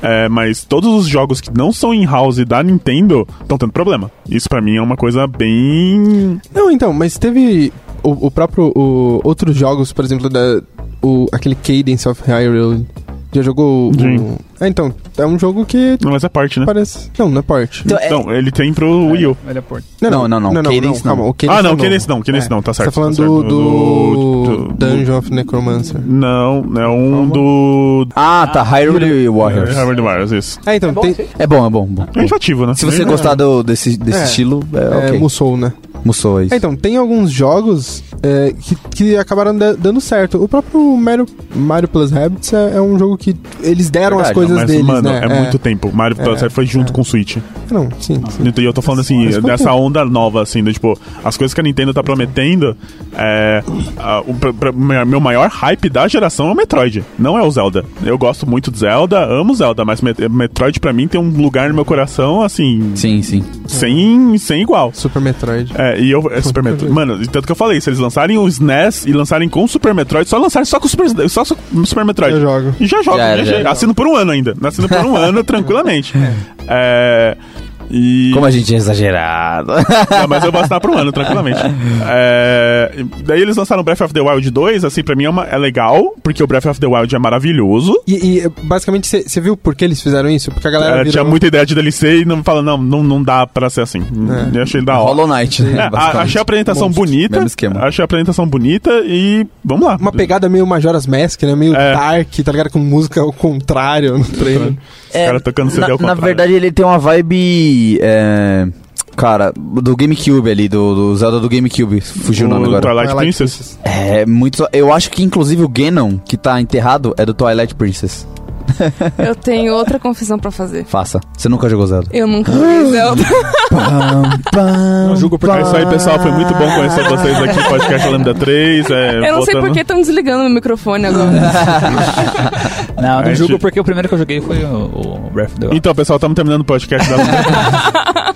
D: É, mas todos os jogos que não são in-house da Nintendo estão tendo problema. Isso pra mim é uma coisa bem.
B: Não, então, mas teve o, o próprio. o- outros jogos, por exemplo, da, o, aquele Cadence of Hyrule. Já jogou o.
D: Sim.
B: É, então, é um jogo que
D: Não, mas é parte, né?
B: parece. Não, não é parte.
C: Então, é-
D: Não, ele tem pro Wii U.
F: Velha porta.
C: Não, não, não, Cadence
B: calma,
C: não.
B: o Cadence
D: Ah, não,
B: é
D: que nesse
B: novo.
D: não, que nesse não, tá
B: Você
D: certo.
B: tá falando
D: tá certo.
B: do, do,
D: do-
B: Dungeon of Necromancer.
D: Não, é um do.
C: Ah, tá. Hyrule
D: É,
C: Warriors.
D: Hyrule Warriors, isso.
B: É, então, tem.
C: É bom, é bom, bom.
D: É enjoativo, né?
C: Se você
D: É.
C: gostar do- desse, desse
B: É.
C: estilo, é,
B: É,
C: ok.
B: Musou, né?
C: Musou, é isso.
B: É, então, tem alguns jogos é, que, que acabaram da- dando certo. O próprio Mario, Mario Plus Rabbids é, é um jogo que eles deram
C: Verdade,
B: as coisas
D: Mas,
B: deles,
D: mano,
B: né? É.
D: é, muito tempo. Mario Bros. foi junto com o Switch.
B: Não, sim. sim.
D: E eu tô falando assim,
B: Mas como
D: dessa
B: que-
D: onda nova, assim, do, tipo, as coisas que a Nintendo tá prometendo, é, a- o pra- pra- minha- meu maior hype da geração é o Metroid, não é o Zelda. Eu gosto muito de Zelda, amo Zelda, mas Met- Metroid pra mim tem um lugar no meu coração, assim,
C: Sim, sim.
D: sem, sem igual.
B: Super Metroid.
D: É, e eu. É Super Metroid. Mano, e tanto que eu falei, se eles lançarem o SNES e lançarem com o Super Metroid, só lançarem só com o Super, só, só com o Super Metroid.
B: Eu jogo.
D: E já jogo,
C: Já
D: já,
C: era, já era.
D: Assino por um ano ainda. Assino por um ano tranquilamente. É. E...
C: Como a gente é exagerado.
D: Não, mas eu vou assinar por um ano, tranquilamente. É, daí eles lançaram Breath of the Wild 2, assim, pra mim é, uma- é legal, porque o Breath of the Wild é maravilhoso.
B: E, e, basicamente, você viu por que eles fizeram isso? Porque a
D: É,
B: galera virou...
D: tinha muita ideia de DLC e não fala, não, não, não dá pra ser assim.
B: É.
D: Eu achei da hora.
C: Hollow Knight, né?
D: É, a-
C: basicamente.
D: achei a apresentação
C: Monstros,
D: bonita.
C: Mesmo esquema.
D: Achei a apresentação bonita e vamos lá.
B: Uma pegada meio Majora's Mask, né? Meio
D: É.
B: dark, tá ligado? Com música ao contrário no trailer.
D: Os caras tocando CD
C: É, na,
D: ao
C: na
D: contrário.
C: verdade, ele tem uma vibe. é, cara, do GameCube ali, do, do Zelda do GameCube. Fugiu o nome
D: o
C: agora.
D: Twilight
B: Twilight
D: Princess.
C: É, muito. Eu acho que inclusive o Ganon, que tá enterrado, é do Twilight Princess.
E: Eu tenho outra confissão pra fazer.
C: Faça. Você nunca jogou Zelda.
E: Eu nunca vi Zelda.
C: Não
G: julgo por
D: É isso aí, pessoal. Foi muito bom conhecer vocês aqui, podcast Lambda 3. É,
E: Eu não sei
D: voltando-
E: por que estão desligando o microfone agora.
G: Não,
D: A
G: não julgo
D: gente-
G: porque o primeiro que eu joguei foi o, o Breath of the Wild.
D: Então, pessoal, estamos terminando o podcast da Lambda.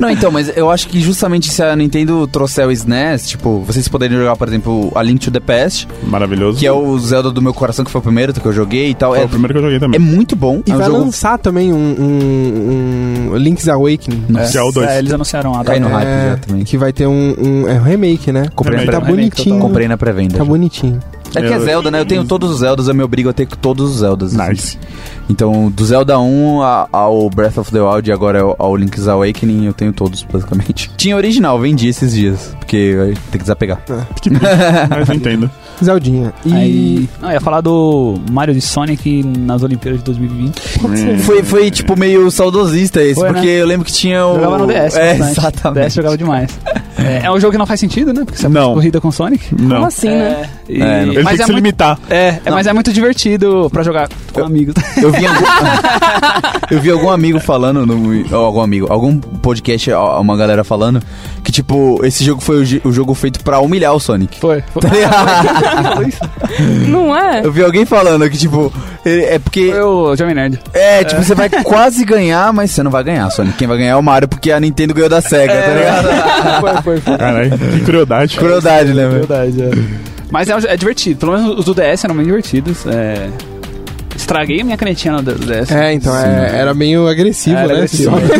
C: Não, então, mas eu acho que justamente se a Nintendo trouxer o SNES, tipo, vocês poderiam jogar, por exemplo, a Link to the Past,
D: Maravilhoso.
C: que é o Zelda do meu coração, que foi o primeiro que eu joguei e tal.
D: Foi
C: É,
D: o primeiro que eu joguei
C: é
D: também.
C: muito bom.
B: E
C: é um
B: vai
C: jogo...
B: lançar também um, um, um Link's Awakening.
D: Que é o 2.
G: É, eles anunciaram a
C: Cai no
G: data.
C: hype
B: É,
C: já também.
B: que vai ter um, um- é um remake, né?
C: Comprei,
D: Remake.
C: na
B: Tá
C: pré-
G: Remake total.
B: bonitinho.
C: comprei na pré-venda.
B: Tá
C: já.
B: bonitinho.
C: É que é
D: Eu-
C: Zelda, né? Eu tenho todos os Zeldas, eu me obrigo a ter todos os Zeldas. assim.
D: Nice.
C: Então, do Zelda 1 a- ao Breath of the Wild e agora ao- ao Link's Awakening, eu tenho todos, basicamente. Tinha original, vendi esses dias, porque aí tem que desapegar.
D: Que triste, mas eu entendo.
B: Zeldinha. E
G: Aí, não, eu ia falar do Mario e Sonic nas Olimpíadas de 2020.
C: Foi, foi tipo, meio saudosista esse,
G: Foi, né?
C: porque eu lembro que tinha o...
G: Jogava no DS.
C: É,
G: bastante.
C: exatamente.
G: DS jogava demais. É, é um jogo que não faz sentido, né? Porque você
D: Não.
G: faz corrida com Sonic.
E: Como
D: Não.
E: assim, né?
G: É, e-
C: É, não.
D: Ele tem
G: mas,
D: que
G: é
D: se
G: muito,
D: limitar.
G: é, é, mas é muito divertido pra jogar com amigos.
C: Eu vi, algum, eu vi algum amigo falando, no, ou algum amigo, algum podcast, ó, uma galera falando, que tipo, esse jogo foi o, gi- o jogo feito pra humilhar o Sonic.
G: Foi. foi.
C: Tá ligado?
E: Não é?
C: Eu vi alguém falando que, tipo, É porque.
F: Eu, Jovem Nerd.
C: É, tipo, você vai quase ganhar, mas você não vai ganhar, Sonic. Quem vai ganhar é o Mario, porque a Nintendo ganhou da SEGA,
F: É,
C: tá ligado?
B: foi, foi, foi.
D: Caralho, que crueldade.
C: Crueldade, né, velho?
F: Verdade, é. Mas é, é divertido. Pelo menos os do DS eram bem divertidos. É... Estraguei a minha canetinha no do É, DS.
C: Ah,
B: É, então, é, era meio agressivo,
F: Era
B: né?
F: agressivo.
B: esse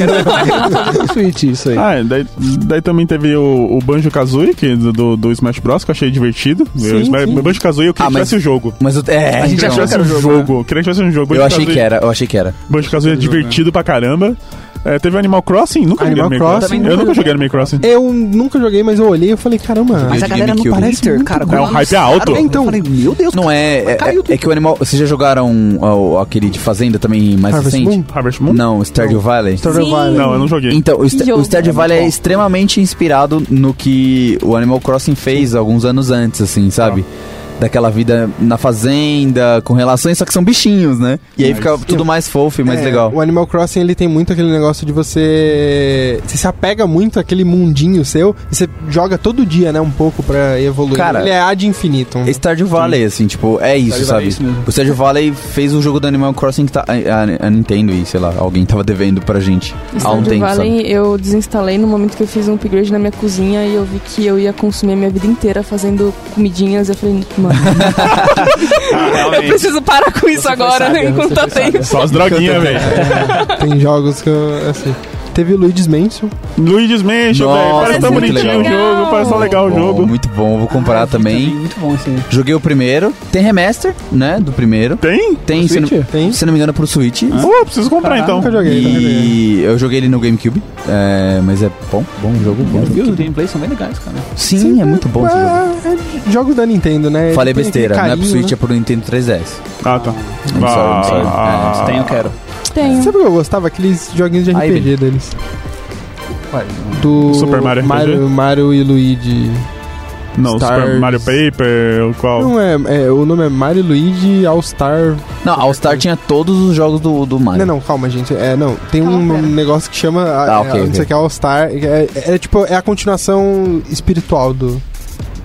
B: jogo.
F: Switch, isso aí.
D: Ah, daí, daí também teve o, o Banjo Kazooie, que do- do, do Smash Bros, que eu achei divertido.
B: Sim, sim.
D: O Banjo Kazooie eu queria
C: Ah,
D: que
C: mas-
D: tivesse o jogo.
C: Mas o. É,
F: A gente
D: Queria que
C: então,
F: achou
D: tivesse um
F: era o jogo,
D: jogo. Queria que tivesse um jogo.
C: Eu achei que
D: Banjo-Kazooie-
C: era, eu achei que era.
D: Banjo-Kazooie é
B: né?
D: divertido pra caramba. É, teve Animal Crossing? Nunca
B: Animal
D: joguei
B: Crossing,
D: Animal Crossing.
F: também
D: Eu nunca
F: nunca
D: joguei Animal Crossing.
B: Eu nunca joguei, mas eu olhei e falei, caramba.
C: Mas a de galera não tá GameCube. parece
B: muito bom.
D: É um hype alto.
B: Então,
G: Meu Deus,
C: Não é. É,
G: caiu
C: é- é que o animal. Vocês já jogaram ó, aquele de Fazenda também mais
B: Harvest Moon?
C: recente?
D: Harvest Moon?
C: Não, Stardew Valley.
B: Stardew
E: Sim.
B: Valley.
D: Não, eu não joguei.
C: Então, o, Sta-
E: Jogo.
C: o Stardew Valley é extremamente inspirado no que o Animal Crossing fez alguns anos antes, assim, sabe? Daquela vida na fazenda, com relações, só que são bichinhos, né? E aí fica tudo mais fofo e mais
B: É,
C: legal.
B: O Animal Crossing ele tem muito aquele negócio de você. Você se apega muito àquele mundinho seu e você joga todo dia, né? Um pouco pra evoluir.
C: Cara,
B: ele é ad infinitum.
C: Stardew Valley, assim, tipo, é isso,
F: Stardew Valley
C: sabe?
F: é isso mesmo.
C: o Stardew Valley fez o jogo do Animal Crossing que tá, a, a- a Nintendo e, sei lá, alguém tava devendo pra gente há um
E: Stardew
C: tempo, sabe?
E: Valley eu desinstalei no momento que eu fiz um upgrade na minha cozinha e eu vi que eu ia consumir a minha vida inteira fazendo comidinhas. Eu falei, mano,
C: é
F: é
E: eu preciso parar com isso agora,
F: sábia,
E: né, enquanto
F: você
E: eu
F: foi
E: tenho.
D: Só as droguinhas, velho.
B: Tem jogos que eu. Assim. Teve Luigi's Mansion.
D: Luigi's Mansion, velho.
C: Nossa,
D: Parece tão
C: muito
D: bonitinho o
E: legal.
D: jogo, parece tão legal É o
C: Bom,
D: jogo.
C: Muito bom, vou
F: Ah,
C: comprar também.
F: é Muito bom esse aí.
C: Joguei o primeiro. Tem remaster, né? Do primeiro.
D: Tem? Ah.
C: Tem, se não,
B: Switch? Tem.
C: se não me engano, é pro Switch.
D: Pô, preciso comprar
F: Caraca,
D: então.
B: Nunca joguei, nunca joguei.
C: E eu joguei ele no GameCube. É, mas é bom, bom jogo, bom.
F: Os vídeos do gameplay são bem legais, cara.
C: Sim, é muito bom esse jogo.
B: É, é jogo da Nintendo, né? Ele
C: Falei
B: tem aquele
C: besteira, não é pro
B: carinho,
C: Switch,
B: né?
C: é pro Nintendo 3DS.
D: Ah, tá.
C: Não sei, não sei.
D: Ah.
C: É, se tem, eu quero.
E: Tenho.
B: Sabe o que eu gostava? Aqueles joguinhos de
C: Aí,
B: RPG deles. Do
D: Super Mario
B: Mario, Mario e Luigi.
D: Não,
B: Stars.
D: Super Mario Paper, o qual?
B: Não é, é, o nome é Mario e Luigi All Star.
C: Não, All Star tinha todos os jogos do, do Mario.
B: Não, não, calma, gente. É, não, tem um
E: Calma, pera.
B: negócio que chama a-
C: Ah, ok,
B: a- não
C: ok.
B: sei o que é All Star. É, é, é tipo é a continuação espiritual do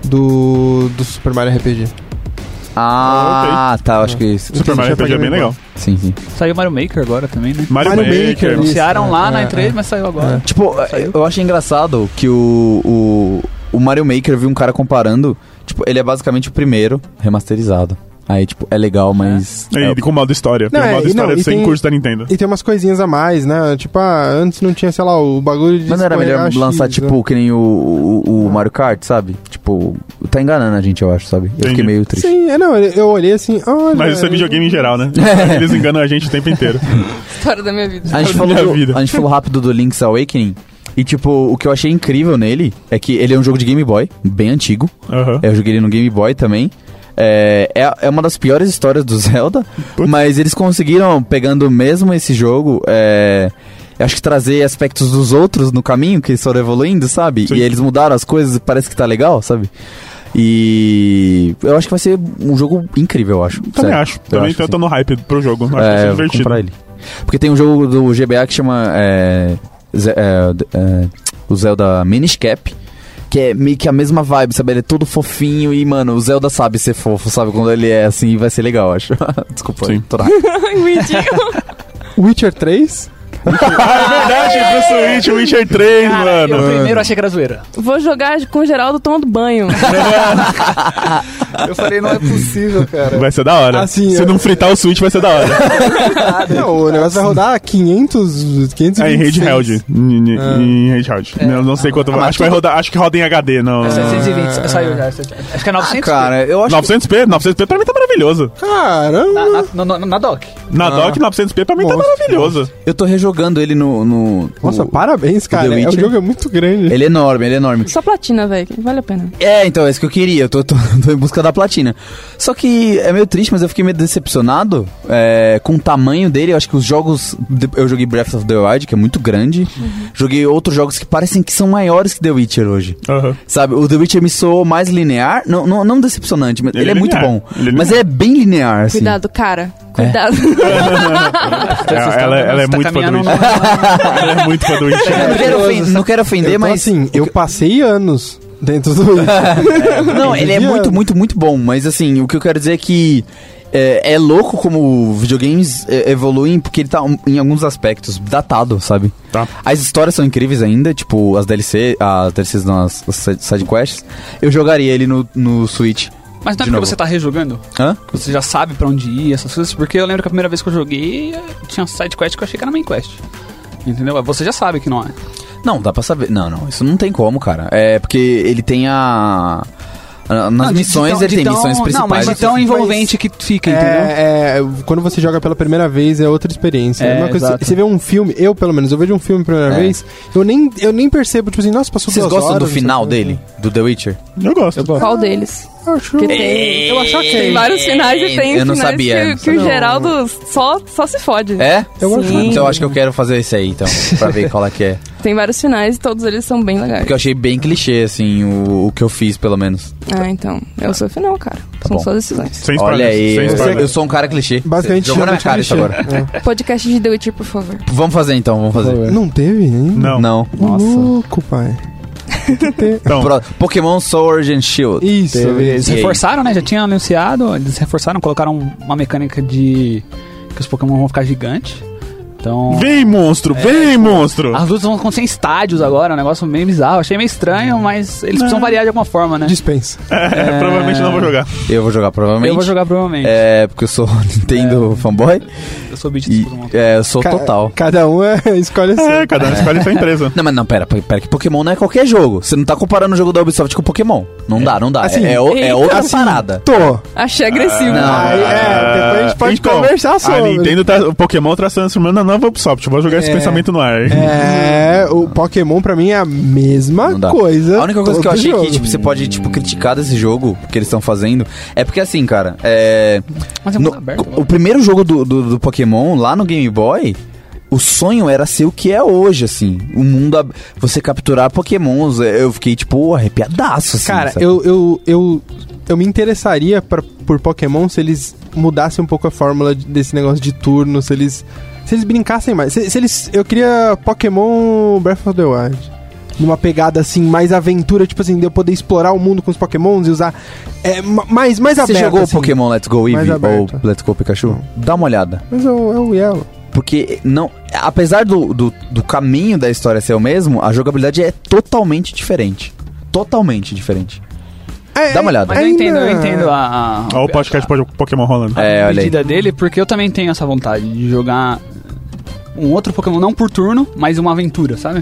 B: do, do Super Mario RPG.
C: Ah, tá, eu acho que é isso.
D: Super
B: Entendi,
D: Mario
B: já
D: RPG é bem
B: peguei
D: legal.
C: Sim, sim.
F: Saiu Mario Maker agora também, né?
D: Mario,
B: Mario
D: Maker.
B: Maker, isso.
F: Anunciaram lá
B: é,
F: na
B: é,
F: E3,
B: é.
F: mas saiu agora.
C: Tipo,
F: Saiu.
C: eu achei engraçado que o, o, o Mario Maker, eu vi um cara comparando, tipo, ele é basicamente o primeiro remasterizado. Aí, tipo, é legal, mas...
D: E
C: é-
D: com modo história.
B: Não,
D: tem
B: é,
D: um modo
B: e
D: história
B: não, e
D: sem
B: tem-
D: curso da Nintendo.
B: E tem umas coisinhas a mais, né? Tipo, ah, antes não tinha, sei lá, o bagulho de
C: Mas não era melhor
B: escorregar X,
C: lançar,
B: né?
C: tipo, que nem o, o, o Mario Kart, sabe? Tipo, tá enganando a gente, eu acho, sabe? Eu
D: Entendi.
C: fiquei meio triste.
B: Sim, é, não, eu olhei assim, olha.
D: Mas isso é videogame em geral, né? Eles enganam a gente o tempo inteiro.
E: História da minha vida.
C: A gente,
D: Minha
C: falou do-
D: vida.
C: a gente falou rápido do Link's Awakening. E, tipo, o que eu achei incrível nele é que ele é um jogo de Game Boy, bem antigo.
D: Aham.
C: É, Eu joguei ele no Game Boy também. É, é, é uma das piores histórias do Zelda, mas eles conseguiram, pegando mesmo esse jogo, é, acho que trazer aspectos dos outros no caminho que eles foram evoluindo, sabe?
D: Sim.
C: E eles mudaram as coisas e parece que tá legal, sabe? E eu acho que vai ser um jogo incrível, eu acho.
D: Também
C: sério.
D: acho.
C: Eu
D: Também
C: acho
D: eu
C: que
D: tô
C: sim.
D: no hype pro jogo. Acho que vai
C: É,
D: ser
C: vou
D: divertido.
C: comprar ele. Porque tem um jogo do GBA que chama é, Ze- é, d- é, o Zelda Minish Cap. Que é meio que a mesma vibe, sabe? Ele é todo fofinho e, mano, o Zelda sabe ser fofo, sabe? Quando ele é assim, vai ser legal, eu acho. Desculpa.
D: Sim.
C: tô na-
E: Ai, um bonitinho.
B: Witcher 3?
D: Ah, é verdade, pro Switch, Witcher 3,
F: Eu
D: mano.
F: primeiro achei que era zoeira.
E: Vou jogar com o Geraldo tomando banho.
B: Eu falei, não é possível, cara.
D: Vai ser da hora.
B: Assim,
D: Se
B: eu-
D: não fritar o Switch, vai ser da hora.
B: Não, o negócio vai rodar 500, 500
D: É em Rage Held. Em em-
B: Ah.
D: em Rage Held. Não, não sei quanto vai. Acho que vai rodar. Acho que roda em HD, não.
F: É 720, saiu já. Acho que é 900.
C: Ah, Cara, eu acho que
D: 900p? 900p pra mim tá maravilhoso.
C: Tá.
F: Na,
B: Caramba!
F: na, na, na doc.
D: Na dock, 900p pra mim tá
B: Nossa,
D: maravilhoso.
C: eu tô rejogando ele no. no-
B: Nossa,
C: no-
B: parabéns, cara. É, o
C: Witcher.
B: jogo é muito grande.
C: Ele é enorme, ele é enorme.
E: Só platina, velho. Vale a pena.
C: É, então, é isso que eu queria. Eu tô, tô- tô em busca da platina. Só que é meio triste, mas eu fiquei meio decepcionado é, com o tamanho dele. Eu acho que os jogos. de- Eu joguei Breath of the Wild, que é muito grande. Joguei outros jogos que parecem que são maiores que The Witcher hoje.
D: Aham.
C: Sabe, o The Witcher me soou mais linear. Não, não, não decepcionante, mas ele,
D: Ele
C: é
D: é
C: muito
D: linear.
C: bom.
D: Ele é
C: mas ele é bem linear, assim.
E: Cuidado, cara. Cuidado.
D: Ela- ela- ela
F: Tá
D: é muito fã do Witcher. Ela é muito fã do Witcher.
C: Eu não quero, ofen- não quero
B: Eu
C: ofender,
B: tô,
C: mas.
B: assim, eu passei anos dentro do Witcher.
C: Não, ele é
B: Devia-
C: muito, muito, muito bom, mas assim, o que eu quero dizer é que é, é louco como videogames é, evoluem, porque ele tá, um, em alguns aspectos, datado, sabe?
D: Tá.
C: As histórias são incríveis ainda, tipo, as DLC, as DLCs não, as, as side- sidequests. Eu jogaria ele no, no Switch.
F: Mas não é
C: De
F: porque
C: novo.
F: você tá rejogando?
C: Hã?
F: Você já sabe pra onde ir, essas coisas? Porque eu lembro que a primeira vez que eu joguei eh, tinha side quest que eu achei que era main quest. Entendeu? Você já sabe que não é.
C: Não, dá pra saber. Não, não, isso não tem como, cara. É porque ele tem a. a- Nas
F: Não, de-
C: missões
F: de tão-
C: ele
F: de
C: tem
F: tão-
C: missões
F: Não, mas
C: principais.
F: de tão envolvente que fica, entendeu?
B: É, é, quando você joga pela primeira vez é outra experiência. É,
G: É,
B: uma coisa,
G: exato.
B: você vê um filme, eu pelo menos, eu vejo um filme pela primeira
C: É.
B: vez, eu nem, eu nem percebo, tipo assim, nossa, passou
C: Vocês
B: duas
C: gostam
B: horas,
C: do
B: não sei
F: assim.
C: final
B: o quê.
C: dele? Do The Witcher?
D: Eu gosto.
B: Eu gosto.
E: Qual deles?
B: Eu acho-
E: Porque tem,
B: Eu achava que
E: tem vários finais e tem
C: Eu não
E: finais
C: sabia,
E: que,
C: não
E: que o
B: sabia.
E: Geraldo só, só se fode.
C: É?
B: Eu acho
E: Sim.
C: Então eu acho que eu quero fazer esse aí, então, pra ver qual é que é.
E: Tem vários finais e todos eles são bem legais.
C: Porque eu achei bem clichê, assim, o, o que eu fiz, pelo menos.
E: Ah, então. É o seu final, cara. são
G: Tá
C: bom.
E: suas decisões.
D: Sem spoilers.
C: Olha aí,
D: sem
C: eu,
D: spoilers.
C: eu sou um cara clichê.
B: Basicamente,
C: Jogou na minha
B: realmente
C: cara isso
B: clichê.
C: agora.
E: Podcast de The Witcher, por favor.
C: Vamos fazer então, vamos fazer.
B: É. Não teve, hein?
D: Não.
C: Não.
B: Louco, pai.
D: Então,
C: Pro- Pokémon Sword and Shield.
B: Isso.
G: Teve- Eles
C: E aí?
G: reforçaram, né? Já tinha anunciado, eles reforçaram, colocaram uma mecânica de que os Pokémon vão ficar gigantes. Então.
D: vem monstro, vem monstro.
G: As lutas vão acontecer em estádios agora, um negócio meio bizarro. Achei meio estranho, mas eles
F: É.
G: precisam variar de alguma forma, né?
B: Dispensa.
D: É, provavelmente não vou jogar.
C: Eu vou jogar, provavelmente.
G: Eu vou jogar provavelmente.
C: É, porque eu sou Nintendo
B: É.
C: fanboy.
G: Eu sou beat
C: E,
G: dos Pokémon.
C: é, eu sou
B: Ca-
C: total. Ah.
B: Cada um é, escolhe assim.
D: É, cada um escolhe sua empresa.
C: Não, mas não, pera, pera, pera, que Pokémon não é qualquer jogo. Você não tá comparando o jogo da Ubisoft com Pokémon. Não dá, não dá. É-
B: Assim,
C: é, o- é
E: eita.
C: outra
B: Assim,
C: parada.
B: Tô.
E: Achei agressivo.
C: não.
G: Ah,
B: Aí, é, depois a gente pode conversar sobre.
D: Então, A Nintendo tá, o Pokémon tá se transformando na nova Ubisoft. Vou jogar esse
B: É.
D: pensamento no ar.
B: É, o Pokémon pra mim é a mesma
C: Não dá.
B: coisa.
C: A única coisa que eu
B: todo
C: achei
B: jogo.
C: que tipo, você pode tipo, criticar desse jogo que eles estão fazendo é porque, assim, cara, é.
G: Mas é
C: no-
G: muito aberto.
C: o primeiro jogo do, do, do Pokémon lá no Game Boy. O sonho era ser o que é hoje, assim. O mundo. ab- Você capturar Pokémons. é, Eu fiquei, tipo, arrepiadaço, assim.
B: Cara,
C: sabe?
B: eu, eu, eu, eu me interessaria pra, por Pokémon se eles mudassem um pouco a fórmula de- desse negócio de turno, se eles. Se eles brincassem mais. Se, se eles. Eu queria Pokémon Breath of the Wild. Numa pegada assim, mais aventura, tipo assim, de eu poder explorar o mundo com os Pokémons e usar. É, ma- mais, mais
C: Você
B: aberto.
C: jogou
B: assim.
C: o Pokémon Let's Go
B: Mais
C: Eevee ou
B: aberto.
C: Let's Go Pikachu? Dá uma olhada.
B: Mas é o é o Yellow.
C: Porque, não, apesar do, do, do caminho da história ser o mesmo, a jogabilidade é totalmente diferente. Totalmente diferente.
B: É,
C: Dá uma olhada.
G: Mas eu
B: ainda-
G: entendo, eu entendo a. a-
D: Olha o podcast pode- Pokémon rolando.
C: É, olha aí.
G: medida dele, porque eu também tenho essa vontade de jogar um outro Pokémon, não por turno, mas uma aventura, sabe?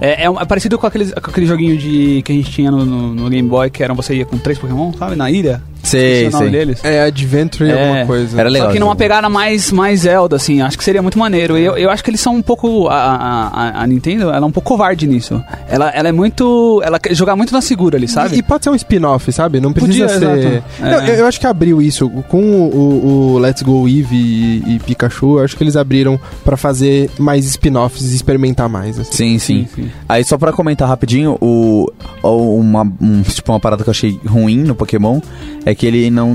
G: É, é um- é parecido com, aqueles, com aquele joguinho de, que a gente tinha no, no- no Game Boy, que era você ia com três Pokémon, sabe? Na ilha.
C: Sei,
G: Esqueci o nome
C: sei.
G: deles.
B: É Adventure
G: É,
B: alguma coisa.
C: Era legal.
G: Só que numa
C: jogo.
G: pegada mais, mais Zelda, assim, acho que seria muito maneiro. E Eu, eu acho que eles são um pouco. A, a, a- a Nintendo, ela é um pouco covarde nisso. Ela, ela é muito. Ela quer jogar muito na segura ali, sabe?
B: E, e pode ser um spin-off, sabe? Não precisa
G: Podia,
B: ser.
G: exato. É.
B: Não, eu, eu acho que abriu isso. Com o, o- o Let's Go Eevee e, e Pikachu, eu acho que eles abriram pra fazer mais spin-offs e experimentar mais. assim.
C: Sim, sim. Aí só pra comentar rapidinho, o, o- uma, um- tipo, uma parada que eu achei ruim no Pokémon é que ele não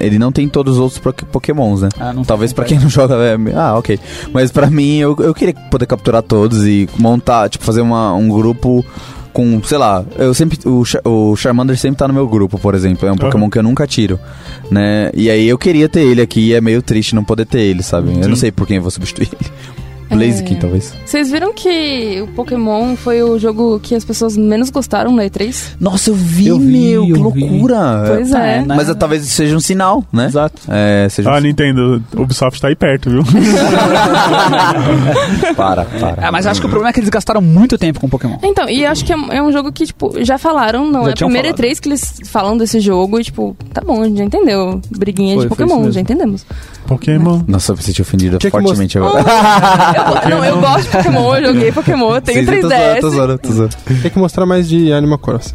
C: ele não tem todos os outros pro- Pokémons, né?
G: Ah, não
C: Talvez pra
G: completo.
C: quem não joga, é, ah, ok. Mas pra mim eu, eu queria poder capturar todos e montar, tipo fazer uma, um grupo com, sei lá, eu sempre o, Char- o Charmander sempre tá no meu grupo, por exemplo, é um Pokémon que eu nunca tiro, né? E aí eu queria ter ele aqui e é meio triste não poder ter ele, sabe? Eu não sei por quem eu vou substituir ele. Blaziken,
E: É.
C: talvez.
E: Vocês viram que o Pokémon foi o jogo que as pessoas menos gostaram na E3?
C: Nossa, eu vi,
G: Eu vi,
C: meu, que
G: eu vi.
C: loucura.
E: Pois
G: tá,
E: é.
G: é, né?
C: Mas eh, talvez isso seja um sinal, né?
G: Exato.
C: É, seja um
D: Ah, Nintendo, Ubisoft tá aí perto, viu?
C: sinal. Para, para.
G: Ah, mas acho que o problema é que eles gastaram muito tempo com Pokémon.
E: Então, e acho que é, um- é um jogo que, tipo, já falaram, não
G: Já
E: é a
G: tinham
E: primeira
G: falado.
E: E3 que eles falam desse jogo e, tipo, tá bom, a gente já entendeu. Briguinha de
G: Foi, foi isso
E: Pokémon,
G: mesmo.
E: já entendemos.
D: Pokémon.
C: Nossa, eu me senti ofendido
B: Tinha que
C: fortemente agora.
E: Eu- Ah, não, eu gosto de Pokémon, eu joguei Pokémon, eu tenho
C: Vocês- eu tô zoando,
E: 3DS.
C: tô zoando, tô zoando.
B: Tem que mostrar mais de Animal Crossing.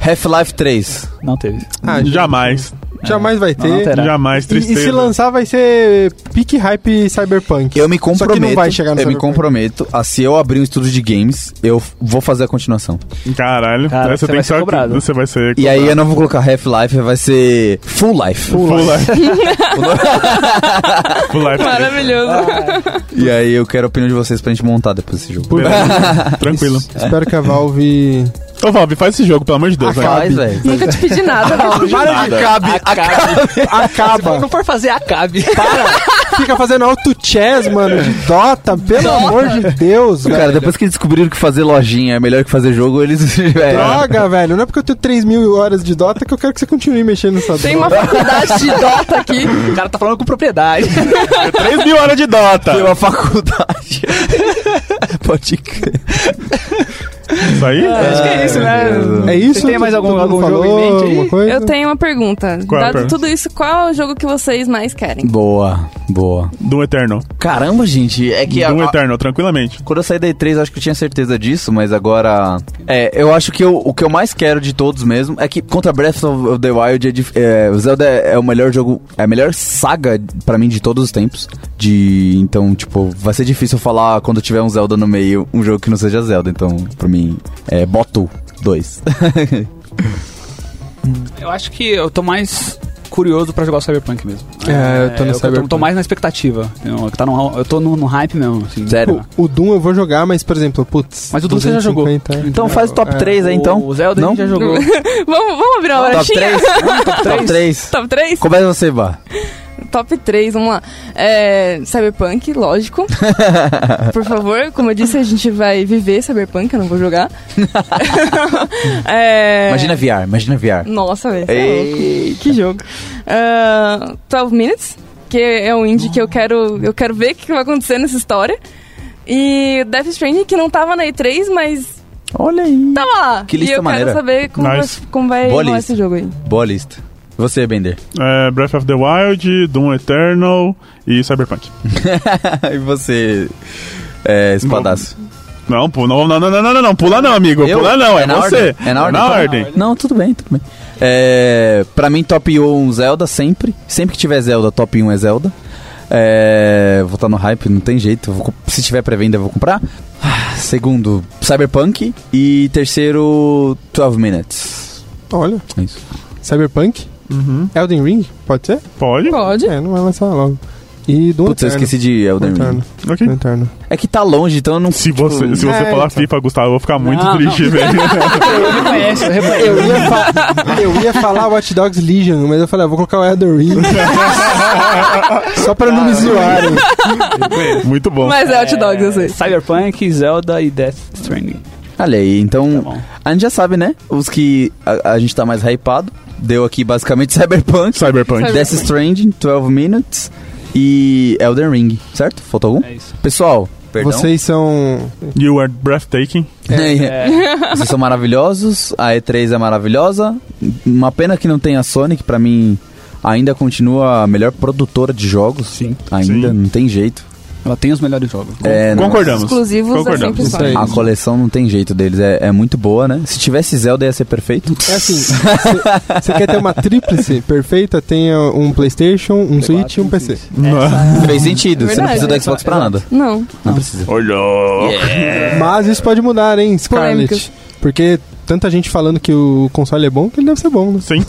C: Half-Life 3.
G: Não teve.
B: Ah,
D: Jamais.
B: Jamais vai ter.
G: Não, não terá.
D: Jamais,
B: E, e
D: tristeza.
B: se lançar vai ser pique hype cyberpunk.
C: Eu me
B: Só que
C: comprometo.
B: não vai chegar no
C: eu me
B: Cyberpunk.
C: comprometo a se eu abrir um estúdio de games, eu f- vou fazer a continuação.
D: Caralho,
G: Cara,
D: aí
G: você
D: tem
G: vai
D: que
G: ser
D: saber-
G: cobrado.
D: Você vai ser
C: E aí eu não vou colocar Half-Life, vai ser Full Life.
D: Pula. Pula.
E: Maravilhoso.
G: Ah,
C: E aí eu quero a opinião de vocês pra gente montar depois desse jogo.
D: Pula. Tranquilo.
B: Espero que a Valve
D: Ô, Valve, faz esse jogo, pelo amor de Deus. vai.
C: Ah, Faz, velho.
E: Nunca te pedi nada. viu?
D: Para de
C: Acabe, acabe.
B: Acaba.
G: Não for fazer, acabe.
B: Fica fazendo auto-chess, mano, de Dota, pelo amor de Deus, velho.
C: Cara, depois que descobriram que fazer lojinha é melhor que fazer jogo, eles. velho,
B: Droga, velho. Não é porque eu tenho 3 mil horas de Dota que eu quero que você continue mexendo nessa
E: Tem uma
B: droga.
E: faculdade de Dota aqui.
G: O cara tá falando com propriedade.
D: 3 mil horas de Dota.
C: Foi uma faculdade. Pode crer.
D: Isso aí?
E: Acho que é isso, né?
B: É isso?
G: Você tem mais
B: Todo
G: algum-
B: mundo
G: algum jogo em mente aí?
B: alguma coisa?
E: Eu tenho uma pergunta.
D: Qual é a
E: Dado
D: pergunta?
E: tudo isso, qual é o jogo que vocês mais querem?
C: Boa, boa.
D: Do Eterno.
C: Caramba, gente, é que. a-
D: Do
C: a-
D: Eterno, tranquilamente.
C: Quando eu saí da E3, eu acho que eu tinha certeza disso, mas agora. É, eu acho que eu- o que eu mais quero de todos mesmo é que contra Breath of the Wild é, dif- é, o Zelda é o melhor jogo, é a melhor saga pra mim de todos os tempos. De. Então, tipo, vai ser difícil eu falar quando tiver um Zelda no meio, um jogo que não seja Zelda. Então, pra mim, é Boto 2.
G: Eu acho que eu tô mais curioso pra jogar o Cyberpunk mesmo.
B: É, eu tô no
G: eu
B: Cyberpunk.
G: tô mais na expectativa. Eu, tá no, eu tô no, no hype mesmo, assim.
C: Sério?
B: O, o Doom eu vou jogar, mas, por exemplo, putz.
G: Mas o Doom você já jogou.
B: 250, é.
C: Então faz o top 3 aí, então.
G: O Zelda
C: não?
G: a gente já jogou.
E: vamos, vamos abrir uma
C: Top
E: brechinha?
C: 3? Top 3.
E: Top 3?
C: Começa você, Bah.
E: Top 3, vamos lá. É, Cyberpunk, lógico. Por favor, como eu disse, a gente vai viver Cyberpunk, eu não vou jogar. É,
C: Imagina VR, imagina VR.
E: Nossa, velho. cê é louco.
C: Ei.
E: Que jogo. Ah, 12 Minutes, que é um indie que eu quero, eu quero ver o que vai acontecer nessa história. E Death Stranding, que não tava na E3, mas
C: Olha aí.
E: tava lá.
C: Que lista
E: e eu
C: maneira.
E: quero saber como
D: Nice.
E: vai, como vai
C: Boa
E: rolar
C: lista.
E: esse jogo aí.
C: Boa lista. Você, Bender.
D: É, Breath of the Wild, Doom Eternal e Cyberpunk.
C: e você, é, espadaço.
D: Não, pô, não, não, não, não, não, não, não, pula não, amigo.
C: Eu?
D: Pula não, é,
C: na
D: você.
C: ordem? É na ordem?
D: Na
C: Tá.
D: ordem.
C: Não, tudo bem, tudo bem. É, pra mim, top 1 Zelda sempre. Sempre que tiver Zelda, top 1 é Zelda. É, vou estar no hype, não tem jeito. Eu vou co- se tiver pré-venda, eu vou comprar. Ah, Segundo, Cyberpunk. E terceiro, 12 Minutes.
B: Olha,
C: É isso.
B: Cyberpunk,
D: Uhum.
B: Elden Ring, pode ser?
D: Pode?
E: Pode.
B: É, não vai lançar logo. E Doom
C: Putz, eu
B: Eterno.
C: esqueci de Elden
B: Doom
C: Ring.
B: Eterno.
D: Ok.
B: Doom Eterno.
C: É que tá longe, então eu não...
D: Se você, se você
B: É,
D: falar
B: então.
D: FIFA, Gustavo, eu vou ficar muito
G: Não,
D: triste, velho.
G: Reconhece, reconhece.
B: Eu ia, fa- eu ia falar Watch Dogs Legion, mas eu falei, ah, vou colocar o Elden Ring. Só pra
G: Ah,
B: não me zoarem.
D: muito bom.
E: Mas é Hot Dogs, eu sei.
G: Cyberpunk, Zelda e Death Stranding.
C: Olha aí, então...
G: Tá bom.
C: A gente já sabe, né? Os que a, a gente tá mais hypado. Deu aqui basicamente Cyberpunk,
D: Cyberpunk.
E: Cyber-
C: Death Stranding, 12 Minutes e Elden Ring, certo? Faltou algum?
G: É isso.
C: Pessoal, perdão. É,
B: Vocês são.
D: You are breathtaking.
B: É,
G: É,
C: Vocês são maravilhosos, a E3 é maravilhosa. Uma pena que não tem a Sony, que pra mim ainda continua a melhor produtora de jogos. Sim. Ainda,
D: Sim.
C: não tem jeito.
G: Ela tem os melhores jogos.
C: É, não-
D: Concordamos.
E: Exclusivos
D: Concordamos.
E: é
B: Isso
E: sempre
B: aí.
E: só.
C: A coleção não tem jeito deles, é, é muito boa, né? Se tivesse Zelda ia ser perfeito.
B: É assim, você quer ter uma tríplice perfeita? Tenha um PlayStation, um Switch e um PC.
E: né?
C: Fez sentido, você não
E: Verdade.
C: precisa do Xbox pra nada.
E: Não.
C: Não precisa.
D: Olhou.
B: Mas isso pode mudar, hein, Scarlett?
E: Polêmicas.
B: Porque tanta gente falando que o console é bom que ele deve ser bom, né?
D: Sim.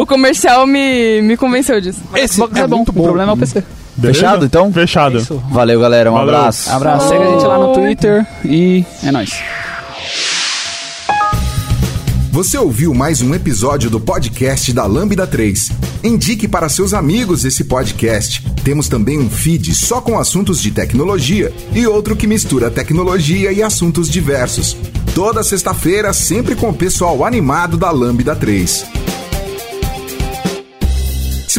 E: O comercial me, me convenceu disso.
G: Esse é,
B: é
G: bom.
B: muito bom.
G: O problema é o PC.
D: Beleza?
C: Fechado, então?
D: Fechado.
G: Isso.
C: Valeu, galera. Um
D: Valeu.
C: abraço.
G: Abraço, segue a gente lá no Twitter e é nóis.
A: Você ouviu mais um episódio do podcast da Lambda 3. Indique para seus amigos esse podcast. Temos também um feed só com assuntos de tecnologia e outro que mistura tecnologia e assuntos diversos. Toda sexta-feira, sempre com o pessoal animado da Lambda 3. Se